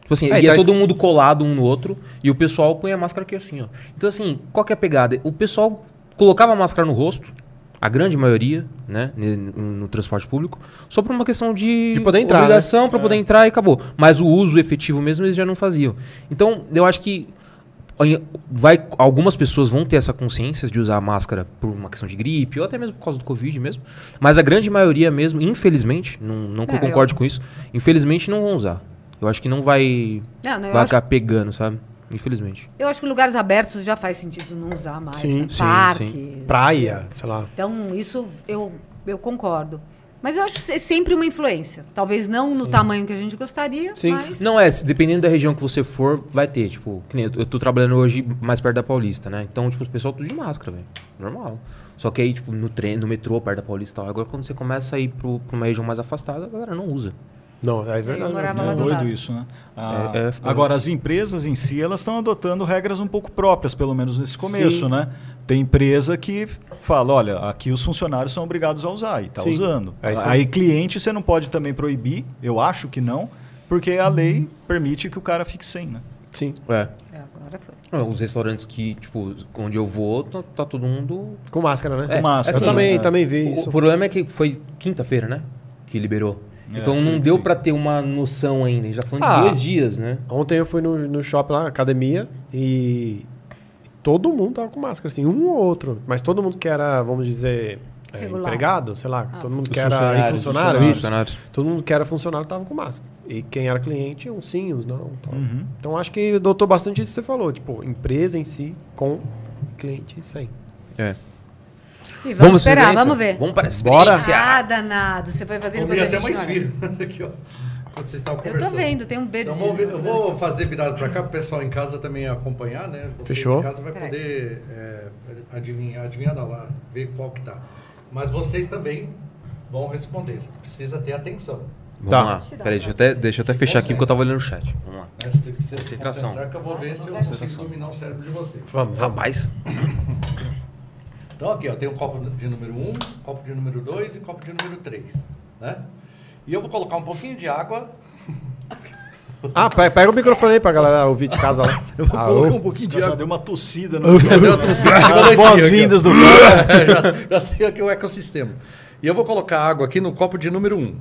Tipo assim,
É,
e
então
é
isso-
todo mundo colado um no outro e o pessoal põe a máscara aqui assim, ó. Então assim, qual que é a pegada? O pessoal colocava a máscara no rosto, a grande maioria, né, ne- no, no transporte público, só por uma questão de,
De poder entrar, né?
obrigação para
É.
poder entrar e acabou. Mas o uso efetivo mesmo eles já não faziam. Então, eu acho que em- vai algumas pessoas vão ter essa consciência de usar a máscara por uma questão de gripe ou até mesmo por causa do Covid mesmo, mas a grande maioria mesmo, infelizmente, não, não que eu
É,
concorde com isso, infelizmente não vão usar. Eu acho que não vai
Não, não, eu
vai
acho-
acabar pegando, sabe? Infelizmente.
Eu acho que lugares abertos já faz sentido não usar mais.
Sim,
né?
sim,
Parques.
Praia, sei lá.
Então, isso eu, eu concordo. Mas eu acho que é sempre uma influência. Talvez não no tamanho que a gente gostaria,
Sim.
mas...
Não é, se dependendo da região que você for, vai ter. Tipo, que nem eu, tô- eu tô trabalhando hoje mais perto da Paulista, né? Então, tipo, o pessoal tudo de máscara, velho. Normal. Só que aí, tipo, no trem, no metrô, perto da Paulista e tal. Agora, quando você começa a ir pro, pra uma região mais afastada, a galera não usa.
Não, é verdade.
Eu morava lá
É
do
doido
lado.
isso, né? Ah,
É, é, ficou-
agora, as empresas em si, elas estão adotando regras um pouco próprias, pelo menos nesse começo,
Sim.
né? Tem empresa que fala, olha, aqui os funcionários são obrigados a usar e tá
Sim.
usando.
É isso aí.
aí cliente você não pode também proibir, eu acho que não, porque a lei permite que o cara fique sem, né?
Sim.
É.
É, agora foi.
Os restaurantes que, tipo, onde eu vou, tá, tá todo mundo.
Com máscara, né?
É,
máscara,
Eu também,
né?
também vi
O,
isso.
o problema é que foi quinta-feira, né? Que liberou.
É,
Então não
sim.
deu pra ter uma noção ainda. A gente tá falando
Ah.
de dois dias, né?
Ontem eu fui no, no shopping lá, academia, e todo mundo tava com máscara, assim, um ou outro. Mas todo mundo que era, vamos dizer, é,
Regular. Ah,
empregado, sei lá, todo mundo que
Os
era funcionário,
funcionários,
funcionário,
os
isso.
funcionários.
Todo mundo que era funcionário tava com máscara. E quem era cliente, uns sim, uns não. tal.
Uhum.
Então acho que adotou bastante isso que você falou, tipo, empresa em si com cliente sem.
É.
E vamos,
pra
esperar,
experiência?
vamos ver.
Vamos para essa
Bora.
experiência.
Ah, danado. Você foi
Ah,
fazendo
Comi
coisa
até
gente
mais
não olha.
fio. Aqui, ó. Quando vocês estavam
Eu tô
conversando.
vendo, tem um
Então,
verde.
vamos ver- eu vou fazer virado para cá, para o pessoal em casa também acompanhar, né? Você
Fechou.
de casa vai
Peraí.
poder é, adivinhar, adivinhar não, ah, ver qual que tá. Mas vocês também vão responder. Precisa ter atenção. né?
Vamos
Tá.
lá. Peraí, deixa eu até, deixa eu até fechar aqui porque eu tava olhando o chat. Vamos lá.
né? Você precisa se
Concentração.
concentrar que eu vou ver se eu consigo dominar o cérebro de vocês.
Vamos,
Rapaz.
Então aqui, ó, tem o copo de número 1, um, copo de número 2 e copo de número 3, né? E eu vou colocar um pouquinho de água,
Ah, pe- pega o microfone aí pra galera ouvir de casa lá.
Eu vou
Ah,
colocar
ô.
um pouquinho de água. Deu uma tossida no né? As
aqui, ó.
boas-vindas do cara.
É, já, já tem aqui o ecossistema. E eu vou colocar água aqui no copo de número 1.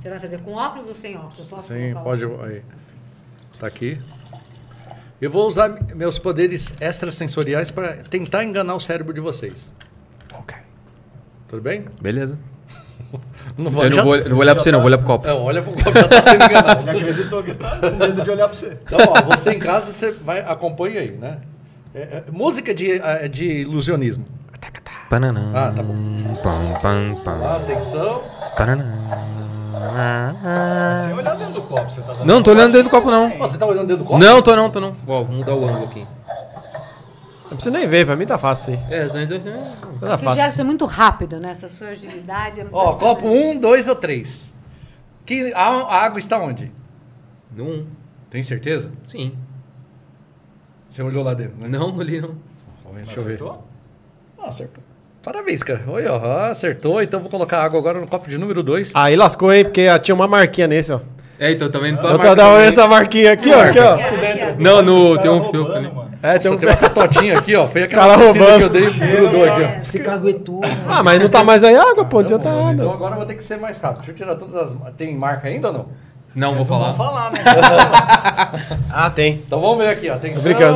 Você vai fazer com óculos ou sem óculos? Eu posso
Sim,
colocar um?
pode. Aí. Tá aqui. Eu vou usar meus poderes extrasensoriais para tentar enganar o cérebro de vocês.
Ok.
Tudo bem?
Beleza.
vou,
Eu não vou- não vou olhar pra você, não, vou olhar pro copo.
É, olha pro copo, já tá sendo enganado.
Não acreditou que tá com medo de olhar pra você.
Então, ó, você em casa, você vai, acompanha aí, né? É, é, música de, eh, de ilusionismo.
Ah, tá, Pananã.
Ah, tá bom.
Pam, pam, pam.
Tá, atenção.
Pananã.
Sem olhar dentro do copo, você tá dando.
Não, tô olhando dentro do copo, não.
Ó, você tá olhando dentro do copo?
Não, tô não, tô não. Ó, vou mudar o ângulo aqui.
Não preciso nem ver, pra mim tá fácil isso aí.
É,
Tá
Porque o
fácil.
Gerson é muito rápido, né? Essa sua agilidade. eu não
Ó,
consigo.
copo 1, 2 ou 3. Que, a, a água está onde?
No um.
Tem certeza?
Sim.
Você olhou lá dentro, né?
Não, ali não.
Olha, Deixa eu ver. Acertou? Ah, acertou. Parabéns, cara. Oi, ó. Ah, Acertou. Então vou colocar água agora no copo de número 2.
Aí lascou, hein? Porque ah, tinha uma marquinha nesse, ó.
É, então também não tô
Eu tô dando essa marquinha aqui, ó. Aqui, ó.
Não, no, tem um fio ali.
É, tem
Nossa,
um...
tem uma catotinha aqui, ó. Foi aquela
cara
torcida
roubando.
que eu dei e grudou aqui,
Você caguetou.
Ah, mas não tá mais aí água, pô, não
ó.
adianta nada.
Então agora eu vou ter que ser mais rápido. Deixa eu tirar todas as. Tem marca ainda ou não?
Não, vou falar.
falar, né?
Ah, tem.
Então vamos ver aqui, ó. Atenção.
Obrigado.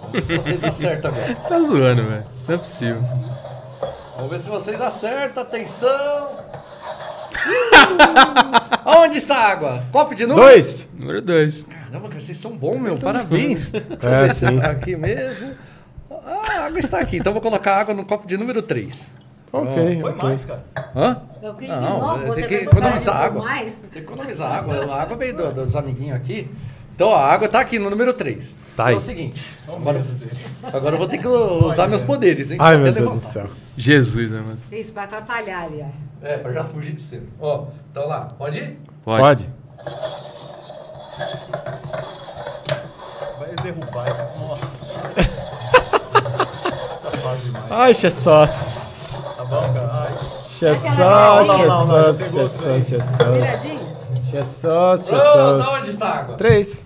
Vamos ver se vocês acertam agora.
Tá zoando, velho. Não é possível.
Vamos ver se vocês acertam. Atenção. Onde está a água? Copo de número?
Dois. Tá
Número 2.
Caramba, cara, vocês são bons, meu. Parabéns. Deixa
É,
eu ver se
sim.
tá aqui mesmo. Ah, a água está aqui. Então vou colocar a água no copo de número 3.
Ok,
Foi
ok.
mais, cara.
Hã?
Eu acredito que
Não, é,
não, você
tem que
pensou que era
economizar
um pouco
água.
mais.
Tem que economizar água. A água veio do- dos amiguinhos aqui. Então ó, a água está aqui no número 3.
Tá
então é
aí.
o seguinte. Agora, agora eu vou ter que usar meus poderes, hein?
Ai,
Vou
meu
até
Deus do
levantar.
céu.
Jesus, né, mano?
Isso, pra atrapalhar ali, ó.
É, pra já fugir de cedo. Ó, então lá, pode ir?
Pode?
Vai derrubar isso. Nossa. tá fácil demais.
Ai, Jesus.
Tá bom, cara? Ai.
Jesus,
Aquela
bolinha.
Jesus, Jesus, Jesus.
Viradinho.
Jesus,
Oh, tá
Jesus.
onde está a água?
Três.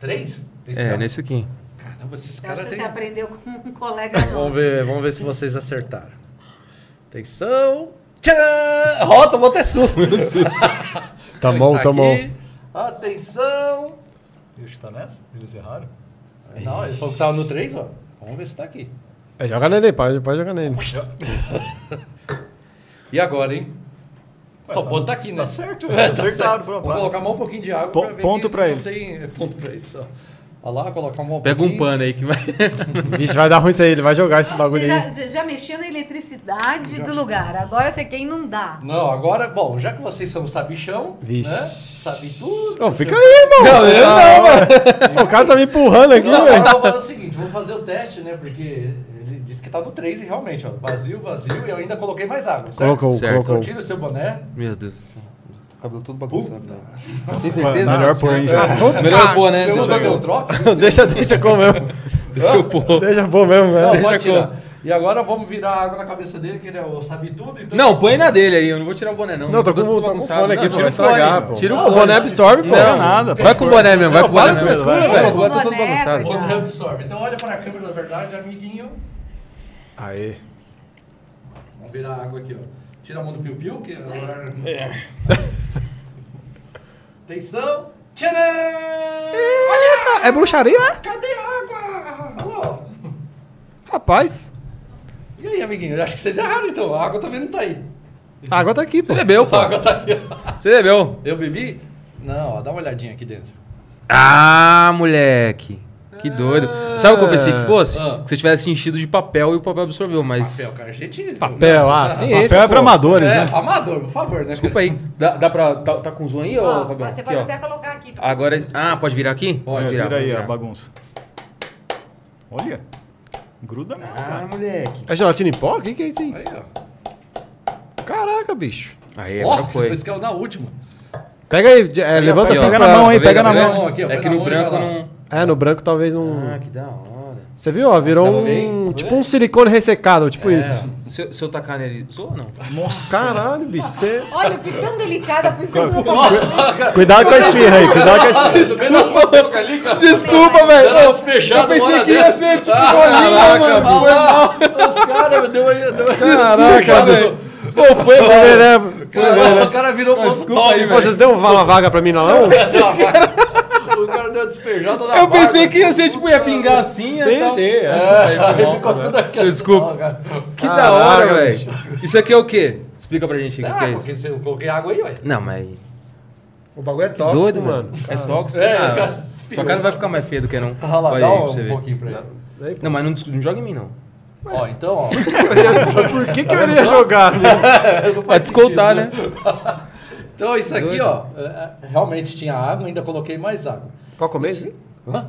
Três? Esse
É,
cara.
nesse aqui.
Caramba, esses
Eu acho
caras
que você
têm...
aprendeu com um colega
Vamos
nosso.
ver, vamos ver se vocês acertaram. Atenção. Tcharam! Ó, tomou até susto.
Tá
Então
um,
bom,
está
tá bom.
aqui. Atenção.
Deixa tá nessa? Eles erraram?
Não, ele falou que tava no 3, ó. Vamos ver se tá aqui.
É, Joga nele, pode, pode jogar nele.
E agora, hein? Só pode tá aqui, né?
Tá certo, velho.
Tá certo.
acertaram.
Vou
pronto.
colocar mais um pouquinho de água
Po-
pra ver
ponto
que
pra
não
eles.
tem- Ponto pra eles, ó. Olha lá, colocar um
Pega um pano aí que vai.
Vixe, vai dar ruim isso aí, ele vai jogar esse bagulho
Você
aí.
já, já- já mexeu na eletricidade do lugar. Agora você quer inundar.
Não, agora, bom, já que vocês são sabichão,
Vixe.
né? Sabe tudo.
Ô, fica aí, irmão.
Não,
Você
eu
tá- O cara tá me empurrando aqui,
Não,
velho.
agora eu vou fazer o seguinte, vou fazer o teste, né? Porque ele disse que tá no 3 e realmente, ó. Vazio, vazio, e eu ainda coloquei mais água. Certo?
Colocou,
Certo.
Então
colocou.
tira o seu boné.
Meu Deus.
O cabelo todo bagunçado. né?
Tem
certeza?
Ah,
Melhor pôr, hein, já.
Melhor pôr, né?
Você tá usa meu trox?
Deixa, deixa como mesmo.
Deixa eu pôr.
Deixa pôr mesmo,
Não,
velho.
pode tirar. E agora vamos virar água na cabeça dele, que ele é o sabe tudo. Então...
Não, põe na dele aí. Eu não vou tirar o boné, não.
Não, tô com-
Todo
tô com
bagunçado.
fone aqui
Não,
pra
tira
não
o fone,
estragar,
meu.
pô.
Tira o
Não,
O
fone.
boné absorve, pô.
Não é nada.
Vai com o boné mesmo, vai com o boné
para de
mesmo.
frescura,
Não,
velho.
agora tá todo
Boné,
bagunçado.
Ou não absorve. Então olha para a câmera da verdade, amiguinho.
Aê.
Vamos virar a água aqui, ó. Tira a mão do piu-piu, que agora... é Atenção. Tcharam! Olha,
É bruxaria? é?
cadê a água? Alô?
Rapaz.
E aí, amiguinho? Eu Acho que vocês erraram, então. A água também não tá aí.
A água tá aqui, pô.
Você bebeu, pô.
A água tá aqui.
Você bebeu.
Eu bebi? Não, ó, dá uma olhadinha aqui dentro.
Ah, moleque. Que doido. Sabe o que eu pensei que fosse?
Ah.
Que você tivesse enchido de papel e o papel absorveu, mas.
Papel, carjetinho.
Papel, ah, ciência.
Papel é pra
pô.
amadores,
É,
né?
amador, por favor, né?
Desculpa aí. Dá, dá pra. Tá, tá com zoom aí,
Ó,
ô, Fabião?
você
Aqui,
pode
ó.
até colocar aqui.
Agora. Ah, pode virar aqui? Pode
É,
virar.
vira aí
pode
a bagunça. Olha. Gruda mesmo, cara.
Ah, moleque.
É gelatina em pó? O que, que é isso aí?
Aí, ó.
Caraca, bicho.
Aí,
Ó,
agora foi.
Depois que é na última.
Pega aí, de- é, levanta
pai,
assim.
ó. Pega
pra-
na mão aí,
Tá
pega
vendo?
na
Tá
mão.
vendo?
um Aqui, ó,
É
pega
que
na
no
mão e vai
branco
lá.
não.
É, no branco talvez não.
Ah, Tá que da hora.
Você viu, ó? Virou
Tava
um.
bem.
Tipo um silicone ressecado, tipo
É.
isso.
Se, eu- se eu tacar nele, zoa ou não?
Tá
Caralho, bicho. Você.
Olha, eu fui tão delicada, por isso que eu não
Cuidado com a esfirra aí, cuidado com a
Ah,
esfirra.
Desculpa, velho.
Era despejado,
Eu pensei
uma hora
que ia
dessa.
ser tipo bolinha, mano.
Olha lá, os caras deu aí. Deu aí.
Caraca, bicho.
Pô, foi,
Você
mano.
vê, né?
Cara, o cara virou moço
desculpa
top,
aí,
velho.
Pô, Vocês deu uma vaga pra mim, não?
Então.
Essa é vaca. O cara deu despejado na
Eu pensei
vaga.
que ia ser tipo, ia pingar assim. ia
Sim,
tal.
sim. acho que-
Aí ficou tudo aqui.
Desculpa.
Cara.
Que da hora,
Caraca,
velho. Isso aqui é o quê? Explica pra gente o que, que
Ah,
é
porque
isso.
se eu coloquei água aí, ué.
Não, mas. é
O bagulho é tóxico,
Doido,
mano.
mano. É tóxico.
É,
Ah,
cara.
Sua cara não vai ficar mais feia do que não.
Olha lá,
Olha
dá
aí,
um,
pra você ver.
pouquinho pra ele.
Não, mas não, dis- não joga em mim, não.
Ó, então, ó.
Por que, que eu iria jogar?
Não
Vai
faz
descontar,
sentido,
né? Tá
Então, isso aqui, ó. é, é, Realmente tinha água, ainda coloquei mais água.
Pode comer? isso?
Hã?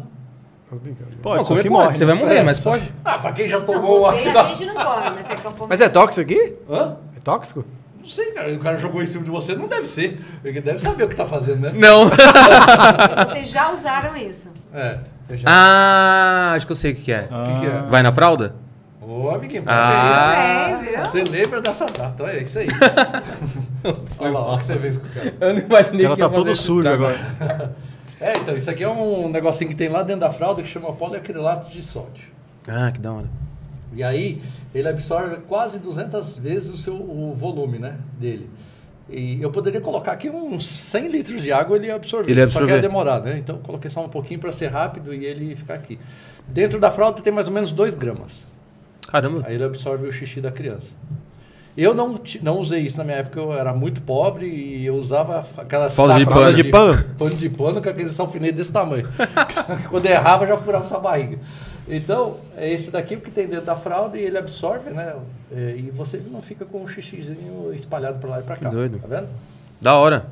Pode,
não,
só
comer
que
é pode.
morre.
você
né?
vai morrer, mas pode.
Ah, pra quem já
Não,
tomou
você,
aqui
a
da.
gente não come, mas você quer comer.
Mas é tóxico aqui?
Hã?
É tóxico?
Não sei, cara. O cara jogou em cima de você, não deve ser. Ele deve saber o que tá fazendo, né?
Não.
Vocês já usaram isso.
É. Eu já.
ah, acho que eu sei o que, que é.
O que, que é?
Vai na fralda?
Ô, amiguinho,
Ah.
É, viu?
parabéns. Você lembra dessa data, olha, é isso aí. olha lá, olha o que você fez com os caras.
Eu não imaginei
Ela
que ia
tá
fazer
todo
esse
sujo
estrago.
agora.
É, então, isso aqui é um negocinho que tem lá dentro da fralda que chama poliacrilato de sódio.
Ah, que da hora.
E aí, ele absorve quase 200 vezes o seu o volume, né, dele. E eu poderia colocar aqui uns 100 litros de água, ele ia absorver.
Ele ia
Só que ia
absorver.
demorar, né? Então, eu coloquei só um pouquinho para ser rápido e ele ficar aqui. Dentro da fralda tem mais ou menos 2 gramas.
Caramba.
Aí ele absorve o xixi da criança. Eu não, ti- não usei isso na minha época, eu era muito pobre e eu usava fa- aquela
Fralda de
sacola
pano.
pano?
Pano de pano com aqueles alfinetes desse tamanho. Quando errava, já furava essa barriga. Então, é esse daqui o que tem dentro da fralda e ele absorve, né? É, E você não fica com o xixizinho espalhado pra lá e pra cá.
doido.
Tá vendo?
Da hora.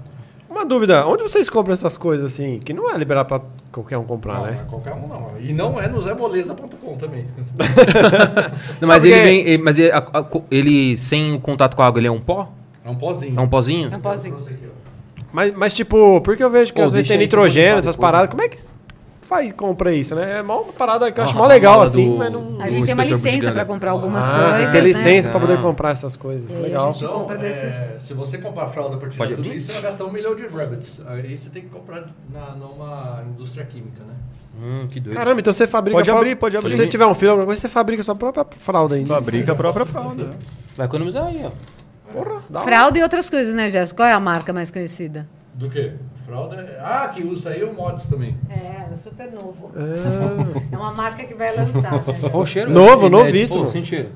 Uma dúvida, onde vocês compram essas coisas assim? Que não é liberado pra qualquer um comprar,
não,
Ah,
não é
né?
qualquer um não. E não é no zéboleza.com também.
Não, mas
Não, porque-
ele vem. ele- mas ele, a- a- co- ele, sem o contato com a água, ele é um pó?
É um pozinho.
É um pozinho?
Não posso ir.
Esse aqui, ó.
Mas, mas tipo, porque eu vejo que
Pô,
às vezes
deixa
tem
aí que eu
nitrogênio,
vou
essas
limpar
paradas. Como é que faz compra isso, né? É mó uma parada que eu acho mó legal,
Fala
assim,
do-
mas não.
A
do
gente tem uma
inspetor
licença
Bugiganga.
para comprar algumas
Ah,
coisas.
tem que ter licença
Né?
pra
Ah.
poder comprar essas coisas.
E aí
legal.
a gente compra
é,
desses.
se você comprar fralda para tirar
Pode
tudo
abrir?
isso, você vai gastar um milhão de rabbits. Aí você tem que comprar na, numa indústria química, né?
Hum, que doido.
Caramba, então você fabrica.
Pode
a pró-
abrir, pode abrir.
Se você tiver um filho, alguma coisa, você fabrica sua própria fralda né? ainda.
Fabrica a própria fralda.
Vai economizar aí, ó.
Porra, dá uma-
Fralda e outras coisas, né, Jéssica? Qual é a marca mais conhecida?
Do que? Fralda. é- Ah, que usa aí o Mods também.
É, é super novo. É uma marca que vai lançar. né?
Ó, o cheiro.
Novo,
É, tipo,
novíssimo.
sem cheiro.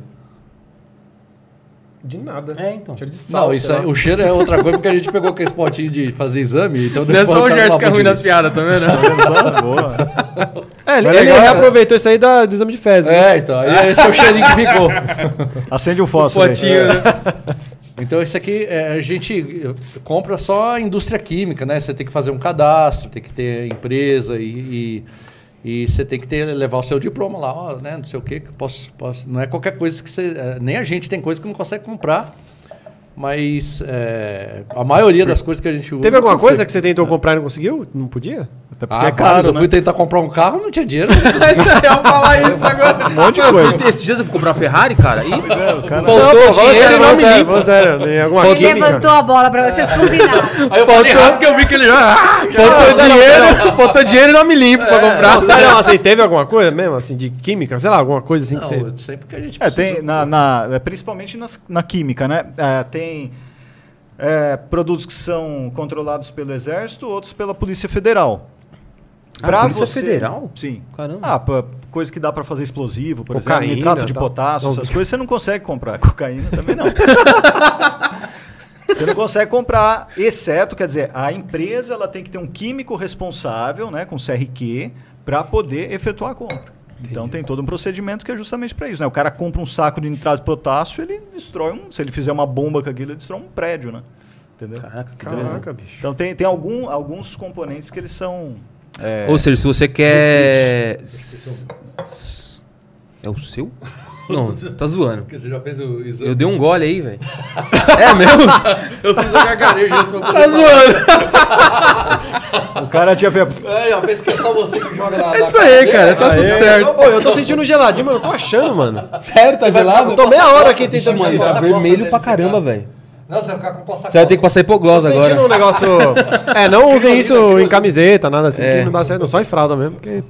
De nada.
É, então.
Cheiro de sal.
Não, isso
sei
aí,
lá.
o cheiro é outra coisa, porque a gente pegou aquele spotinho de fazer exame. Então
Não é só o Gerson que é ruim nas
nas
piadas, tá vendo?
Tá vendo só? Boa.
É, ele,
Mas
ele
legal, ele
é-
aproveitou isso aí da, do exame de fezes. né?
É, então. aí Esse é o cheirinho que ficou.
Acende um fósforo. aí.
Potinho, né?
Então, esse aqui é, a gente eh, compra só a indústria química, né? Você tem que fazer um cadastro, tem que ter empresa e, e, e você tem que ter, levar o seu diploma lá, ó, né? Não sei o quê, que posso, posso. Não é qualquer coisa que você. eh, Nem a gente tem coisa que não consegue comprar. Mas eh, a maioria das coisas que a gente usa.
Teve alguma
consegue.
coisa que você tentou comprar e não conseguiu? Não podia?
Até porque
Ah,
é
vários.
caro,
Eu
né?
fui tentar comprar um carro, não tinha dinheiro.
Eu vou falar isso agora.
Um monte de coisa.
Esses dias eu fui comprar uma Ferrari, cara, e
É, o cara-
faltou
Não, pô, fala
dinheiro,
sério,
não
fala
me
sério,
liga.
fala sério. Em alguma
Ele
química?
levantou a bola pra vocês combinaram.
Aí eu falei errado porque eu vi que ele já.
Faltou dinheiro, um É. faltou dinheiro e não me limpo pra comprar.
Não, sério, não, assim, teve alguma coisa mesmo, assim, de química? Sei lá, alguma coisa assim que você...
Não, sempre que a gente
É,
precisa-
tem na, na- é, principalmente nas- na química, né? É, tem é, produtos que são controlados pelo Exército, outros pela Polícia Federal.
Ah,
Pra
Polícia Federal?
Sim.
Caramba.
Ah, pra- coisa que dá para fazer explosivo, por
Cocaína,
exemplo, nitrato de
tal.
potássio,
Não,
essas coisas você não consegue comprar. Cocaína também não. Você não consegue comprar, exceto, quer dizer, a empresa ela tem que ter um químico responsável, né, com CRQ, para poder efetuar a compra. Então tem todo um procedimento que é justamente para isso, né? O cara compra um saco de nitrato de potássio, ele destrói um, se ele fizer uma bomba com aquilo, ele destrói um prédio, né? Entendeu?
Caraca,
Caraca, bicho.
Então tem, tem algum, alguns componentes que eles são é,
Ou seja, se você quer. É o seu? Não, tá zoando.
Porque Você já fez o exame?
Eu dei um gole aí, velho. É mesmo?
Eu fiz o gargarejo antes pra
Tá
poder falar.
zoando.
O cara tinha feito.
É, ó, pensa que é só você que joga na. na
É isso aí, cara.
cadeira.
Tá tudo certo.
Pô, eu tô sentindo geladinho, mano. Eu tô achando, mano.
Sério, tá
Eu tô meia hora aqui
bicho,
tentando
mano,
tirar.
Tá
Nossa,
vermelho
nossa,
pra
deve
caramba,
ser,
velho.
Não, você vai ficar com coça
Você vai ter que passar
Tô
hipoglose
sentindo
agora.
um negócio... É, não usem isso em camiseta, nada assim,
É.
que não dá certo não. Só em fralda mesmo, porque...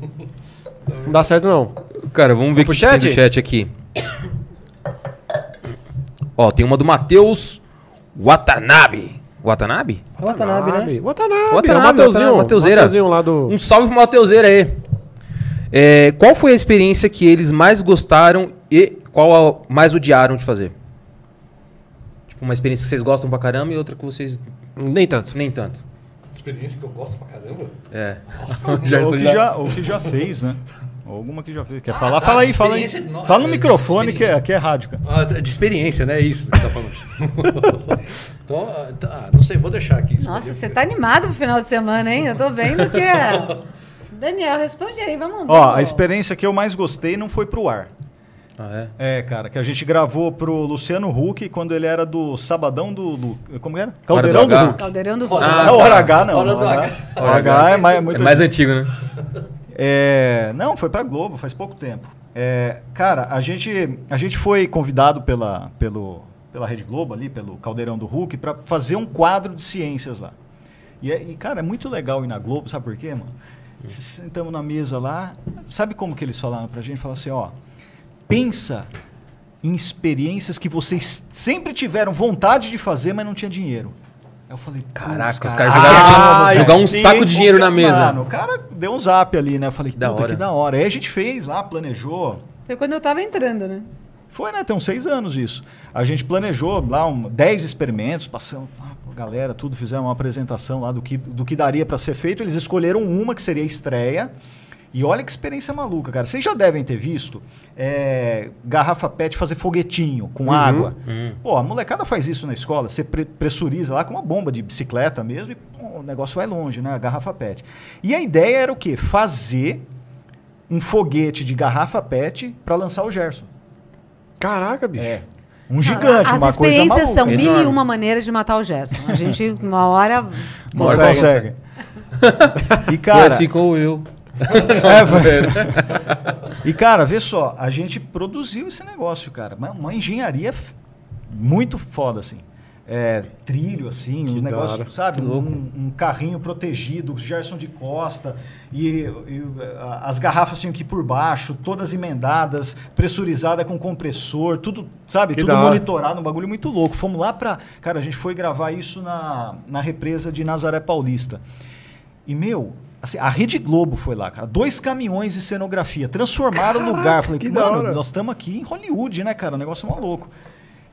Não dá certo não.
Cara, vamos ver o que
Vamos
que tem
pro
no Tá
chat?
chat aqui. Ó, tem uma do Matheus Watanabe. Watanabe? É Watanabe,
Watanabe,
né? Watanabe,
é o Mateuzinho.
Watanabe, Mateuzeira.
Mateuzinho lá do...
Um salve pro Mateuzeira aí. É, qual foi a experiência que eles mais gostaram e qual a mais odiaram de fazer? Tipo, uma experiência que vocês gostam pra caramba e outra que vocês
Nem tanto.
nem tanto.
Experiência que eu gosto pra caramba.
É.
Ou que, já, ou que já fez, né? Ou alguma que já fez. Quer falar? fala aí, fala aí.
Ah, experiência- nossa,
fala no
é,
microfone, que é,
experiência.
que é rádio, cara.
Ah, de experiência, né? É isso que você tá falando. então, ah, tá, não sei, vou deixar aqui.
Nossa, você tá animado pro final de semana, hein? Eu tô vendo que é. Daniel, responde aí, vamos
Ó, a experiência que eu mais gostei não foi pro ar.
Ah, é.
É, cara, que a gente gravou pro Luciano Huck quando ele era do Sabadão do. do- como que era?
Hora do
Caldeirão do
H.
Huck.
Caldeirão do
Olha,
Rock.
não, Hora H não.
Hora do
Hora
H.
H, Hora H é, mais, muito
É mais antigo, né?
É, não, foi pra Globo, faz pouco tempo. É, cara, a gente, a gente foi convidado pela, pelo, pela Rede Globo ali, pelo Caldeirão do Hulk, pra fazer um quadro de ciências lá. E, é- e, cara, é muito legal ir na Globo, sabe por quê, mano? Se Sentamos na mesa lá, sabe como que eles falaram pra gente? Falaram assim, ó, pensa em experiências que vocês sempre tiveram vontade de fazer, mas não tinha dinheiro. Aí Eu falei, "Putz,
Caraca, os
cara,
caras jogaram,
ah,
jogaram um
sim,
saco de dinheiro na
porque,
mesa.
mano, o cara deu um zap ali, né? Eu falei,
Da
puta,
hora.
que da hora. Aí a gente fez lá, planejou.
Foi quando eu tava entrando, né?
Foi, né? Tem uns seis anos isso. A gente planejou lá um, dez experimentos, passamos, ah, pô, galera, tudo, fizeram uma apresentação lá do que, do que daria pra ser feito. Eles escolheram uma que seria a estreia. E olha que experiência maluca, cara. Vocês já devem ter visto é, garrafa PET fazer foguetinho com água. Pô, a molecada faz isso na escola. Você pre- pressuriza lá com uma bomba de bicicleta mesmo e pô, o negócio vai longe, né? A garrafa PET. E a ideia era o quê? Fazer um foguete de garrafa PET pra lançar o Gerson.
Caraca, bicho.
É. Um gigante,
As
uma coisa
experiências são
maluca.
mil e
Enorme.
uma maneiras de matar o Gerson. A gente, uma hora.
Não
Nossa,
consegue. e
Foi
cara,
assim com eu.
é, vai. e cara, vê só, a gente produziu esse negócio, cara, uma, uma engenharia f- muito foda assim. É, trilho assim, um negócio, sabe? Um, um carrinho protegido, Gerson de Costa e, e, ah, as garrafas tinham que ir por baixo, todas emendadas, pressurizada com compressor, tudo, sabe?
Que
tudo
da hora.
monitorado, um bagulho muito louco. Fomos lá pra. Cara, a gente foi gravar isso na, na represa de Nazaré Paulista. E, meu, assim, a Rede Globo foi lá, cara. Dois caminhões de cenografia. Transformaram o lugar. Falei,
que da
mano,
hora."
nós estamos aqui em Hollywood, né, cara? Um negócio maluco.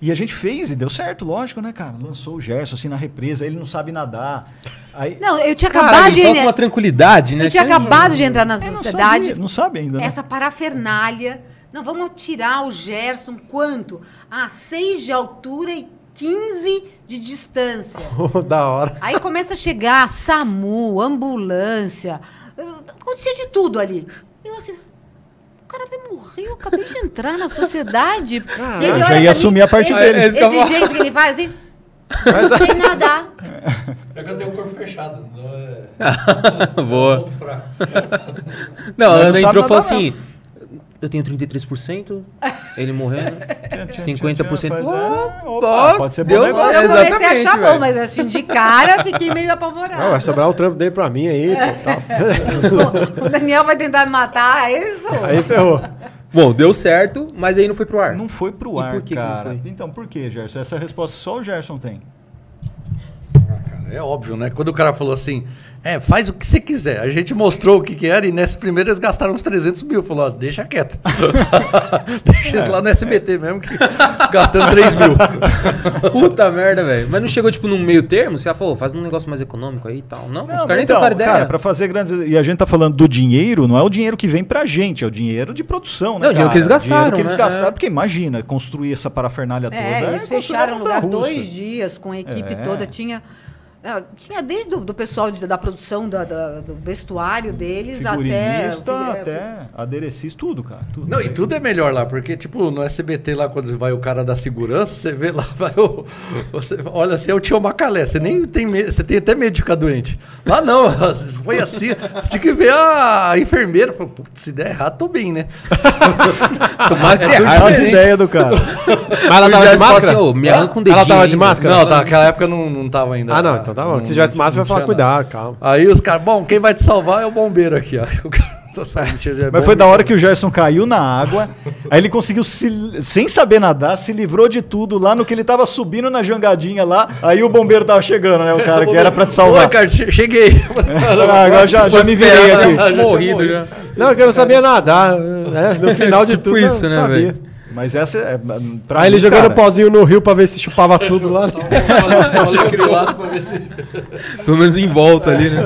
E a gente fez e deu certo, lógico, né, cara? Lançou o Gerson assim na represa, ele não sabe nadar. Aí
Não, eu tinha
Cara,
acabado de.
então
ele toca uma tranquilidade, né?
Eu tinha
Tem um
acabado
jogo-
de entrar na
É, não
sociedade.
sabia, não sabe ainda, né?
Essa parafernália. Não, vamos tirar o Gerson quanto? Ah, 6 de altura e 15 de distância.
da hora.
Aí começa a chegar SAMU, ambulância. Acontecia de tudo ali. E eu assim, o cara vai morrer, eu acabei de entrar na sociedade. E ele
já
olha
ia
pra
assumir a parte
esse,
dele.
É, é isso
Esse,
que eu ia falar.
jeito que ele faz, assim, não sei nadar.
tá-
É que eu tenho o corpo fechado. Não é...
Boa.
Ponto fraco.
Não, a
Mas não
Ana
sabe
entrou e falou
nadar,
assim: eu tenho 33%, ele morreu, né?
Tchan, tchan, tchan,
50%.
tchan, faz,
Opa,
é, opa, pode ser bom
deu-
negócio.
Eu comecei a
Exatamente,
achar bom,
velho.
mas assim, de cara, fiquei meio apavorada.
Não, vai sobrar o trampo dele pra mim aí, pô, tá.
O Daniel vai tentar me matar, é aí eu sou.
Aí ferrou.
Bom, deu certo, mas aí não foi pro ar.
Não foi pro
E
ar,
por que que não
cara.
foi?
Então, por que, Gerson? Essa resposta só o Gerson tem.
Ah, cara, é óbvio, né? Quando o cara falou assim, é, faz o que você quiser. A gente mostrou o que, que era e nessa primeira eles gastaram uns 300 mil. Falou, ó, deixa quieto. deixa
É.
isso lá no SBT mesmo, que gastando 3 mil.
Puta merda, velho. Mas não chegou, tipo, num meio termo? Você já falou, faz um negócio mais econômico aí e tal. Não, os
Não,
caras nem
então,
trocaram ideia.
Cara, pra fazer grandes. E a gente tá falando do dinheiro, não é o dinheiro que vem pra gente, é o dinheiro de produção, né?
Não, o dinheiro
cara?
que eles gastaram,
Dinheiro que eles
né?
gastaram,
É.
porque imagina, construir essa parafernália toda.
É, eles
construir
fecharam
uma
o lugar
montanha-russa.
dois dias com a equipe
É.
toda. Tinha, ah, tinha desde o do pessoal de- da produção, da- da- do vestuário deles até.
Figurinista,
fi-
até,
é, fi-
aderecista, tudo, cara. Tudo.
Não, e tudo é melhor lá, porque, tipo, no SBT lá, quando vai o cara da segurança, você vê lá, vai o. Você, olha assim, é o tio Macalé, você nem tem medo, você tem até medo de ficar doente. Lá não, foi assim, você tinha que ver a enfermeira, falou, "Putz, se der errado, tô bem, né?
Tomara que
É
dê
tudo
errado.
As
diferente.
ideias do cara.
Mas ela
Cuidado,
tava de
você fala assim,
máscara?
ô, me arranca um
ela tava
dedinho
de
ainda.
máscara?
Não, tá, naquela época não, não tava ainda.
né, Ah, não, então tá bom.
Não-
Se tivesse máscara,
Hum, não
vai falar,
tinha nada.
cuidado, calma.
Aí os caras, bom, quem vai te salvar é o bombeiro aqui, ó. O cara, é
Mas foi da hora que o Gerson caiu na água. aí ele conseguiu, se- sem saber nadar, se livrou de tudo lá no que ele tava subindo na jangadinha lá. Aí o bombeiro tava chegando, né? O cara que era pra te
Ô,
salvar.
cara, che- cheguei.
Ah, agora já, já me virei
Esperando,
aqui.
né?
Já tinha
Morrido
morrido.
já.
Não, que eu não sabia nadar. né? No final de
Tipo
tudo,
isso,
eu
né,
sabia.
velho?
Mas essa é. Pra
Ah,
Aí ele
mim,
jogando
cara,
pozinho no rio pra ver se chupava tudo lá.
Olha aquele lado pra ver se.
Pelo menos em volta ali, né?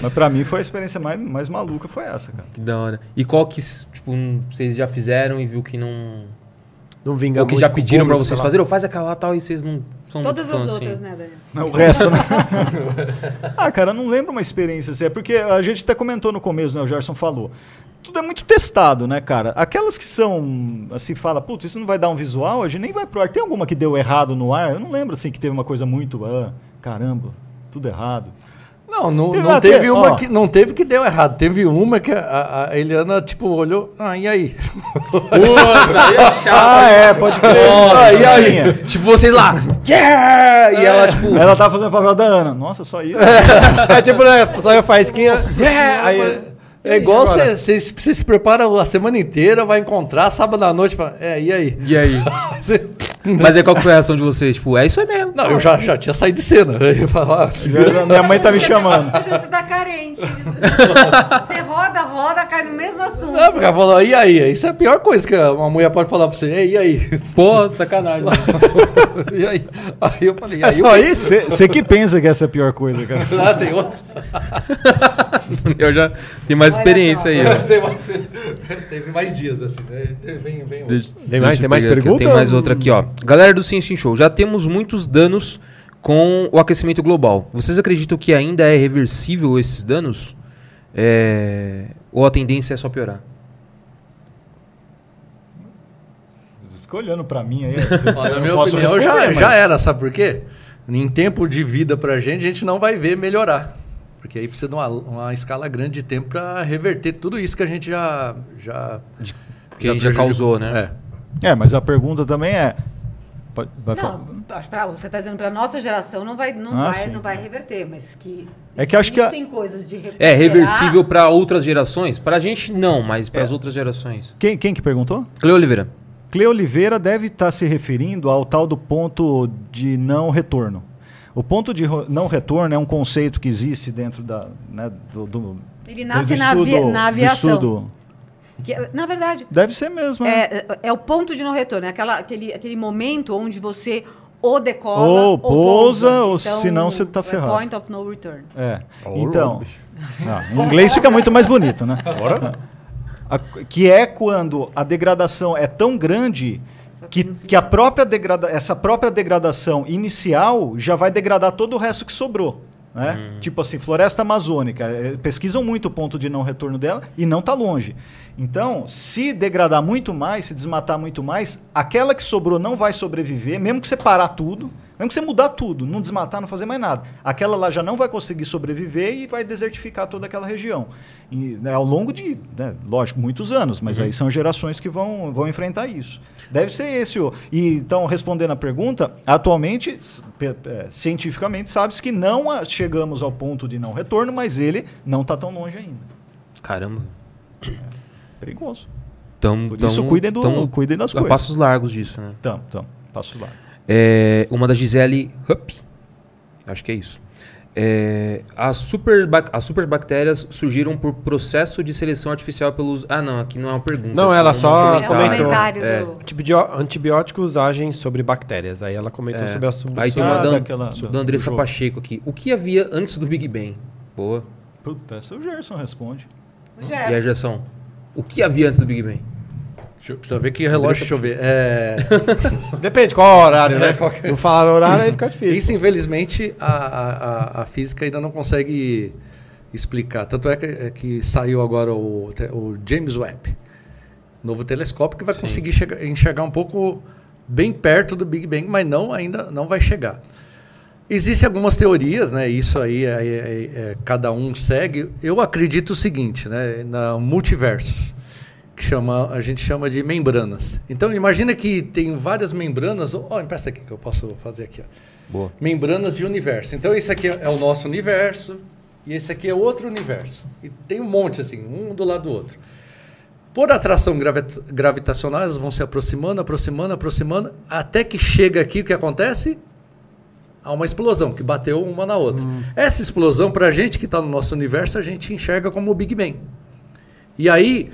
Mas pra mim foi a experiência mais, mais maluca, foi essa, cara.
Que da hora. E qual que, tipo, um- vocês já fizeram e viu que não...
Não vinga
Ou que
É muito
já
com o
pediram pra
público, sei
vocês
lá.
fazerem, ou faz aquela lá tal e vocês não são
Todas
muito fã,
as
assim.
outras, né, Daniel?
Não, O resto, né? ah, cara, eu não lembro uma experiência assim. É porque a gente até comentou no começo, né? O Gerson falou. Tudo é muito testado, né, cara? Aquelas que são, assim, fala, putz, isso não vai dar um visual, a gente nem vai pro ar. Tem alguma que deu errado no ar? Eu não lembro, assim, que teve uma coisa muito, ah, caramba, tudo errado.
Não, não,
Teve
não
lá,
teve
teve,
uma
ó.
que, não teve que deu errado. Teve uma que a, a Eliana, tipo, olhou. Ah, e aí?
Puta, aí é chato.
Ah, é, pode crer.
Ah,
Nossa,
e aí?
tipo, vocês lá... Yeah! E ela, tipo...
Ela tava fazendo o papel da Ana. Nossa, só isso?
É tipo, né? Saiu a faísquinha.
É,
aí-
mas-
e
é igual
agora?
você se prepara a semana inteira, vai encontrar, sábado à noite, fala, é, e aí?
E aí?
Você-
Mas é- aí qual que foi a reação de vocês? Tipo, é isso aí mesmo.
Não, eu já, já tinha saído de cena. Aí eu falava, ah, se vira.
Minha mãe tá me chamando.
Poxa, você tá carente. Você roda, roda, cai no mesmo assunto.
Não, É, porque ela falou, e aí? Isso é a pior coisa que uma mulher pode falar pra você. "É, E aí?
Pô, sacanagem.
E aí? Aí eu falei, e aí?
É só isso? Você que pensa que essa é a pior coisa, cara.
Ah, tem outro.
eu já tenho mais
Olha
experiência aí. né? ó.
Tem mais- Teve mais dias, assim. né? Vem, vem outro.
Deixa-
Tem mais-
Né, deixa
tem
eu
mais
pegar aqui,
pergunta?
Tem mais outra aqui, ó. Galera do Ciência em Show, já temos muitos danos com o aquecimento global. Vocês acreditam que ainda é reversível esses danos? É, Ou a tendência é só piorar?
Fica olhando pra mim aí. eu-
Ó, na
eu
minha
posso
opinião, já,
responder,
já
mas-
era, sabe por quê? Em tempo de vida pra gente, a gente não vai ver melhorar. Porque aí precisa de uma, uma escala grande de tempo pra reverter tudo isso que a gente já. já
Que já, já causou, né?
É.
É, mas a pergunta também é. Pode- vai falar.
Não, acho pra, você está dizendo para nossa geração não vai, não
Ah,
vai,
sim.
não vai reverter, mas que
É que acho que a-
existem coisas de
É
recuperar.
reversível para outras gerações? Pra gente não, mas para as outras gerações.
Quem, quem que perguntou?
Cleo Oliveira.
Cleo Oliveira deve estar se referindo ao tal do ponto de não retorno. O ponto de ro- não retorno é um conceito que existe dentro da, né, do, do-
Ele nasce
do
na avi- na
do
aviação.
estudo
Que, na verdade,
Deve ser mesmo, né?
é, é- é o ponto de não retorno, é aquela, aquele, aquele momento onde você ou decola
Ou
ou,
pousa,
pousa,
ou senão você tá
é
ferrado.
Point of no return.
É.
Ora,
Então,
bicho.
não, em inglês fica muito mais bonito, né? A- que é quando a degradação é tão grande que, que a própria degrada, essa própria degradação inicial já vai degradar todo o resto que sobrou. Né? Tipo assim, floresta amazônica, eh, pesquisam muito o ponto de não retorno dela e não está longe. Então, se degradar muito mais, se desmatar muito mais, aquela que sobrou não vai sobreviver, mesmo que você parar tudo, mesmo que você mudar tudo, não desmatar, não fazer mais nada. Aquela lá já não vai conseguir sobreviver e vai desertificar toda aquela região. E, né, ao longo de, né, lógico, muitos anos, mas aí são gerações que vão, vão enfrentar isso. Deve ser esse. o- E, então, respondendo a pergunta, atualmente, s- pe- é, cientificamente, sabe-se que não a- chegamos ao ponto de não retorno, mas ele não está tão longe ainda.
Caramba.
Perigoso.
Tamo,
Por isso,
tamo-
cuidem do-
tamo
cuidem das
Então, a
coisas.
passos largos disso, né?
Então, então, passo lá.
É, uma da Gisele Hupp. Acho que é isso. É, as, superbac- as superbactérias surgiram por processo de seleção artificial pelos. Ah, não, aqui não é uma pergunta.
Não,
é
ela
um
só
é um
comentou.
comentário do...
Antibió- Antibióticos agem sobre bactérias. Aí ela comentou sobre a sub-
É. Aí tem
Ah,
uma da,
daquela- do-
da Andressa
do jogo.
Pacheco aqui. O que havia antes do Big Bang? Boa.
Puta, essa o Gerson responde.
É.
E a Gerson? O que havia antes do Big Bang?
Deixa eu, precisa ver que relógio. Deixa eu ver. É,
Depende qual horário, né?
É, qual que-
Não falar horário aí fica difícil.
isso, infelizmente, a, a- a- a física ainda não consegue explicar. Tanto é que, é que saiu agora o, te- o James Webb, novo telescópio, que vai conseguir chega- enxergar um pouco bem perto do Big Bang, mas não ainda não vai chegar. Existem algumas teorias, né? Isso aí é, é- é- cada um segue. Eu acredito o seguinte, né? Na multiversos, que chama, a gente chama de membranas. Então imagina que tem várias membranas. Ó, empresta aqui que eu posso fazer aqui. Ó.
Boa.
Membranas de universo. Então esse aqui é o nosso universo e esse aqui é outro universo. E tem um monte assim, um do lado do outro. Por atração gravi- gravitacional, elas vão se aproximando, aproximando, aproximando, até que chega aqui, o que acontece? Há uma explosão que bateu uma na outra. Essa explosão, para a gente que está no nosso universo, a gente enxerga como o Big Bang. E aí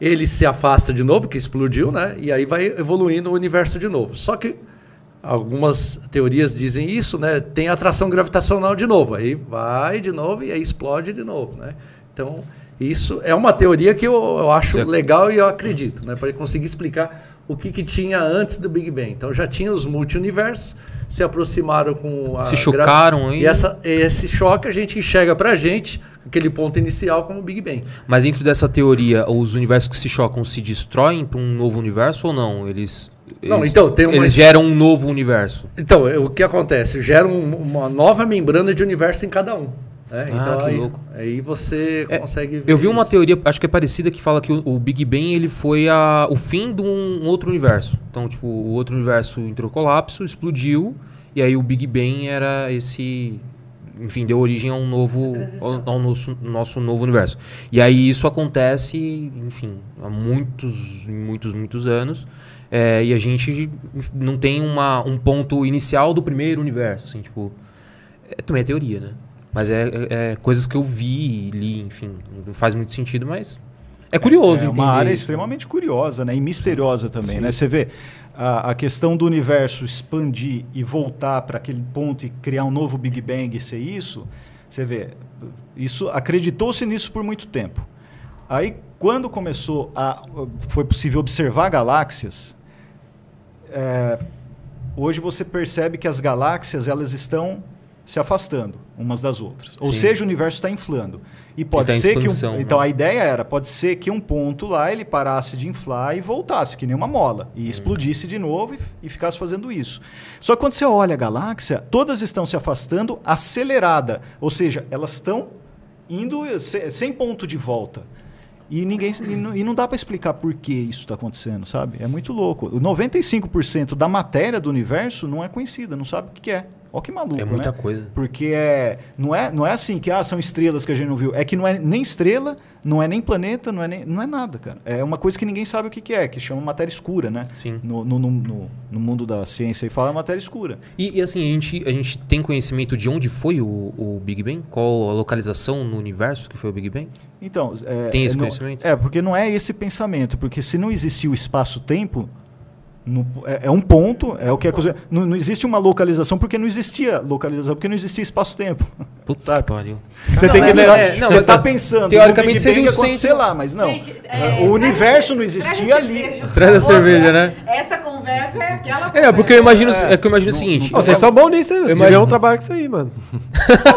ele se afasta de novo, que explodiu, né? E aí vai evoluindo o universo de novo. Só que algumas teorias dizem isso, né? Tem atração gravitacional de novo. Aí vai de novo e aí explode de novo, né? Então, isso é uma teoria que eu, eu acho
Certo.
legal e eu acredito, né? Para conseguir explicar o que, que tinha antes do Big Bang. Então já tinha os multiuniversos, se aproximaram com a
Se chocaram,
gravi-
hein?
E essa, esse choque a gente enxerga pra gente aquele ponto inicial como Big Bang.
Mas dentro dessa teoria, os universos que se chocam se destroem para um novo universo ou não? Eles.
Não,
eles-
então, tem uma-
Eles geram um novo universo.
Então, é, o que acontece? Gera um- uma nova membrana de universo em cada um. né?
Ah,
então,
que
aí,
louco.
aí você
É,
consegue ver.
Eu vi uma
isso.
teoria, acho que é parecida, que fala que o, o Big Bang ele foi a- o fim de um outro universo. Então, tipo, o outro universo entrou em colapso, explodiu, e aí o Big Bang era esse. Enfim, deu origem a um novo. ao, ao nosso, nosso novo universo. E aí isso acontece, enfim, há muitos, muitos, muitos anos. é, e a gente não tem uma, um ponto inicial do primeiro universo, assim, tipo. É, também é teoria, né? Mas é, é- é coisas que eu vi e li, enfim. Não faz muito sentido, mas. É curioso,
É
entender.
uma área
isso.
extremamente curiosa né? e misteriosa também. Né? Você vê a, a questão do universo expandir e voltar para aquele ponto e criar um novo Big Bang e ser isso. Você vê, isso acreditou-se nisso por muito tempo. Aí, quando começou a, foi possível observar galáxias, é, hoje você percebe que as galáxias elas estão se afastando umas das outras. Ou
Sim.
seja, o universo está inflando. E pode
tá em
ser que
expansão,
um,
né?
então a ideia era, pode ser que um ponto lá ele parasse de inflar e voltasse, que nem uma mola,
Uhum.
e explodisse de novo e, e ficasse fazendo isso. Só que quando você olha a galáxia, todas estão se afastando acelerada, ou seja, elas estão indo se- sem ponto de volta. E ninguém e não, e não dá para explicar por que isso está acontecendo, sabe? É muito louco. O 95% da matéria do universo não é conhecida, não sabe o que que é. Olha que maluco,
É muita
né?
coisa.
Porque é, não, é, não é assim que ah, são estrelas que a gente não viu. É que não é nem estrela, não é nem planeta, não é, nem, não é nada, cara. É uma coisa que ninguém sabe o que, que é, que chama matéria escura, né?
Sim.
No, no, no, no- no mundo da ciência e fala matéria escura.
E, e assim, a gente, a gente tem conhecimento de onde foi o, o Big Bang? Qual a localização no universo que foi o Big Bang?
Então, é,
Tem esse
não-
conhecimento?
É, porque não é esse pensamento. Porque se não existir o espaço-tempo, no- é, é um ponto, é o que é. coisa- Não, não existe uma localização, porque não existia localização, porque não existia espaço-tempo.
Puta
Sabe?
que pariu.
Você
Não,
tem que
é,
lembrar.
é, não,
você
é-
tá
Tá pensando,
Teoricamente
no Big Bang
seria um o
acontecer
centro-
lá, mas não.
Gente, é,
o universo não
Traz
existia
essa
ali.
cerveja.
Traz a cerveja, né?
Essa conversa é aquela
É, não, porque eu imagino, é que eu imagino o seguinte.
Pô, vocês são bons nisso, hein? vocês
é imagino-
deviam trabalhar com isso aí, mano.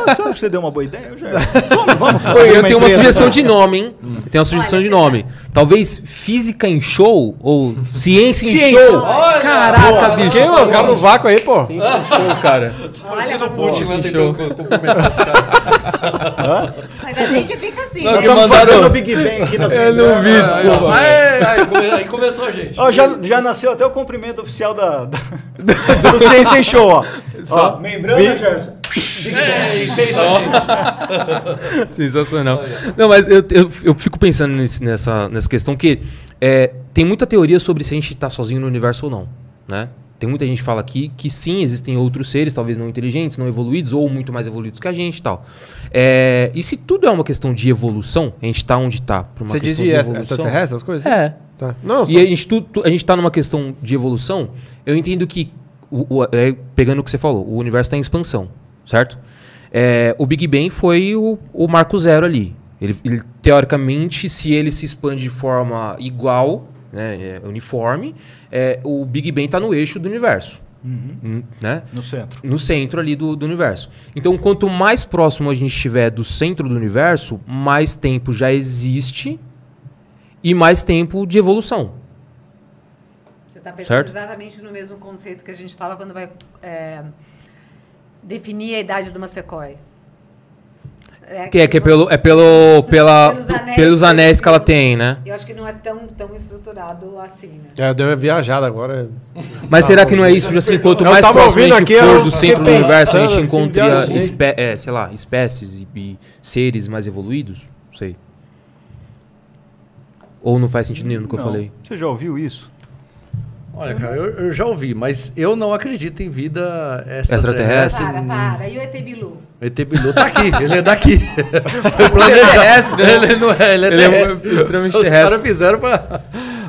Ah, sabe que você deu uma boa ideia, Jair? Vamos, vamos.
Oi,
abrir
eu tenho uma
empresa,
sugestão
então.
de nome, hein? Eu tenho uma sugestão de nome. Talvez física em show ou ciência em
Ciência.
show.
Olha,
Caraca,
boa.
Tá, bicho.
Quem
Ciência
acaba o vácuo aí, pô?
em show, cara.
Parecendo o
Olha,
Putin,
boa.
né? Tentando co- cumprimentar os caras.
Mas a gente fica assim.
Não,
né?
Nós
que
estamos
mandaram-
fazendo o Big Bang aqui nas
Eu não vi,
Aí, ó,
desculpa.
aí, aí, come- aí começou a gente.
Ó, já, já nasceu até o cumprimento oficial da, da- do Ciência em Show, ó. ó membrana, Gerson.
É, isso aí, gente.
Sensacional. Não, mas eu, eu, eu fico pensando nesse- nessa, nessa questão que é, tem muita teoria sobre se a gente está sozinho no universo ou não, né? Tem muita gente que fala aqui que sim, existem outros seres, talvez não inteligentes, não evoluídos ou muito mais evoluídos que a gente e tal. É, e se tudo é uma questão de evolução, a gente está onde está por uma
Você diz
questão
de
de
extra-
evolução...
extraterrestre, as coisas?
É,
Tá. Não,
E a gente, tu, tu- a gente tá numa questão de evolução. Eu entendo que, o, o- é, pegando o que você falou, o universo está em expansão, certo? É, o Big Bang foi o, o marco zero ali. Ele, ele, teoricamente, se ele se expande de forma igual, né, é, uniforme, é, o Big Bang está no eixo do universo. Hum, Né?
No centro.
no centro ali do, do universo. Então, quanto mais próximo a gente estiver do centro do universo, mais tempo já existe e mais tempo de evolução.
Você está pensando
Certo.
exatamente no mesmo conceito que a gente fala quando vai é, definir a idade de uma sequoia.
Que é, que é pelo, é pelo, pela,
Pelos
pe-
anéis.
pelos anéis que ela tem, né?
Eu acho que não é tão, tão estruturado assim, né?
É, eu dei uma viajada agora.
Mas será que não é isso, tipo assim, quanto
Eu
mais
Tá tava
próximo
ouvindo
a gente
aqui, eu
for do
fiquei
centro do universo, a
pensando,
gente
assim,
encontra,
viajei.
espé é, sei lá, espécies e, e seres mais evoluídos? Não sei. Ou não faz sentido nenhum no que eu
Não.
falei?
Você já ouviu isso?
Olha, cara, eu, eu já ouvi, mas eu não acredito em vida
Extraterrestre.
extraterrestre.
Para, para. E o ET Bilu?
O ET Bilu tá aqui, ele é daqui. Foi planejado.
terrestre, né?
Ele não é, ele é
Ele é um-
terrestre.
extremamente
Os
terrestre.
caras fizeram pra...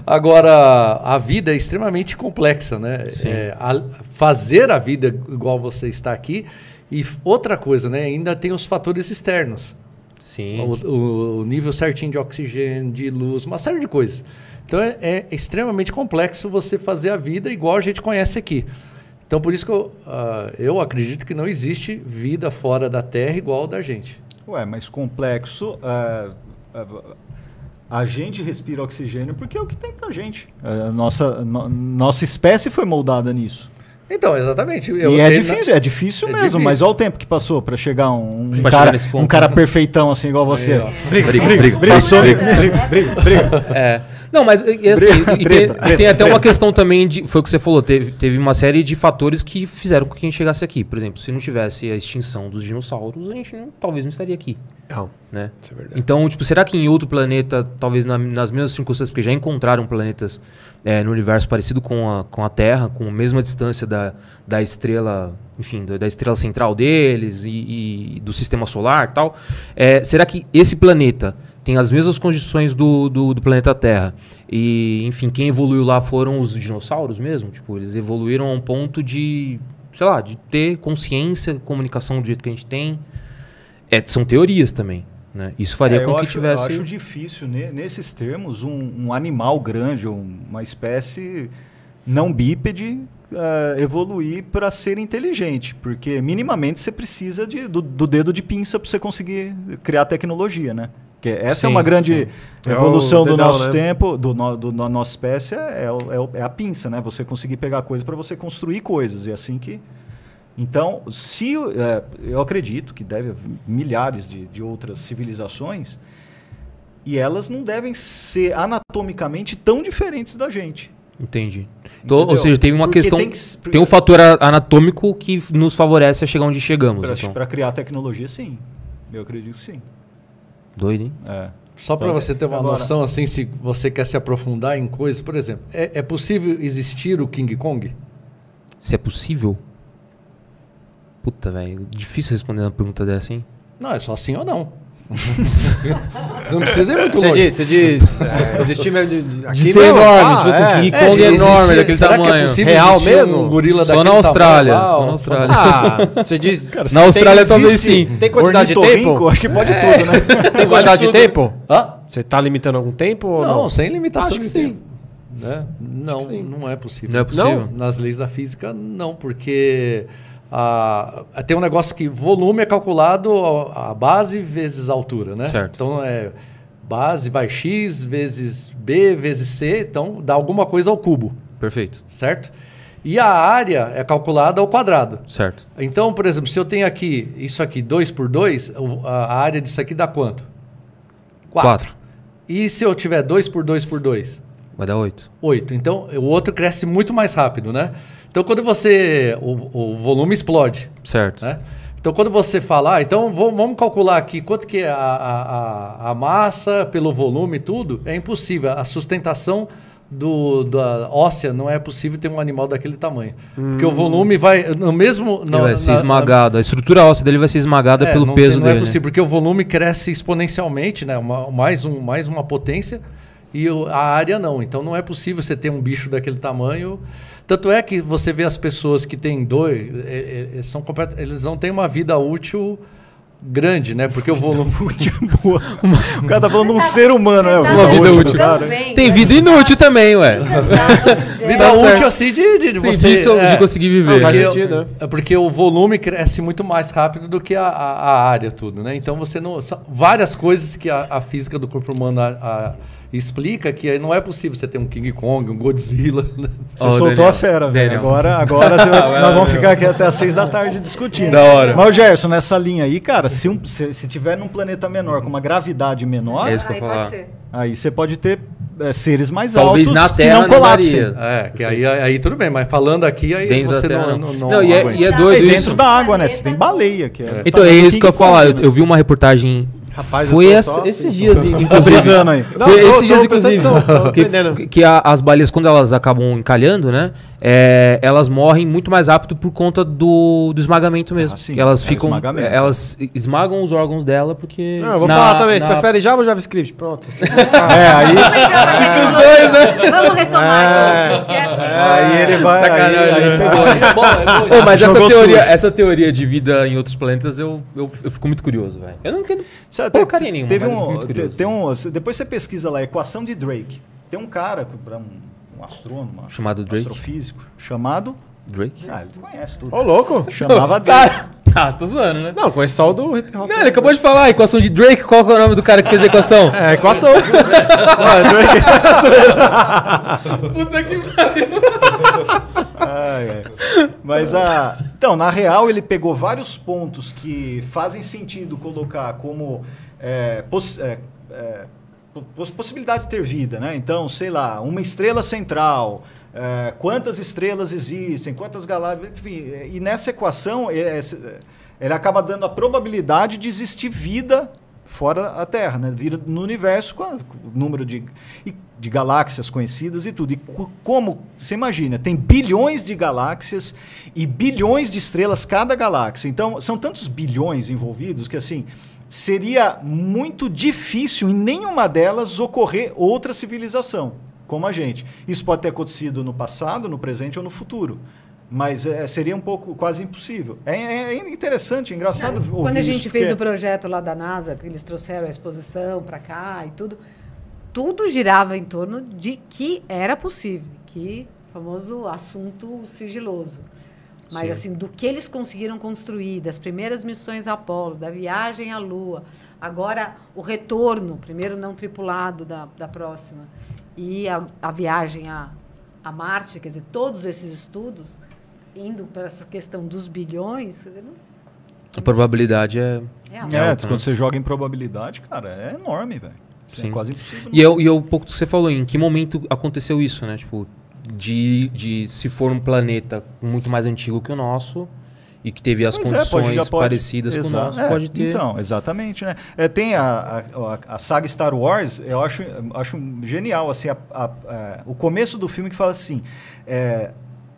Agora, a vida é extremamente complexa, né? É, a- fazer a vida igual você está aqui. E f- outra coisa, né? Ainda tem os fatores externos.
Sim.
O, o- o nível certinho de oxigênio, de luz, uma série de coisas. Então é, é extremamente complexo você fazer a vida igual a gente conhece aqui. Então por isso que eu, ah, eu acredito que não existe vida fora da Terra igual a da gente.
Ué, mas complexo. é, é, a gente respira oxigênio porque é o que tem pra gente. É, a nossa, no- nossa espécie foi moldada nisso.
Então, exatamente.
e é
ele-
difícil, é difícil
É
mesmo,
difícil.
mas olha o tempo que passou pra chegar um, um
Pra
cara,
chegar nesse ponto. né?
um cara perfeitão assim igual você.
ó.
Briga,
Briga,
briga,
briga,
briga,
passou.
briga, briga, briga, briga.
É. Não, mas e- e assim, e tem,
treta,
e tem até uma questão também de. Foi o que você falou, teve, teve uma série de fatores que fizeram com que a gente chegasse aqui. Por exemplo, se não tivesse a extinção dos dinossauros, a gente não- talvez não estaria aqui.
Não,
Né?
isso é verdade.
Então, tipo, será que em outro planeta, talvez na- nas mesmas circunstâncias, porque já encontraram planetas é, no universo parecido com a, com a Terra, com a mesma distância da, da estrela, enfim, da, da estrela central deles e, e do sistema solar e tal, é, será que esse planeta tem as mesmas condições do, do, do planeta Terra? E, enfim, quem evoluiu lá foram os dinossauros mesmo? Tipo, eles evoluíram a um ponto de, sei lá, de ter consciência, comunicação do jeito que a gente tem. É, são teorias também. Né? Isso faria
É, eu
com que
acho,
tivesse.
eu acho difícil, ne- nesses termos, um, um animal grande, um- uma espécie não bípede, ah, evoluir para ser inteligente. Porque minimamente você precisa de- do, do dedo de pinça para você conseguir criar tecnologia, né? Porque essa
Sim,
é uma grande
sim. É
evolução
o
do
dedão,
nosso
né?
tempo, do, no, do- da nossa espécie, é, o- é o- é a pinça, né? Você conseguir pegar coisas para você construir coisas. E assim que então, se o- é, eu acredito que deve haver milhares de, de outras civilizações e elas não devem ser anatomicamente tão diferentes da gente.
Entendi. Então, ou
Entendeu?
seja, tem uma
Porque
questão.
tem
Tem,
que s-
um fator a- anatômico que nos favorece a chegar onde chegamos.
Pra,
Então.
pra criar tecnologia, sim. Eu acredito que sim.
Doido, hein?
É.
Só para
Então,
você ter uma
agora-
noção, assim, se você quer se aprofundar em coisas, por exemplo, é, é possível existir o King Kong?
Se é possível? Puta, velho. Difícil responder uma pergunta dessa, hein?
Não, é só sim ou não. você não precisa ir muito
Você
longe.
diz, você diz. É, existir mesmo de, de, aqui
ser
mesmo?
enorme, tipo assim,
é.
que-
É,
Kong
de
é enorme,
existir-
daquele
será que é
tamanho.
possível
Real
existir
mesmo?
Um gorila
Só na
daquele
Austrália.
tamanho lá,
Só
ó,
na Austrália.
Ah, você diz.
Na Austrália talvez
existe-
sim.
Tem quantidade de
Ornitorrinco,
tempo?
Acho que pode tudo, né?
Tem quantidade de tempo?
Hã?
Você tá limitando algum tempo ou
Não,
não?
sem limitação
Acho que
de
sim.
tempo. Né? Não, não é possível.
Não é possível?
Não, nas leis da física, não, porque a, a- tem um negócio que volume é calculado a, a base vezes a altura, né?
Certo.
Então é base vai x vezes b vezes c, então dá alguma coisa ao cubo,
Perfeito.
certo? E a área é calculada ao quadrado.
Certo.
Então, por exemplo, se eu tenho aqui isso aqui 2 por 2, a área disso aqui dá quanto?
Quatro.
E se eu tiver 2 por 2 por 2?
Vai dar oito.
8. Então, o outro cresce muito mais rápido, né? Então, quando você. O, o volume explode,
Certo.
né? Então, quando você falar, então vou- vamos calcular aqui quanto que é a, a, a- a massa pelo volume e tudo, é impossível. A sustentação do, da óssea não é possível ter um animal daquele tamanho. Porque o volume vai. No mesmo.
Hum. Ele
na-
vai ser
na- na-
esmagado. A estrutura óssea dele vai ser esmagada
é,
pelo
não
peso
tem- não
dele. né?
é possível, porque o volume cresce exponencialmente, né? Uma- mais, um, mais uma potência, e o- a área não. Então não é possível você ter um bicho daquele tamanho. Tanto é que você vê as pessoas que têm dois. é- é- é- são complet- eles não têm uma vida útil grande, né? Porque o volume.
Que boa. O cara tá falando de um ser humano, né?
tá
Uma vida
Outro
útil.
cara.
Tem vida inútil também, ué.
vida
Tá certo.
útil assim de, de, de
Sim,
você.
disso,
é.
de conseguir
Não,
viver.
faz
Porque-
sentido, né?
É porque o volume cresce muito mais rápido do que a, a- a área, tudo, né? Então você não. são várias coisas que a, a física do corpo humano a- a- explica que aí não é possível você ter um King Kong, um Godzilla. né?
Você
Ó, o
soltou
Daniel.
a fera, velho.
Daniel.
Agora, agora você vai- nós vamos ficar aqui até as seis da tarde discutindo.
Da hora.
Mas, Gerson, nessa linha aí, cara, se, um- se, se tiver num planeta menor, com uma gravidade menor,
É isso que eu ia falar.
aí você pode ter é, seres mais
Talvez
altos
na
que
Terra
não
não
colapsem.
daria.
É, que aí, aí tudo bem, mas falando aqui, aí
Dentro da
você
Terra,
não,
não.
não, né? não
Não, e é-
aguenta.
e é
É,
doido
dentro
isso.
da água, né? Você tem baleia que é.
Então é isso que eu ia falar. Eu,
Né?
eu vi uma reportagem.
Rapaz, eu
foi
tô
essa-
só
esses
assim,
dias,
Tá brisando aí.
Não,
foi
tô-
esses
tô prestando
diys, inclusive.
atenção, tô aprendendo.
que que a- as baleias, quando elas acabam encalhando, né? é, elas morrem muito mais rápido por conta do, do esmagamento mesmo.
Ah, sim.
Elas
É,
ficam.
esmagamento.
Elas esmagam os órgãos dela porque.
Não, Ah, eu vou
na-
falar também. Você
na-
prefere Java ou JavaScript? Pronto.
É, aí,
Vamos retomar. porque é assim.
aí ele vai. Aí, aí,
né?
pegou.
É bom, é bom.
Ô, mas essa
Jogou
teoria,
sujo.
essa teoria de vida em outros planetas, eu, eu, eu fico muito curioso, velho. Eu não entendo.
Sabe,
Porcaria nenhuma,
Teve
mas eu fico
um,
muito
te-
curioso.
tem um, você- depois você pesquisa lá, equação de Drake. Tem um cara, que- um, um astrônomo, acho,
Chamado Drake?
astrofísico, chamado.
Drake?
Ah, ele conhece tudo.
Ô, louco.
Chamava Drake.
Cara, ah, você tá zoando, né?
Não, conheço só o do hip hop.
Não, ele acabou de falar a equação de Drake. Qual que é o nome do cara que fez a equação?
É equação.
Puta que pariu.
Ai, ai. Ah, é. Mas a. Então, na real, ele pegou vários pontos que fazem sentido colocar como é, poss- é, é, po- poss- possibilidade de ter vida, né? Então, sei lá, uma estrela central. é, quantas estrelas existem, quantas galáxias, enfim, é, e nessa equação é, é, se- é, ele acaba dando a probabilidade de existir vida fora a Terra, né? Vida no universo com, a- com o número de, e- de galáxias conhecidas e tudo. E co- como, você imagina, tem bilhões de galáxias e bilhões de estrelas cada galáxia. Então, são tantos bilhões envolvidos que, assim, seria muito difícil em nenhuma delas ocorrer outra civilização como a gente. Isso pode ter acontecido no passado, no presente ou no futuro. Mas é, seria um pouco quase impossível. É, é- é interessante, é engraçado ouvir
Quando a gente
isso,
fez
porque-
o projeto lá da NASA, que eles trouxeram a exposição para cá e tudo, tudo girava em torno de que era possível, que famoso assunto sigiloso. Mas assim, do que eles conseguiram construir, das primeiras missões Apolo, da viagem à Lua, agora o retorno, primeiro não tripulado da, da próxima, e a, a viagem a, a Marte, quer dizer, todos esses estudos indo para essa questão dos bilhões, quer dizer, não
A probabilidade é.
é algo.
É,
outra,
quando você joga em probabilidade, cara, é enorme, velho. Isso É
Sim.
quase impossível.
E é, o- e é o pouco que você falou, em que momento aconteceu isso, né? Tipo, de, de se for um planeta muito mais antigo que o nosso e que teve as
Pois é,
condições
pode- já pode-
parecidas com o
Exato.
nosso,
É,
pode ter.
Então, exatamente, né? É, tem a, a, a saga Star Wars, eu acho, acho genial, assim, a- a- a- o começo do filme que fala assim, é,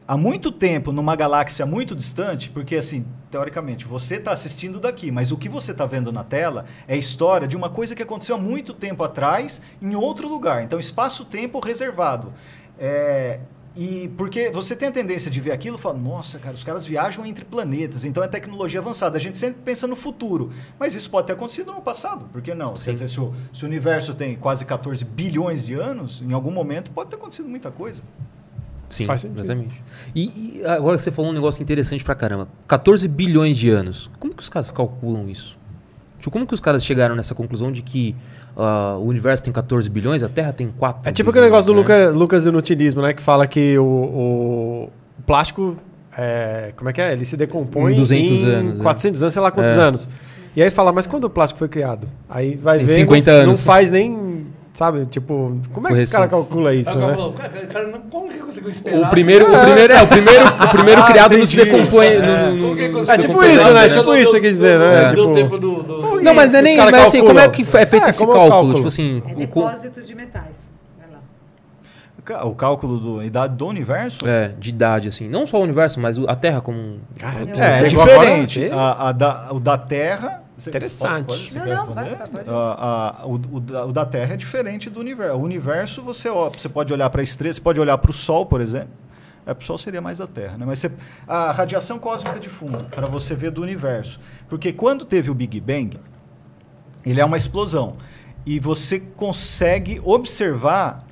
há muito tempo, numa galáxia muito distante, porque, assim, teoricamente, você está assistindo daqui, mas o que você está vendo na tela é a história de uma coisa que aconteceu há muito tempo atrás, em outro lugar. Então, espaço-tempo reservado. É, e porque você tem a tendência de ver aquilo e falar, nossa, cara, os caras viajam entre planetas, então é tecnologia avançada. A gente sempre pensa no futuro. Mas isso pode ter acontecido no passado, por que não? Quer dizer, se o, se o universo tem quase 14 bilhões de anos, em algum momento pode ter acontecido muita coisa.
Sim,
Faz sentido.
exatamente. E, e agora que você falou um negócio interessante pra caramba. 14 bilhões de anos. Como que os caras calculam isso? Tipo, como que os caras chegaram nessa conclusão de que ah, o universo tem 14 bilhões, a Terra tem né? 4
É tipo aquele negócio do Luca, Lucas Inutilismo, né? Que fala que o, o plástico, é, como é que é? Ele se decompõe
Em 200
em
anos, né?
400 anos, sei lá quantos
É.
anos. E aí fala, mas quando o plástico foi criado? Aí vai
Tem
ver,
50
não, não
anos.
faz nem, sabe? Tipo, como é
Foi
que esse cara
recente.
calcula isso,
Aí o cara
né?
falou, cara, cara, não- como que conseguiu esperar? assim?
O primeiro, o primeiro, é, o primeiro, o primeiro
Ah,
criado não se
entendi.
decompõe.
É.
não- não-
Como que
não se
conseguiu
É tipo
decompõe
esperar?
isso, né?
assim? Não
nada.
Tipo
deu-
isso que quer dizer, né?
Não deu
Tipo-
tempo do... do-
Não, mas não é
Os
nem.
caras
Mas assim, como é
calculam.
que é feito
É,
esse
como é o
cálculo?
cálculo?
Tipo assim.
É
o co-
depósito de metais. Vai lá.
O ca- O cálculo do- da idade do universo
é, de idade, assim. Não só o universo, mas o- a Terra como. um-
Cara,
É, é
Você pegou
diferente.
agora?
A- a da- o da Terra. Você-
Interessante.
Você
Não,
quer
não, vai,
responder?
pode.
A- a- o, o da- o da Terra é diferente do universo. O universo, você, ó, você pode olhar para a estrela, você pode olhar para o Sol, por exemplo. É, o Sol seria mais da Terra, né? Mas você- a radiação cósmica de fundo, para você ver do universo. Porque quando teve o Big Bang, ele é uma explosão. E você consegue observar,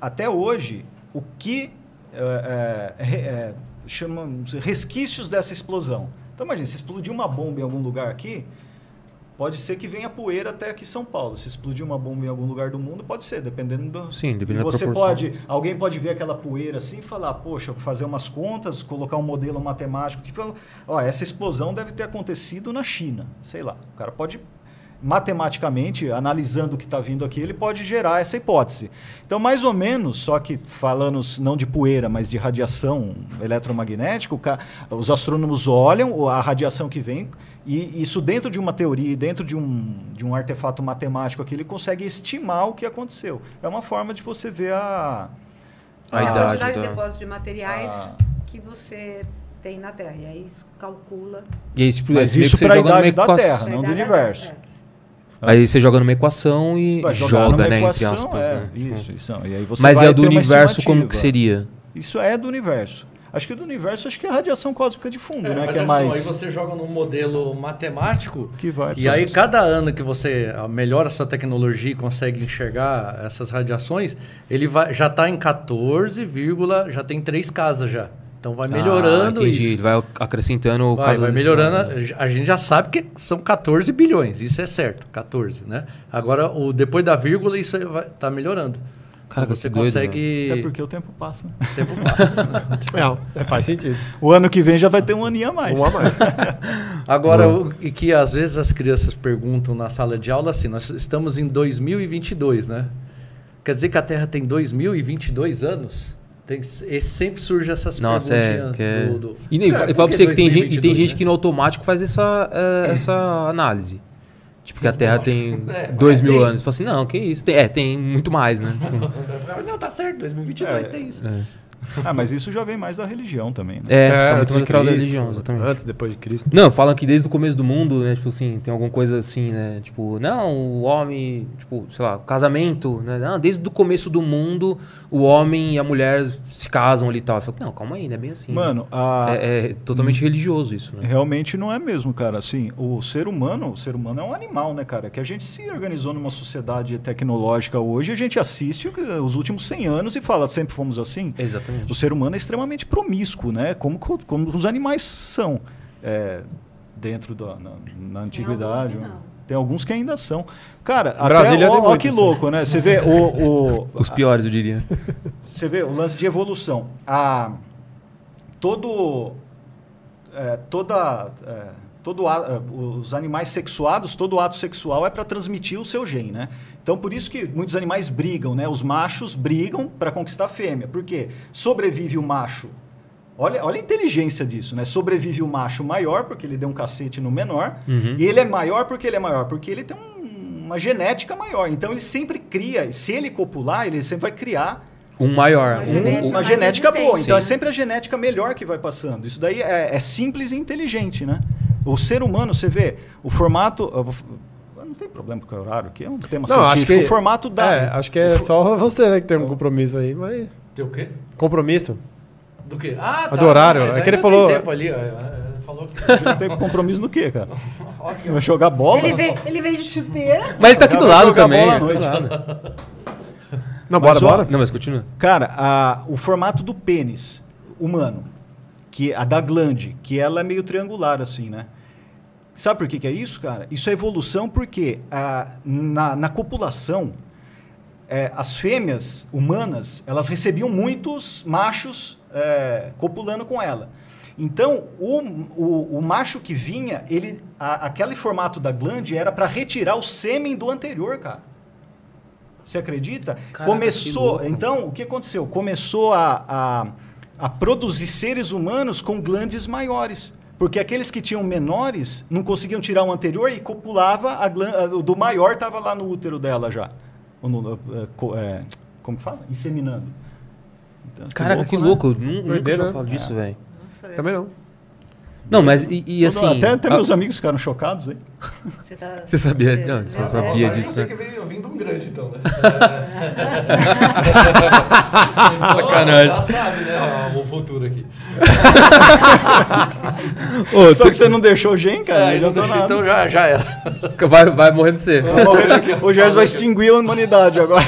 até hoje, o que. eh, eh, re- eh, chamamos resquícios dessa explosão. Então, imagina, se explodir uma bomba em algum lugar aqui, pode ser que venha poeira até aqui em São Paulo. Se explodir uma bomba em algum lugar do mundo, pode ser, dependendo do.
Sim, dependendo
E
da
você
proporção.
pode, Alguém pode ver aquela poeira assim e falar, poxa, vou fazer umas contas, colocar um modelo matemático que fala, ó, essa explosão deve ter acontecido na China. Sei lá. O cara pode matematicamente, analisando o que está vindo aqui, ele pode gerar essa hipótese. Então, mais ou menos, só que falando s- não de poeira, mas de radiação eletromagnética, o ca- os astrônomos olham o- a radiação que vem e isso dentro de uma teoria, e dentro de um, de um artefato matemático aqui, ele consegue estimar o que aconteceu. É uma forma de você ver a...
A
é a
idade então.
quantidade de
da-
depósito de materiais
Ah.
que você tem na Terra. E aí isso calcula.
E aí, tipo,
Mas
é meio
isso
que você
pra
joga
idade
numa
da
equação.
Terra,
a
não do
idade da
universo.
Terra.
Aí você joga numa equação e
vai jogar
joga,
numa
né?
equação,
entre aspas.
é,
né? Tipo,
Isso, isso. E aí você
Mas
vai
é a do
ter uma
universo, como que
estimativa.
seria?
Isso é do universo. Acho que do universo, acho que é a radiação cósmica de fundo, né? Que é
radiação, Aí
mais...
você joga num modelo matemático
Que vai
e
fazer
aí
isso.
cada ano que você ah, melhora sua tecnologia e consegue enxergar essas radiações, ele vai, já está em 14, vírgula, já tem três casas já. Então vai melhorando
Ah, entendi.
isso.
Ele vai acrescentando
Vai,
casas
vai
decimais,
melhorando.
né?
A- A gente já sabe que são 14 bilhões, isso é certo, 14, né? Agora, o, depois da vírgula, isso aí vai- tá melhorando.
Caraca,
você
que doido,
consegue. um
Até É porque o tempo passa. né?
tempo passa.
É, faz sentido.
O ano que vem já vai ter um aninho a mais.
Um a mais.
Agora, o- e que às vezes as crianças perguntam na sala de aula assim: nós estamos em 2022, né? Quer dizer que a Terra tem 2022 anos? Tem, e sempre surge essas
Nossa, é.
perguntinhas
que é-
do, do-
E, nem-
Cara,
eu
por
falo pra você que tem gente,
2022,
e tem gente
né?
que no automático faz essa, eh, essa análise. Tipo, que a Terra tem
É,
dois mil
tem.
anos. Fala assim, não, que isso? Tem- é, tem muito mais, né?
Não, tá certo,
É.
2022 tem isso.
Ah, mas isso já vem mais da religião também, né?
É, tá muito
antes de
mais atrás da
Cristo,
religião, exatamente.
É.
Antes, depois de Cristo.
Não, falam que desde o começo do mundo, né? Tipo assim, tem alguma coisa assim, né? Tipo, não, o homem, tipo, sei lá, casamento, né? Não, desde o começo do mundo, o homem e a mulher se casam ali e tal. Eu falo, não, calma aí, não é bem assim. né?
Mano, a-
É, é totalmente
hum.
religioso isso, né?
realmente não é mesmo, cara. Assim, o ser humano, o ser humano é um animal, né, cara? Que a gente se organizou numa sociedade tecnológica hoje, a gente assiste o que- os últimos 100 anos e fala, sempre fomos assim.
Exatamente.
O ser humano é extremamente promíscuo, né? Como, co- como os animais são é, dentro da na, na antiguidade. um
que não.
Tem alguns que ainda são. Cara, até,
Brasília
ó,
tem
ó
muitos,
que
né?
louco, né? Você vê o, o,
Os piores, eu diria.
você vê o lance de evolução. A, todo, é, toda é, todo a- os animais sexuados, todo ato sexual é para transmitir o seu gene, né? Então por isso que muitos animais brigam, né? Os machos brigam para conquistar a fêmea, porque sobrevive o macho. Olha, olha a inteligência disso, né? Sobrevive o macho maior porque ele deu um cacete no menor, e ele é maior porque ele é maior, porque ele tem um- uma genética maior. Então ele sempre cria, e se ele copular, ele sempre vai criar
Um
Uma
maior. um-
É genética
um-
uma
mais
genética
resistente,
boa. Então
né?
é sempre a genética melhor que vai passando. Isso daí é, é simples e inteligente, né? O ser humano, você vê, o formato. eu vou f- eu Não tem problema com o horário aqui, é um tema
Não, acho
científico.
que-
O formato né? da.
É, acho que é só você, né, que tem um compromisso aí, mas.
Tem o quê?
Compromisso?
Do quê? Ah,
do horário,
mas
é que ele
ainda
falou-
Tem tempo ali, ó, é, é, falou que...
Não tem compromisso no quê, cara? Vai jogar bola?
Ele veio, ele veio de chuteira.
Mas ele tá aqui
Vai
do lado
jogar
também.
bola à noite.
né? Não,
Mas ó,
Não, mas continua.
Cara, a- o formato do pênis humano, que a da glande, que ela é meio triangular assim, né? Sabe por que, que é isso, cara? Isso é evolução porque ah, na, na copulação, eh, as fêmeas humanas, elas recebiam muitos machos eh, copulando com ela. Então, o, o, o macho que vinha, ele, a- aquele formato da glande era para retirar o sêmen do anterior, cara. Você acredita?
Caraca, que
Começou.
louco.
Então, o que aconteceu? Começou a, a, a produzir seres humanos com glandes maiores. Porque aqueles que tinham menores não conseguiam tirar o anterior e copulava, a glan- a- o do maior estava lá no útero dela já. Ou no- é, co- é, como que fala? Inseminando. Então,
Caraca, que louco. Eu nu- nunca
Doideira,
tinha
né?
falado disso, velho.
Também não.
Não, mas e, e
Todo-
assim.
até até
a-
meus amigos ficaram chocados, hein?
Você tá.
Você sabia? Não, você sabia
Mas
disso,
Você
né?
que veio vindo um grande, então, né?
Sacanagem.
Sacanagem. Então, Já sabe, né? ó, O futuro aqui.
Ô,
Só que você não deixou gen, cara.
É,
Ah,
É, não adiantou
então,
nada.
então já, já era.
tu- vai, vai morrendo você.
O Gerson vai extinguir a humanidade agora.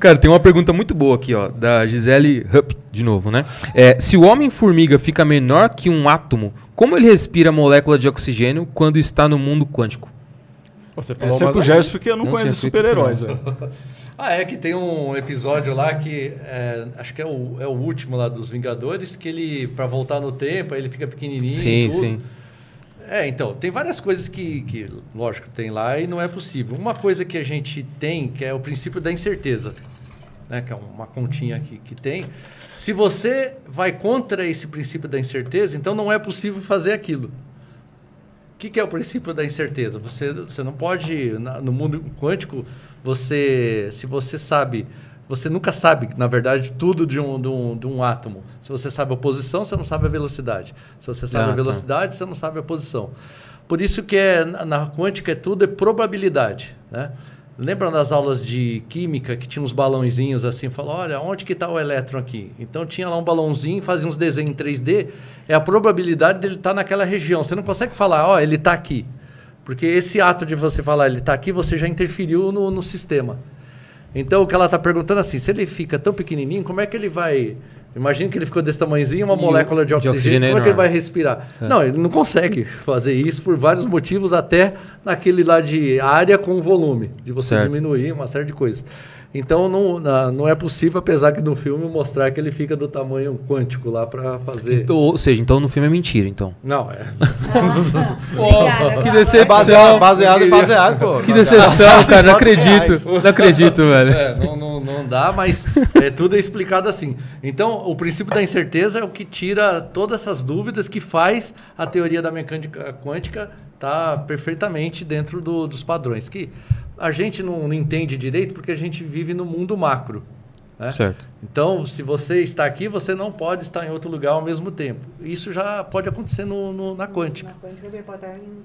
Cara, tem uma pergunta muito boa aqui, ó, da Gisele Hupp, de novo, né? É, se o homem-formiga fica menor que um átomo, como ele respira a molécula de oxigênio quando está no mundo quântico?
Você falou
Essa é
mais
pro Gerson porque eu não,
Não
conheço
tinha feito
super-heróis, velho.
Ah, é que tem um episódio lá que é, acho que é o, é o último lá dos Vingadores, que ele, pra voltar no tempo, aí ele fica pequenininho. e
Sim,
tudo.
sim.
É, então, tem várias coisas que, que, lógico, tem lá e não é possível. Uma coisa que a gente tem, que é o princípio da incerteza, né? que é uma continha que, que tem. Se você vai contra esse princípio da incerteza, então não é possível fazer aquilo. O que, que é o princípio da incerteza? Você, você não pode, na- no mundo quântico, você, se você sabe, você nunca sabe, na verdade, tudo de um, de, um, de um átomo. Se você sabe a posição, você não sabe a velocidade. Se você sabe
Ah,
a
tá.
velocidade, você não sabe a posição. Por isso que é, na na quântica é tudo é probabilidade, né? Lembra nas aulas de química que tinha uns balãozinhos assim, falou, olha, onde que está o elétron aqui? Então tinha lá um balãozinho, fazia uns desenhos em 3D, é a probabilidade dele estar naquela região. Você não consegue falar, ó, ele está aqui. Porque esse ato de você falar, ele está aqui, você já interferiu no, no sistema. Então o que ela está perguntando assim, se ele fica tão pequenininho, como é que ele vai... Imagina que ele ficou desse tamanhozinho, uma
E o-
molécula de
de
oxigênio,
oxigênio é
como é que ele
enorme.
vai respirar. Não, ele não consegue fazer isso por vários motivos, até naquele lá de área com volume, de você
Certo.
diminuir uma série de coisas. Então não, na- não é possível, apesar que no filme mostrar que ele fica do tamanho quântico lá para fazer.
Então, ou seja, então no filme é mentira, então.
Não, é.
Obrigada. Clara.
Que
É,
Baseado,
decepção,
baseado em fatos reais, pô.
que
Baseado-
decepção, cara, não
fatos
acredito, não acredito, velho.
É, não, não, não dá, mas é, tudo é explicado assim. Então, o princípio da incerteza é o que tira todas essas dúvidas que faz a teoria da mecânica quântica estar perfeitamente dentro do- dos padrões. Que a gente não, não entende direito porque a gente vive no mundo macro. né?
Certo.
Então, se você está aqui, você não pode estar em outro lugar ao mesmo tempo. Isso já pode acontecer no- no- na quântica.
Uma coisa que eu pode estar em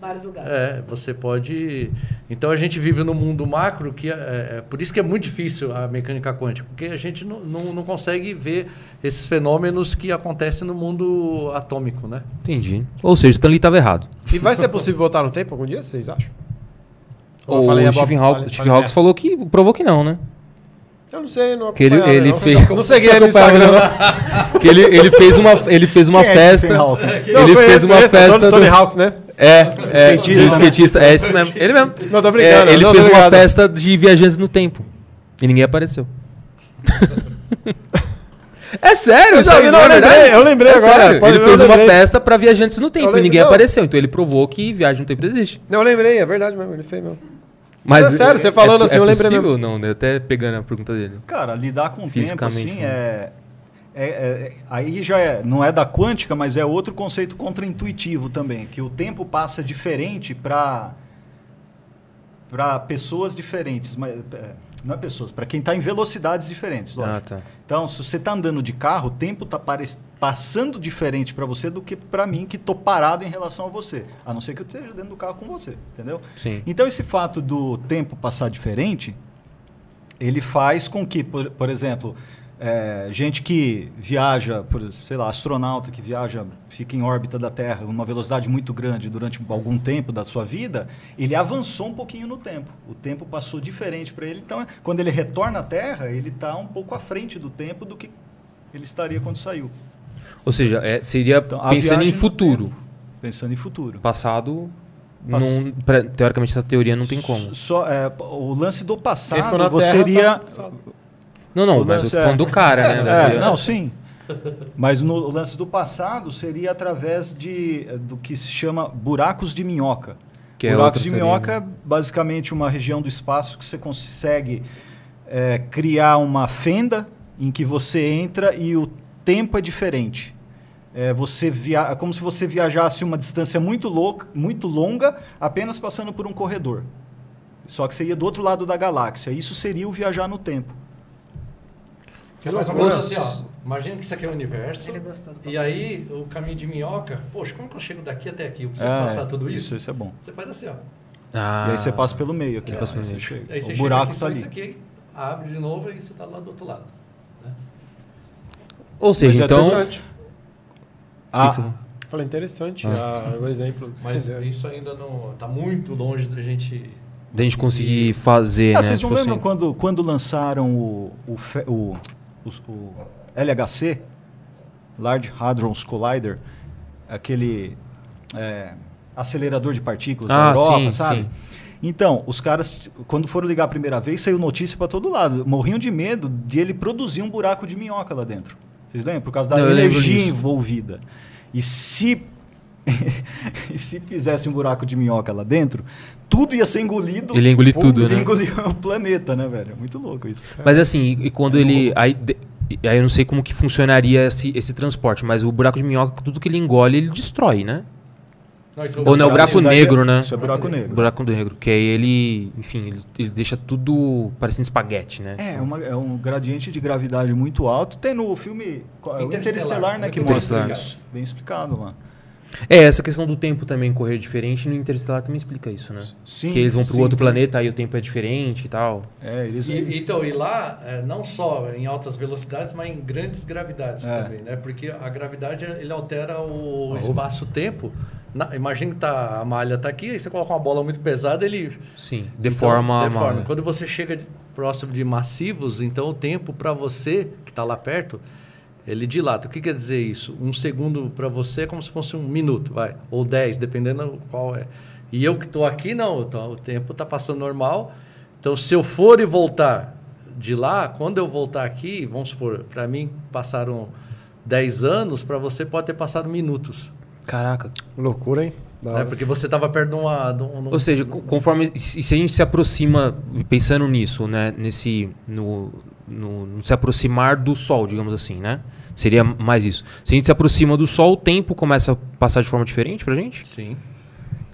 vários lugares.
É, você pode. Então a gente vive num mundo macro que é, é- por isso que é muito difícil a mecânica quântica, porque a gente não, não, não consegue ver esses fenômenos que acontecem no mundo atômico, né?
Entendi. Ou seja, Stanley tava errado.
E vai ser possível voltar no tempo algum dia, vocês acham? Ou eu falei a
O
bo-
Stephen
falei-
Hawk- Stephen
falei
Hawks falou que provou que não, né?
Eu não sei, não
Que ele,
acompanhava,
ele
não.
fez.
Não segui ele no Instagram.
Que ele, ele fez uma, ele fez uma
Quem é esse
festa.
Stephen Hawking?
Não,
ele
conheço,
fez uma
conheço, é o
festa.
Tony,
do-
Tony Hawk, né?
É, é, skatista,
Skatista, né?
skatista. É isso mesmo. Ele mesmo.
Não, tô
É,
brincando.
ele
não, tô
fez uma
brincando.
festa de viajantes no tempo. E ninguém apareceu. É sério,
Eu
isso aí
não,
não é
eu lembrei,
verdade?
eu lembrei
É
agora.
sério,
Pode-
Ele
eu
fez uma
lembrei.
festa pra viajantes no tempo e
lembrei,
ninguém
não.
apareceu. Então ele provou que viagem no tempo existe.
Não, eu lembrei, é verdade mesmo, ele fez mesmo.
Mas
É sério, você falando
é-
assim,
é
eu lembrei
possível ou não, né? Até pegando a pergunta dele.
Cara, lidar com o tempo
Fisicamente,
assim
né?
é, é- é- Aí já é, não é da quântica, mas é outro conceito contraintuitivo também, que o tempo passa diferente para para pessoas diferentes, mas é, não é pessoas, para quem está em velocidades diferentes, lógico.
tá.
Então, se você está andando de carro, o tempo está passando diferente para você do que para mim, que estou parado em relação a você. A não ser que eu esteja dentro do carro com você, entendeu?
Sim.
Então, esse fato do tempo passar diferente, ele faz com que, por, por exemplo, é, gente que viaja, por, sei lá, astronauta que viaja, fica em órbita da Terra, uma velocidade muito grande durante algum tempo da sua vida, ele avançou um pouquinho no tempo. O tempo passou diferente para ele. Então, quando ele retorna à Terra, ele está um pouco à frente do tempo do que ele estaria quando saiu.
Ou seja, é- seria
Então, a
pensando em
viagem no
futuro.
tempo, Pensando em futuro.
Passado,
Pass-
não- pra- teoricamente essa teoria não tem como.
Só, é, o lance do
Quem ficou na
passado, você
Terra
iria,
tá passado.
Não, não,
O
mas eu
lance
tô
é-
falando do cara, né? da
É,
viagem.
não, sim. Mas no o lance do passado seria através de, eh, do que se chama buracos de minhoca.
Que é outra
buracos de
teoria,
minhoca
né?
é basicamente uma região do espaço que você consegue é, criar uma fenda em que você entra e o tempo é diferente. É, você via é como se você viajasse uma distância muito, louca, muito longa apenas passando por um corredor. Só que você ia do outro lado da galáxia. Isso seria o viajar no tempo.
É mais ou menos assim, ó. Imagina que isso aqui é o universo.
Ele gostou do
E aí, o caminho de minhoca, poxa, como é que eu chego daqui até aqui? Eu preciso
É,
passar tudo isso?
Isso, isso é bom.
Você faz assim, ó.
Ah,
E aí você passa pelo meio aqui.
Ele passa
Aí
pelo
você
meio.
chega.
Aí você
o
chega
buraco
aqui,
tá
só
ali.
isso aqui, abre de novo e você tá lá do outro lado.
Ou
Mas
seja,
é
então.
Interessante.
Ah,
Falei, interessante ah, o exemplo.
Mas isso ainda não. tá muito longe da gente.
Da gente conseguir fazer,
ah,
né?
vocês não
tipo
lembram
assim.
quando, quando lançaram o, o, fe- o, o- o LHC? Large Hadron Collider? Aquele é, acelerador de partículas
Ah,
da Europa,
sim,
sabe?
sim.
Então, os caras, quando foram ligar a primeira vez, saiu notícia para todo lado. Morriam de medo de ele produzir um buraco de minhoca lá dentro. Vocês lembram? Por causa da
Não, eu lembro
energia
disso.
envolvida. E se e se fizesse um buraco de minhoca lá dentro, tudo ia ser engolido.
Ele ia engolir
Pô,
tudo,
ele
né?
engoliu o planeta, né, velho? Muito louco isso.
Mas assim, e- e quando ele. Aí, de- e aí eu não sei como que funcionaria esse, esse transporte, mas o buraco de minhoca, tudo que ele engole, ele destrói, né?
Não, isso
Ou não, o buraco
Isso daí é-
negro, né?
Isso é buraco negro.
Buraco negro, que aí ele, enfim, ele, ele deixa tudo parecendo espaguete, né?
É, uma- é um gradiente de gravidade muito alto. Tem no filme qual é? O
Interestelar.
Interestelar, né? Que
Muito
mostra
Interestelar.
isso. Bem explicado lá.
É, essa questão do tempo também correr diferente no Interestelar também explica isso, né?
Sim,
que eles vão pro
sim,
outro
tem-
planeta, aí o tempo é diferente e tal.
É, eles.
E, então, e lá, é, não só em altas velocidades, mas em grandes gravidades
É.
também, né? Porque a gravidade, ele altera o espaço-tempo. Na- Imagina que tá, a malha tá aqui, aí você coloca uma bola muito pesada, ele...
Sim,
então,
deforma a
deforma.
mala.
Quando você chega de- próximo de massivos, então o tempo para você, que está lá perto, ele dilata. O que quer dizer isso? Um segundo para você é como se fosse um minuto, vai. Ou dez, dependendo qual é. E eu que estou aqui, não. Então, o tempo está passando normal. Então, se eu for e voltar de lá, quando eu voltar aqui, vamos supor, para mim passaram 10 anos, para você pode ter passado minutos.
Caraca.
Loucura, hein? Da
Né?
hora.
Porque você estava perto de, uma, de um. de um-
Ou seja, co- conforme. E se a gente se aproxima, pensando nisso, né? Nesse. No, no, no se aproximar do Sol, digamos assim, né? Seria mais isso. Se a gente se aproxima do Sol, o tempo começa a passar de forma diferente pra gente?
Sim.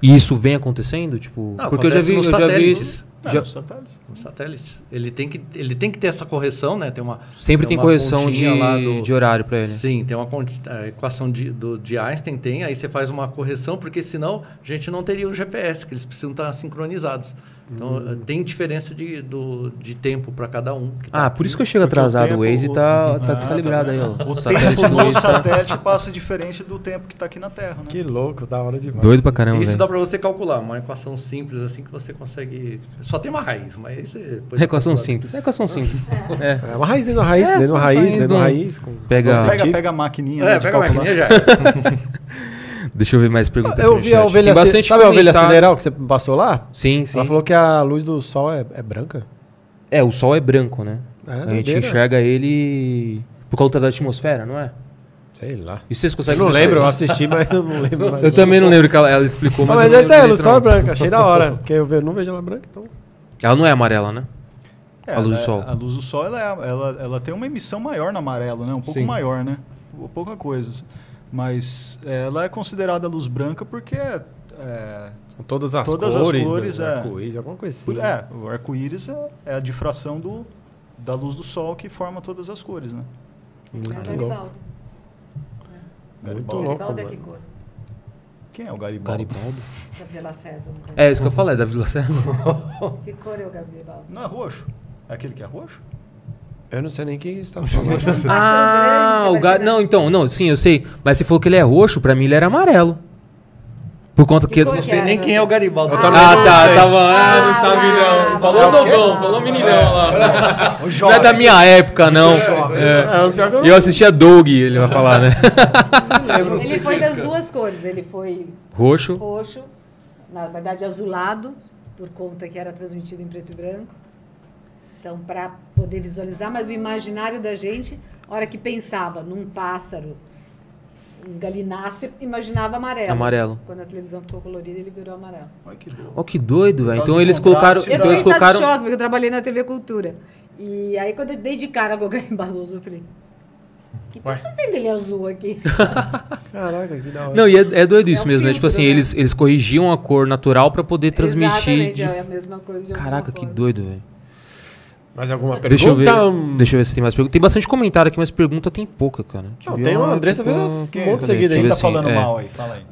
E isso vem acontecendo? Tipo.
Não,
porque eu já
acontece
vi. Eu
nos
já vi
satélites.
Ah,
já-
os satélites.
Um satélite. Ele tem que, ele tem que ter essa correção, né? Tem uma,
sempre tem
uma
correção de,
continha lá do-
de horário pra ele.
Sim, tem uma conti- a equação de, do, de Einstein, tem, aí você faz uma correção, porque senão a gente não teria o GPS, que eles precisam estar sincronizados. Então,
Uhum.
eh, tem diferença de, do, de tempo para cada um. que tá
Ah, por
aqui.
isso que eu chego
Porque o
atrasado. O
tempo-
Waze tá, tá
Ah,
descalibrado
tá
aí,
né?
vendo?
ó.
O
satélite
tempo
do
do
Waze tá-
um satélite passa diferente do tempo que está aqui na Terra, né?
Que louco, da hora demais.
Doido pra caramba,
Isso
velho.
dá para você calcular, uma equação simples assim que você consegue. Só tem uma raiz, mas aí você. depois
É equação
calcula.
simples. É equação simples. É.
É uma raiz dentro da raiz,
É,
dentro da raiz,
raiz
dentro
do-
da raiz. Com...
Pega-
visão
Pega,
científica.
pega a maquininha. né,
É,
de
pega a
calcular.
maquininha já.
Deixa eu ver mais perguntas.
Eu
aqui no
vi a
chat.
ovelha,
Tem bastante
sabe a ovelha
comentário.
sideral que você passou lá?
Sim, sim.
Ela falou que a luz do sol é, é branca.
É, o sol é branco, né?
É,
a gente
doideira.
enxerga ele. Por conta da atmosfera, não é?
Sei lá.
E vocês
Eu
conseguem.
não
explicar?
lembro, eu assisti, mas eu não lembro mais.
Eu também não lembro que ela, ela explicou,
Ah,
mas.
mas
eu
é
não
isso aí, a
lembro
Lustola é
direito,
branca. Achei da hora. Porque eu ve- não vejo ela branca, então...
não. Ela não é amarela, né?
É,
A luz do
ela-
sol.
A luz do sol ela, é- ela, ela tem uma emissão maior no amarelo, né? Um pouco
Sim.
maior, né? Pou- Pouca coisa. assim. Mas ela é considerada luz branca porque é,
Com todas as
Todas as
cores,
cores,
do
é.
arco-íris, alguma coisa assim. né?
é, o arco-íris é, é a difração do, da luz do sol que forma todas as cores, né?
Muito louco.
Garibaldo.
Muito
Garibaldi.
louco,
Garibaldo é
mano.
que cor?
Quem é o Garibaldi?
Garibaldo.
Da Vila César. não tem?
É isso que eu falei, da Vila César.
Que cor é o Garibaldo?
Não é roxo? É aquele que é roxo?
Eu não sei nem quem está falando.
Ah, o Gar...
Garibaldo.
Não, então, não, sim, eu sei. Mas você falou que ele é roxo, pra mim ele era amarelo. Por conta que.
Que cor
Não
que
sei
é?
nem quem é o Garibaldo.
Ah, tá, tava. Ah, não sabe
tá.
não. Falou novão, falou meninão lá. Não é da minha época, não. É. Eu assistia Doug, ele vai falar, né?
Ele foi das duas cores. Ele foi
Roxo.
roxo, na verdade azulado, por conta que era transmitido em preto e branco. Então, para poder visualizar, mas o imaginário da gente, a hora que pensava num pássaro, um galináceo, imaginava amarelo.
Amarelo.
Quando a televisão ficou colorida, ele virou amarelo.
Olha que doido.
Ó, que doido, velho. Então
Nós
eles
comprasse-
colocaram.
Eu
Então eles
fiquei em estado de
colocaram.
choque, porque eu trabalhei na TV Cultura. E aí, quando eu dei de cara com o Garimbaluso, eu falei... O que tá fazendo ele azul aqui?
Caraca, que da hora.
Não, e é, é doido isso
um
mesmo. É
filtro,
tipo assim,
né?
eles, eles corrigiam a cor natural pra poder transmitir.
Exatamente,
de-
é a mesma coisa de alguma
Caraca, que
forma.
doido, velho.
Mais alguma pergunta?
Deixa eu ver. Deixa eu ver se tem mais perguntas. Tem bastante comentário aqui, mas pergunta tem pouca, cara. Deixa eu
Não,
ver.
tem uma
Ah,
Andressa
tipo,
fez umas-
Quem
um monte de
Quem
seguida aí.
Deixa eu ver
tá
assim,
falando
é.
mal aí? Fala aí.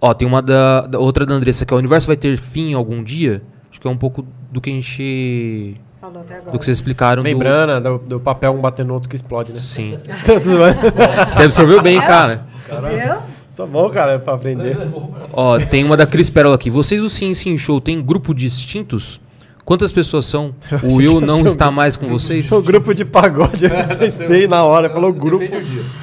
Ó, tem uma da, da- outra da Andressa que é o universo vai ter fim algum dia. Acho que é um pouco do que a gente
Falou até agora.
do que vocês explicaram do-
Membrana do, do papel um batendo no outro que explode, né?
Sim.
Tanto vai.
Você absorveu bem, cara.
Entendeu?
Só bom, cara, é pra aprender.
Ó, tem uma da Cris Pérola aqui. Vocês do Sim Sim Show tem grupo de extintos? Quantas pessoas são? O Will não está mais com vocês?
O grupo de pagode, eu pensei na hora, falou grupo.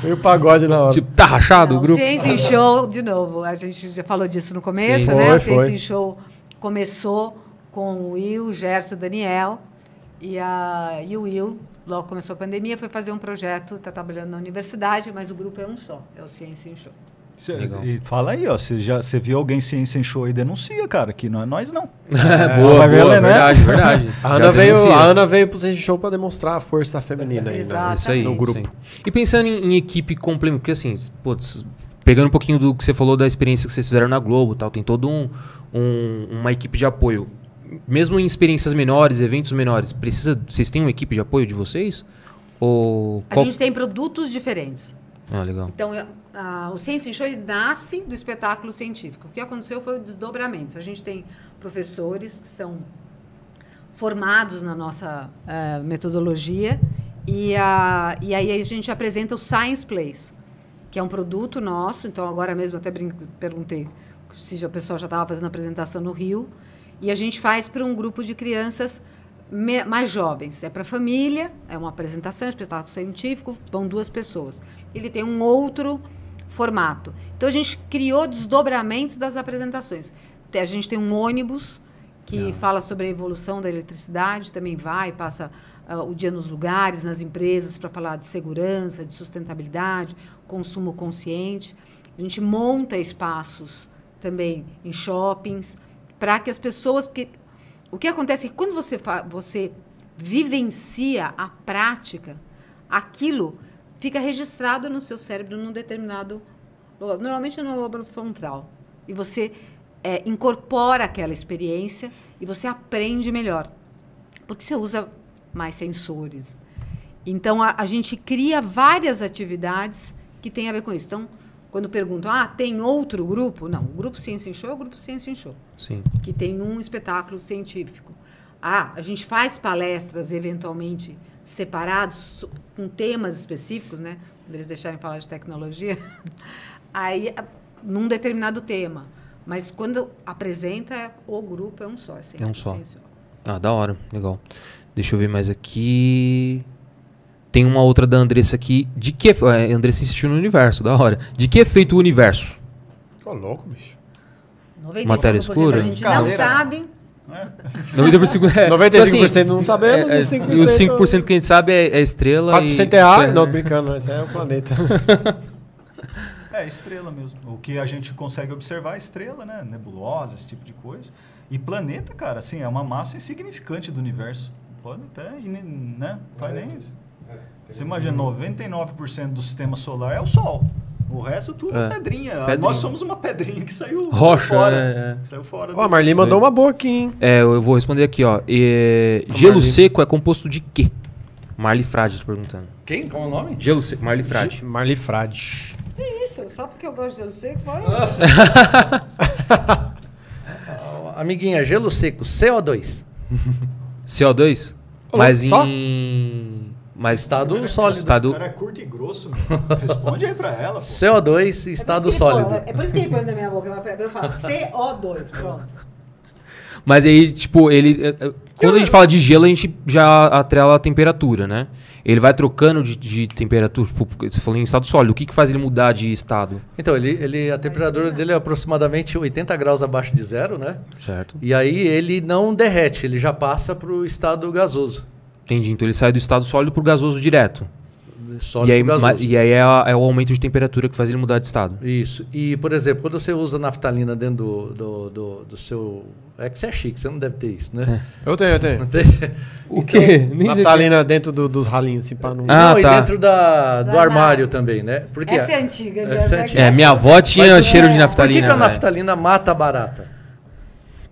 Veio pagode na hora.
Tipo, tá rachado o grupo?
Ciência em Show, de novo, a gente já falou disso no começo,
Sim.
né?
Foi,
a Ciência
foi.
em Show começou com o Will, o Gerson, o Daniel, e, a, e o Will, logo começou a pandemia, foi fazer um projeto, está trabalhando na universidade, mas o grupo é um só, é o Ciência em Show.
Cê-
Legal.
e fala aí, ó. Você já você viu alguém ciência em show e denuncia, cara, que não é nós não.
É, boa, boa,
vai ver, né?
verdade, verdade.
a,
Já
Ana veio,
denuncia.
a Ana veio pro Seja Show pra demonstrar a força feminina aí, né?
Exato.
É Isso aí,
No grupo.
isso aí. E pensando em, em equipe complementar, porque assim, putz, pegando um pouquinho do que você falou da experiência que vocês fizeram na Globo, e tal, tem todo um, um- uma equipe de apoio. Mesmo em experiências menores, eventos menores, precisa, vocês têm uma equipe de apoio de vocês? Ou
A
qual-
gente tem produtos diferentes.
Ah, legal.
Então, eu- a- o Ciência em Show ele nasce do espetáculo científico. O que aconteceu foi o desdobramento. A gente tem professores que são formados na nossa eh, metodologia e, a- e aí a gente apresenta o Science Place, que é um produto nosso. Então, agora mesmo até brin- perguntei se já, o pessoal já estava fazendo apresentação no Rio. E a gente faz para um grupo de crianças me- mais jovens. É para família, é uma apresentação, espetáculo científico, vão duas pessoas. Ele tem um outro formato. Então a gente criou desdobramentos das apresentações. Te- A gente tem um ônibus que fala sobre a evolução da eletricidade, também vai, passa ah, o dia nos lugares, nas empresas, para falar de segurança, de sustentabilidade, consumo consciente. A gente monta espaços também em shoppings para que as pessoas. Porque o que acontece é que quando você, fa- você vivencia a prática, aquilo fica registrado no seu cérebro num determinado lugar. Normalmente é no lobo frontal. E você eh, incorpora aquela experiência e você aprende melhor. Porque você usa mais sensores. Então, a, a gente cria várias atividades que têm a ver com isso. Então, quando perguntam, ah, tem outro grupo? Não, o grupo Ciência em Show é o grupo Ciência em Show
Sim.
que tem um espetáculo científico. Ah, a gente faz palestras eventualmente separados so- com temas específicos, né? Quando eles deixarem falar de tecnologia, aí a- num determinado tema. Mas quando apresenta é- o grupo é um só, assim,
É um só.
ciência.
Ah, da hora, legal. Deixa eu ver mais aqui. Tem uma outra da Andressa aqui. De que. efe- é, A Andressa insistiu no universo, da hora. De que é feito o universo?
Ficou louco, bicho.
Matéria
95% A gente não
escura?
sabe.
né?
95%, é.
95% não sabemos,
é, é,
e
e
5%
os 5% que tá. a gente sabe é, é estrela.
4%
e,
é A? Não, tô brincando, esse aí é o planeta.
É, estrela mesmo. O que a gente consegue observar é estrela, né? Nebulosa, esse tipo de coisa. E planeta, cara, assim, é uma massa insignificante do universo. Pode até, e nem- né? Faz nem isso. Você imagina, 99% do sistema solar é o Sol. O resto tudo é,
É.
pedrinha.
Pedrinha.
Nós somos uma pedrinha que saiu
Rocha,
saiu fora.
é,
Saiu fora.
Ó, a Marli
Sei.
mandou uma boa aqui, hein?
É, eu vou responder aqui, ó. É, gelo
Marli.
seco é composto de quê? Marli Frade te perguntando.
Quem? Qual é o nome?
Gelo seco, Marli Frade.
Marli Frade.
Isso, só porque eu gosto de eu sei qual é
Ah, Amiguinha, gelo seco, CO2.
CO2?
Ô,
mas em...
só?
Mas
Estado sólido.
O
Estado...
cara é curto e grosso. meu. Responde aí pra ela, pô.
CO2, estado sólido.
É por isso que ele pôs na minha boca. Eu falo CO2, pronto.
Mas aí, tipo, ele... é, é, Quando a gente fala de gelo, a gente já atrela a temperatura, né? Ele vai trocando de, de temperatura. Tipo, porque você falou em estado sólido. O que, que faz ele mudar de estado?
Então, ele, ele, a temperatura dele é aproximadamente 80 graus abaixo de zero, né?
Certo.
E aí ele não derrete, ele já passa para o estado gasoso.
Entendi. Então ele sai do estado sólido pro gasoso direto.
Sólido
E aí,
gasoso.
ma- e aí é, a- é o aumento de temperatura que faz ele mudar de estado.
Isso. E, por exemplo, quando você usa naftalina dentro do, do, do, do seu. É que você é chique, você não deve ter isso, né?
Eu tenho, eu tenho.
É.
Não tem?
O quê? Nem
Naftalina dentro do- dos ralinhos, assim, pra não...
Ah,
não, e
tá.
dentro da, do
Do armário.
armário também, né? Porque
Essa é antiga, já.
Essa é
né?
antiga.
É, minha avó tinha
Mas o-
cheiro de
Por que,
naftalina. né?
que a
velho.
naftalina mata a barata?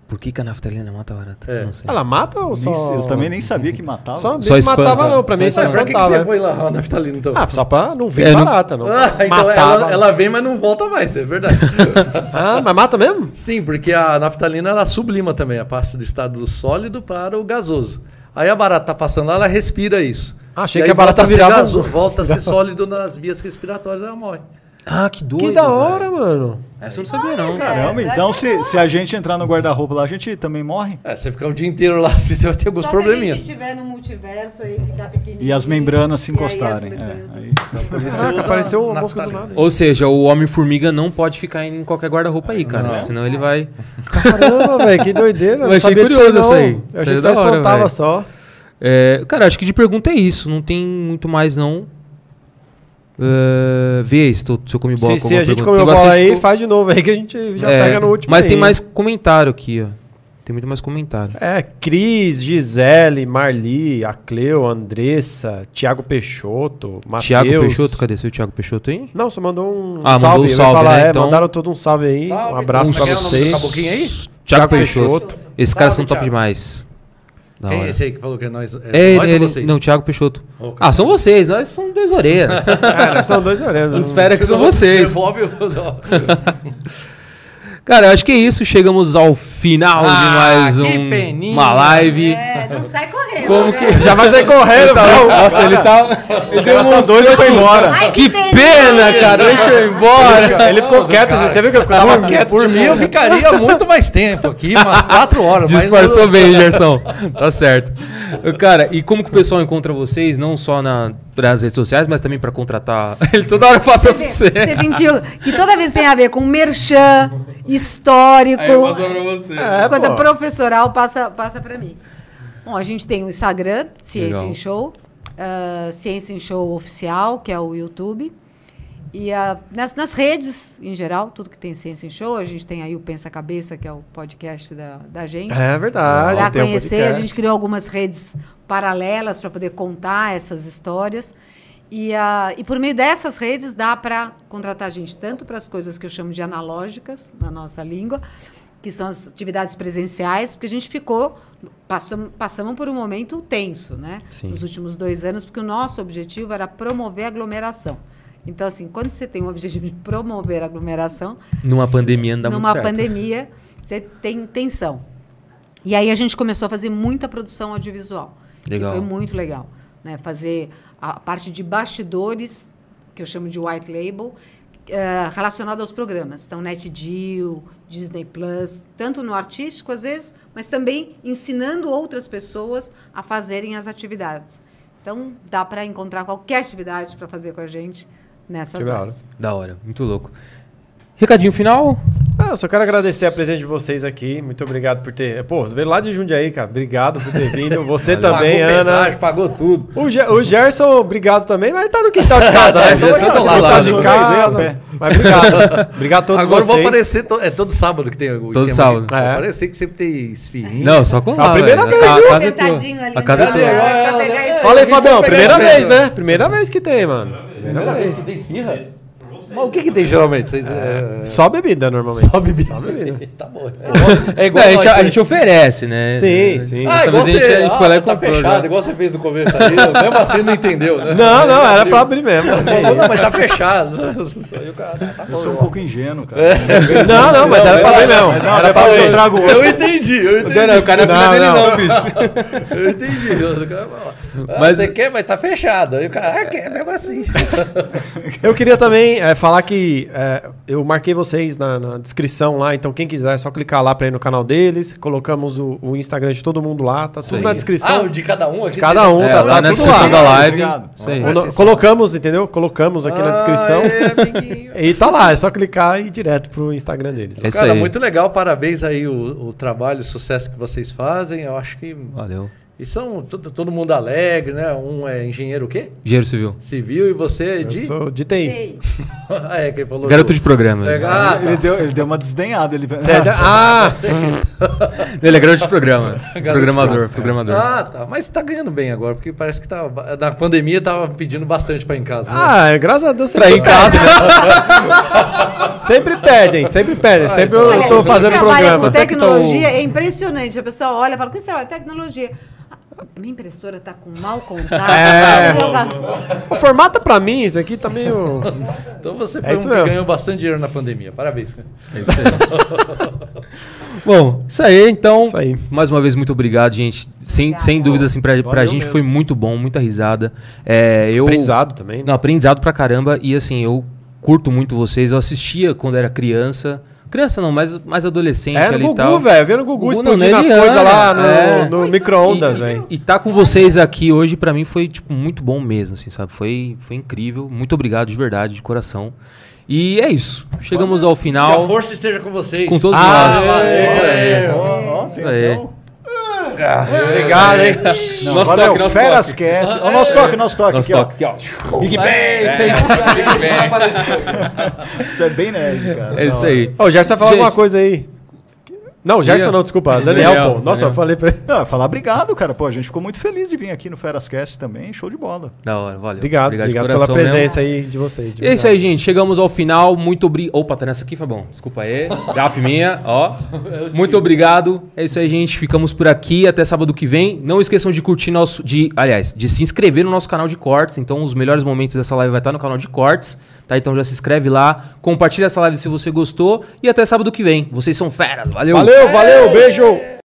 Por que, que a naftalina mata barata?
É.
Não sei.
Ela mata ou só...
Nem sei,
tá
Eu também nem sabia que matava.
Só,
Só
só matava
espanta.
não, pra mim
Mas
só
pra que, que
espantava.
você põe lá a naftalina então?
né? Ah, só pra não vir
É, não-
barata, não.
Ah, então ela, ela vem, mas não volta mais, é verdade.
Ah, mas mata mesmo?
Sim, porque a naftalina ela sublima também, a passa do estado sólido para o gasoso. Aí a barata tá passando lá, ela respira isso.
Ah, achei
E
que
aí
a barata
volta a ser
virava
gaso-
um-
volta a ser sólido nas vias respiratórias, ela morre.
Ah, que doido.
Que da
velho.
hora, mano.
Essa eu não sabia, não.
Caramba,
Essa-
então
essa
se, se a gente entrar no guarda-roupa lá, a gente também morre?
É, você ficar o dia inteiro lá assim, você vai ter alguns
Só
probleminhas.
Se a gente estiver no multiverso aí, ficar pequenininho.
E as membranas se
e aí as
encostarem. é,
membranas-
aí-
Caraca,
um
apareceu uma mosca do nada.
Ou seja, o Homem-Formiga não pode ficar em qualquer guarda-roupa aí, cara.
Não.
Senão ele vai.
Caramba, velho, que doideira.
Eu
não
achei
sabia disso
curioso
não.
essa aí.
Eu
Essa
achei
aí
que só
é da hora,
espantava
velho.
só.
É, cara, acho que de pergunta é isso. Não tem muito mais, não. É, vê aí se, tô, se eu comi bola
Se,
com
se a
alguma
gente
pergunta.
comeu
Tem
bola
bastante
aí,
co-
faz de novo aí que a gente já
É,
pega no último.
Mas tem
aí.
mais comentário aqui, ó. Tem muito mais comentário.
É, Cris, Gisele, Marli, a Cleo, Andressa, Thiago Peixoto, Matheus.
Tiago Peixoto, cadê seu Thiago Peixoto aí?
Não, só mandou um
Ah, mandou
salve.
um
Eu ia
salve,
falar,
né?
é,
Então-
mandaram todo um salve aí.
Salve,
um abraço
como
pra
é que é o nome do
vocês.
caboclinho aí?
Thiago
Thiago Peixoto.
Peixoto. Esses caras são
Salve,
top
Thiago.
demais. Da
Quem
hora.
é esse aí que falou que é nós? É,
É,
nós
ele,
ou vocês?
Não, Thiago Peixoto.
Ô, cara.
Ah, são vocês, nós somos dois orelhas.
Cara, são dois
Não
orelhas.
espera que são vocês.
Devolve o... não.
Cara, eu acho que é isso. Chegamos ao final de
Ah,
mais
que
um,
peninha.
uma live.
né?
É, não sai correndo.
Como
né?
que.
Já vai sair correndo, não.
Nossa, ele tá. Ele deu uma
doido foi embora.
Ai,
Que pena, cara. Deixa eu ir embora.
Ele ficou quieto, assim, você viu que ele ficou quieto?
Por
tipo,
mim, eu ficaria muito mais tempo aqui, umas quatro horas. mas
Disfarçou bem, Gerson. Tá certo. Cara, e como que o pessoal encontra vocês, não só na, nas redes sociais, mas também pra contratar. Ele toda hora passa pra você.
Você sentiu que toda vez tem a ver com merchan, histórico,
você.
É,
coisa
pô.
professoral, passa, passa pra mim. Bom, a gente tem o Instagram, Ciência
Legal.
em Show, ah, Ciência em Show Oficial, que é o YouTube. E ah, nas, nas redes, em geral, tudo que tem Ciência em Show, a gente tem aí o Pensa Cabeça, que é o podcast da, da gente.
É verdade.
para
tem um
conhecer. A
podcast.
gente criou algumas redes paralelas para poder contar essas histórias. E, ah, e por meio dessas redes dá para contratar gente tanto para as coisas que eu chamo de analógicas, na nossa língua, que são as atividades presenciais, porque a gente ficou, passamos, passamos por um momento tenso, né?
Sim.
Nos últimos dois anos, porque o nosso objetivo era promover a aglomeração. Então, assim, quando você tem o objetivo de promover a aglomeração,
Numa pandemia não dá
numa
muito certo.
pandemia, você tem tensão. E aí a gente começou a fazer muita produção audiovisual. que
Legal.
foi muito legal. Né? Fazer a parte de bastidores, que eu chamo de white label, eh, relacionado aos programas. Então, NetDeal, Disney Plus, tanto no artístico, às vezes, mas também ensinando outras pessoas a fazerem as atividades. Então, dá para encontrar qualquer atividade para fazer com a gente nessas
Que da
áreas.
Da hora, muito louco. Recadinho final?
Ah, eu só quero agradecer a presença de vocês aqui. Muito obrigado por ter. Pô, você veio lá de Jundiaí, cara. Obrigado por ter vindo. Você também,
pagou
Ana.
pedágio, pagou tudo.
O, Ge- o Gerson, obrigado também, mas ele tá no quintal de casa, né?
É, o Gerson
tá no
tá lá,
quintal
lá,
de
né?
casa.
Vai ver,
Mas obrigado. Obrigado a todos
Agora
vocês.
eu vou aparecer, to- é todo sábado que tem o
Todo
esquema
sábado.
aqui.
É.
Vou aparecer que sempre tem esfirrinha.
Não, só com
a
lá,
primeira
velho.
vez,
a,
viu?
a casa é
Sentadinho
tua.
ali
A
no
casa é
lugar,
tua.
pra pegar esse-
Fala aí, Fabião.
pegar
Primeira
esse
vez,
tema.
né? Primeira vez que tem, mano. Primeira vez.
tem esfirra? Mas o que que tem geralmente? Vocês, é,
Só bebida, normalmente.
Só bebida. tá bom. É igual,
Não,
é igual
a, gente,
nós,
a
né?
gente oferece, né?
Sim, sim.
Ah,
Dessa
igual
vez a gente-
você,
a gente foi lá e
ah, tá
comprou,
fechado,
já.
igual você fez no começo ali. mesmo assim não entendeu, né?
Não, não, era pra abrir mesmo.
Não, não, mas tá fechado. Aí o cara, tá
Eu
bom,
sou um
irmão.
pouco ingênuo,
É.
cara.
Não, não, mas era pra abrir mesmo.
Não,
Era pra
depois
abrir.
eu trago outro.
Eu entendi, eu entendi.
Não, o cara é
Não,
filha dele
não.
não, bicho.
Eu entendi. Eu- eu- Ah,
Mas-
você quer, mas tá fechado. Aí o cara, ah, quer mesmo assim.
Eu queria também eh, falar que eh, eu marquei vocês na, na descrição lá, então quem quiser é só clicar lá pra ir no canal deles. Colocamos o, o Instagram de todo mundo lá, tá tudo na
Ah,
descrição.
o de cada um aqui.
de cada um,
É,
tá,
lá
tá
na
tudo
descrição da
lá.
live.
Obrigado.
Isso aí.
O no- colocamos, entendeu? Colocamos
Ah,
aqui na descrição.
é,
E tá lá, é só clicar e ir direto pro Instagram deles.
É isso
Cara,
aí.
um muito legal, parabéns aí o, o trabalho, o sucesso que vocês fazem. Eu acho que.
Valeu.
E são todo, todo mundo alegre, né? Um é engenheiro o quê?
Dinheiro civil.
Civil e você é
Eu
de.
sou de TI.
Sei.
ah, é, quem falou.
Garoto
do-
de programa.
É, ah,
Ele deu, ele deu uma desdenhada. Ele...
Você é da- Ah,
Ele é garoto de programa. programador, programador.
Ah, tá. Mas tá ganhando bem agora, porque parece que tá. Na pandemia tava pedindo bastante pra ir em casa. né?
ah, é, graças a Deus
pra ir em casa.
Sempre pedem, sempre pedem. Sempre eu
Olha,
tô
quem
fazendo
trabalha
programa.
com tecnologia é impressionante. A pessoa olha e fala, o que você trabalha? Tecnologia. Ah, Minha impressora está com mau contato. tá
É.
Ela-
O formato pra mim, isso aqui tá meio.
Então você
É
foi um
isso
que
mesmo.
ganhou bastante dinheiro na pandemia. Parabéns, cara.
Bom, isso aí, então.
Isso aí.
Mais uma vez, muito obrigado, gente. Sem, sem dúvida, assim, pra, pra
Valeu
gente
mesmo.
foi muito bom, muita risada. É, eu,
Aprendizado também. né?
Não, aprendizado pra caramba. E assim, eu curto muito vocês. Eu assistia quando era criança. Criança não, mas mais adolescente
É, no
ali e
Gugu,
tal.
velho. Vendo o Gugu,
Gugu
explodindo
não,
as
nem
coisas
era.
lá no,
É.
no micro-ondas,
E-
velho.
E, e tá com vocês aqui hoje, pra mim, foi, tipo, muito bom mesmo, assim, sabe? Foi, foi incrível. Muito obrigado de verdade, de coração. E é isso. Chegamos ao
Que a
final
força esteja com vocês.
com todos
Ah,
nós.
é isso aí.
Ó, ó, tem até
aí.
um-
Obrigado, hein?
Não,
Nosso
valeu,
toque, nosso
Feras Cast. Ó, nosso toque, nosso toque.
Nosso
aqui, ó.
toque.
Big Bang.
Isso é bem nerd, cara.
É isso aí.
Ô, o Gerson vai falar
Gente.
alguma coisa aí. Não, o Gerson
Daniel.
não, desculpa. Daniel,
Daniel,
pô. Nossa,
Daniel.
eu falei pra ele.
Não, eu ia falar obrigado, cara. Pô, a gente ficou muito feliz de vir aqui no Ferascast também. Show de bola.
Da hora, valeu.
Obrigado, obrigado,
de
pela
coração mesmo.
presença aí de vocês. de
E É isso
verdade.
aí, gente. Chegamos ao final. Muito obrigado. Opa, tá nessa aqui, foi bom. Desculpa aí. Gafe minha, ó. Muito obrigado. É isso aí, gente. Ficamos por aqui. Até sábado que vem. Não esqueçam de curtir nosso. De, aliás, de se inscrever no nosso canal de cortes. Então, os melhores momentos dessa live vai estar no canal de cortes. Tá? Então já se inscreve lá. Compartilha essa live se você gostou. E até sábado que vem. Vocês são feras. Valeu.
Valeu, valeu, beijo.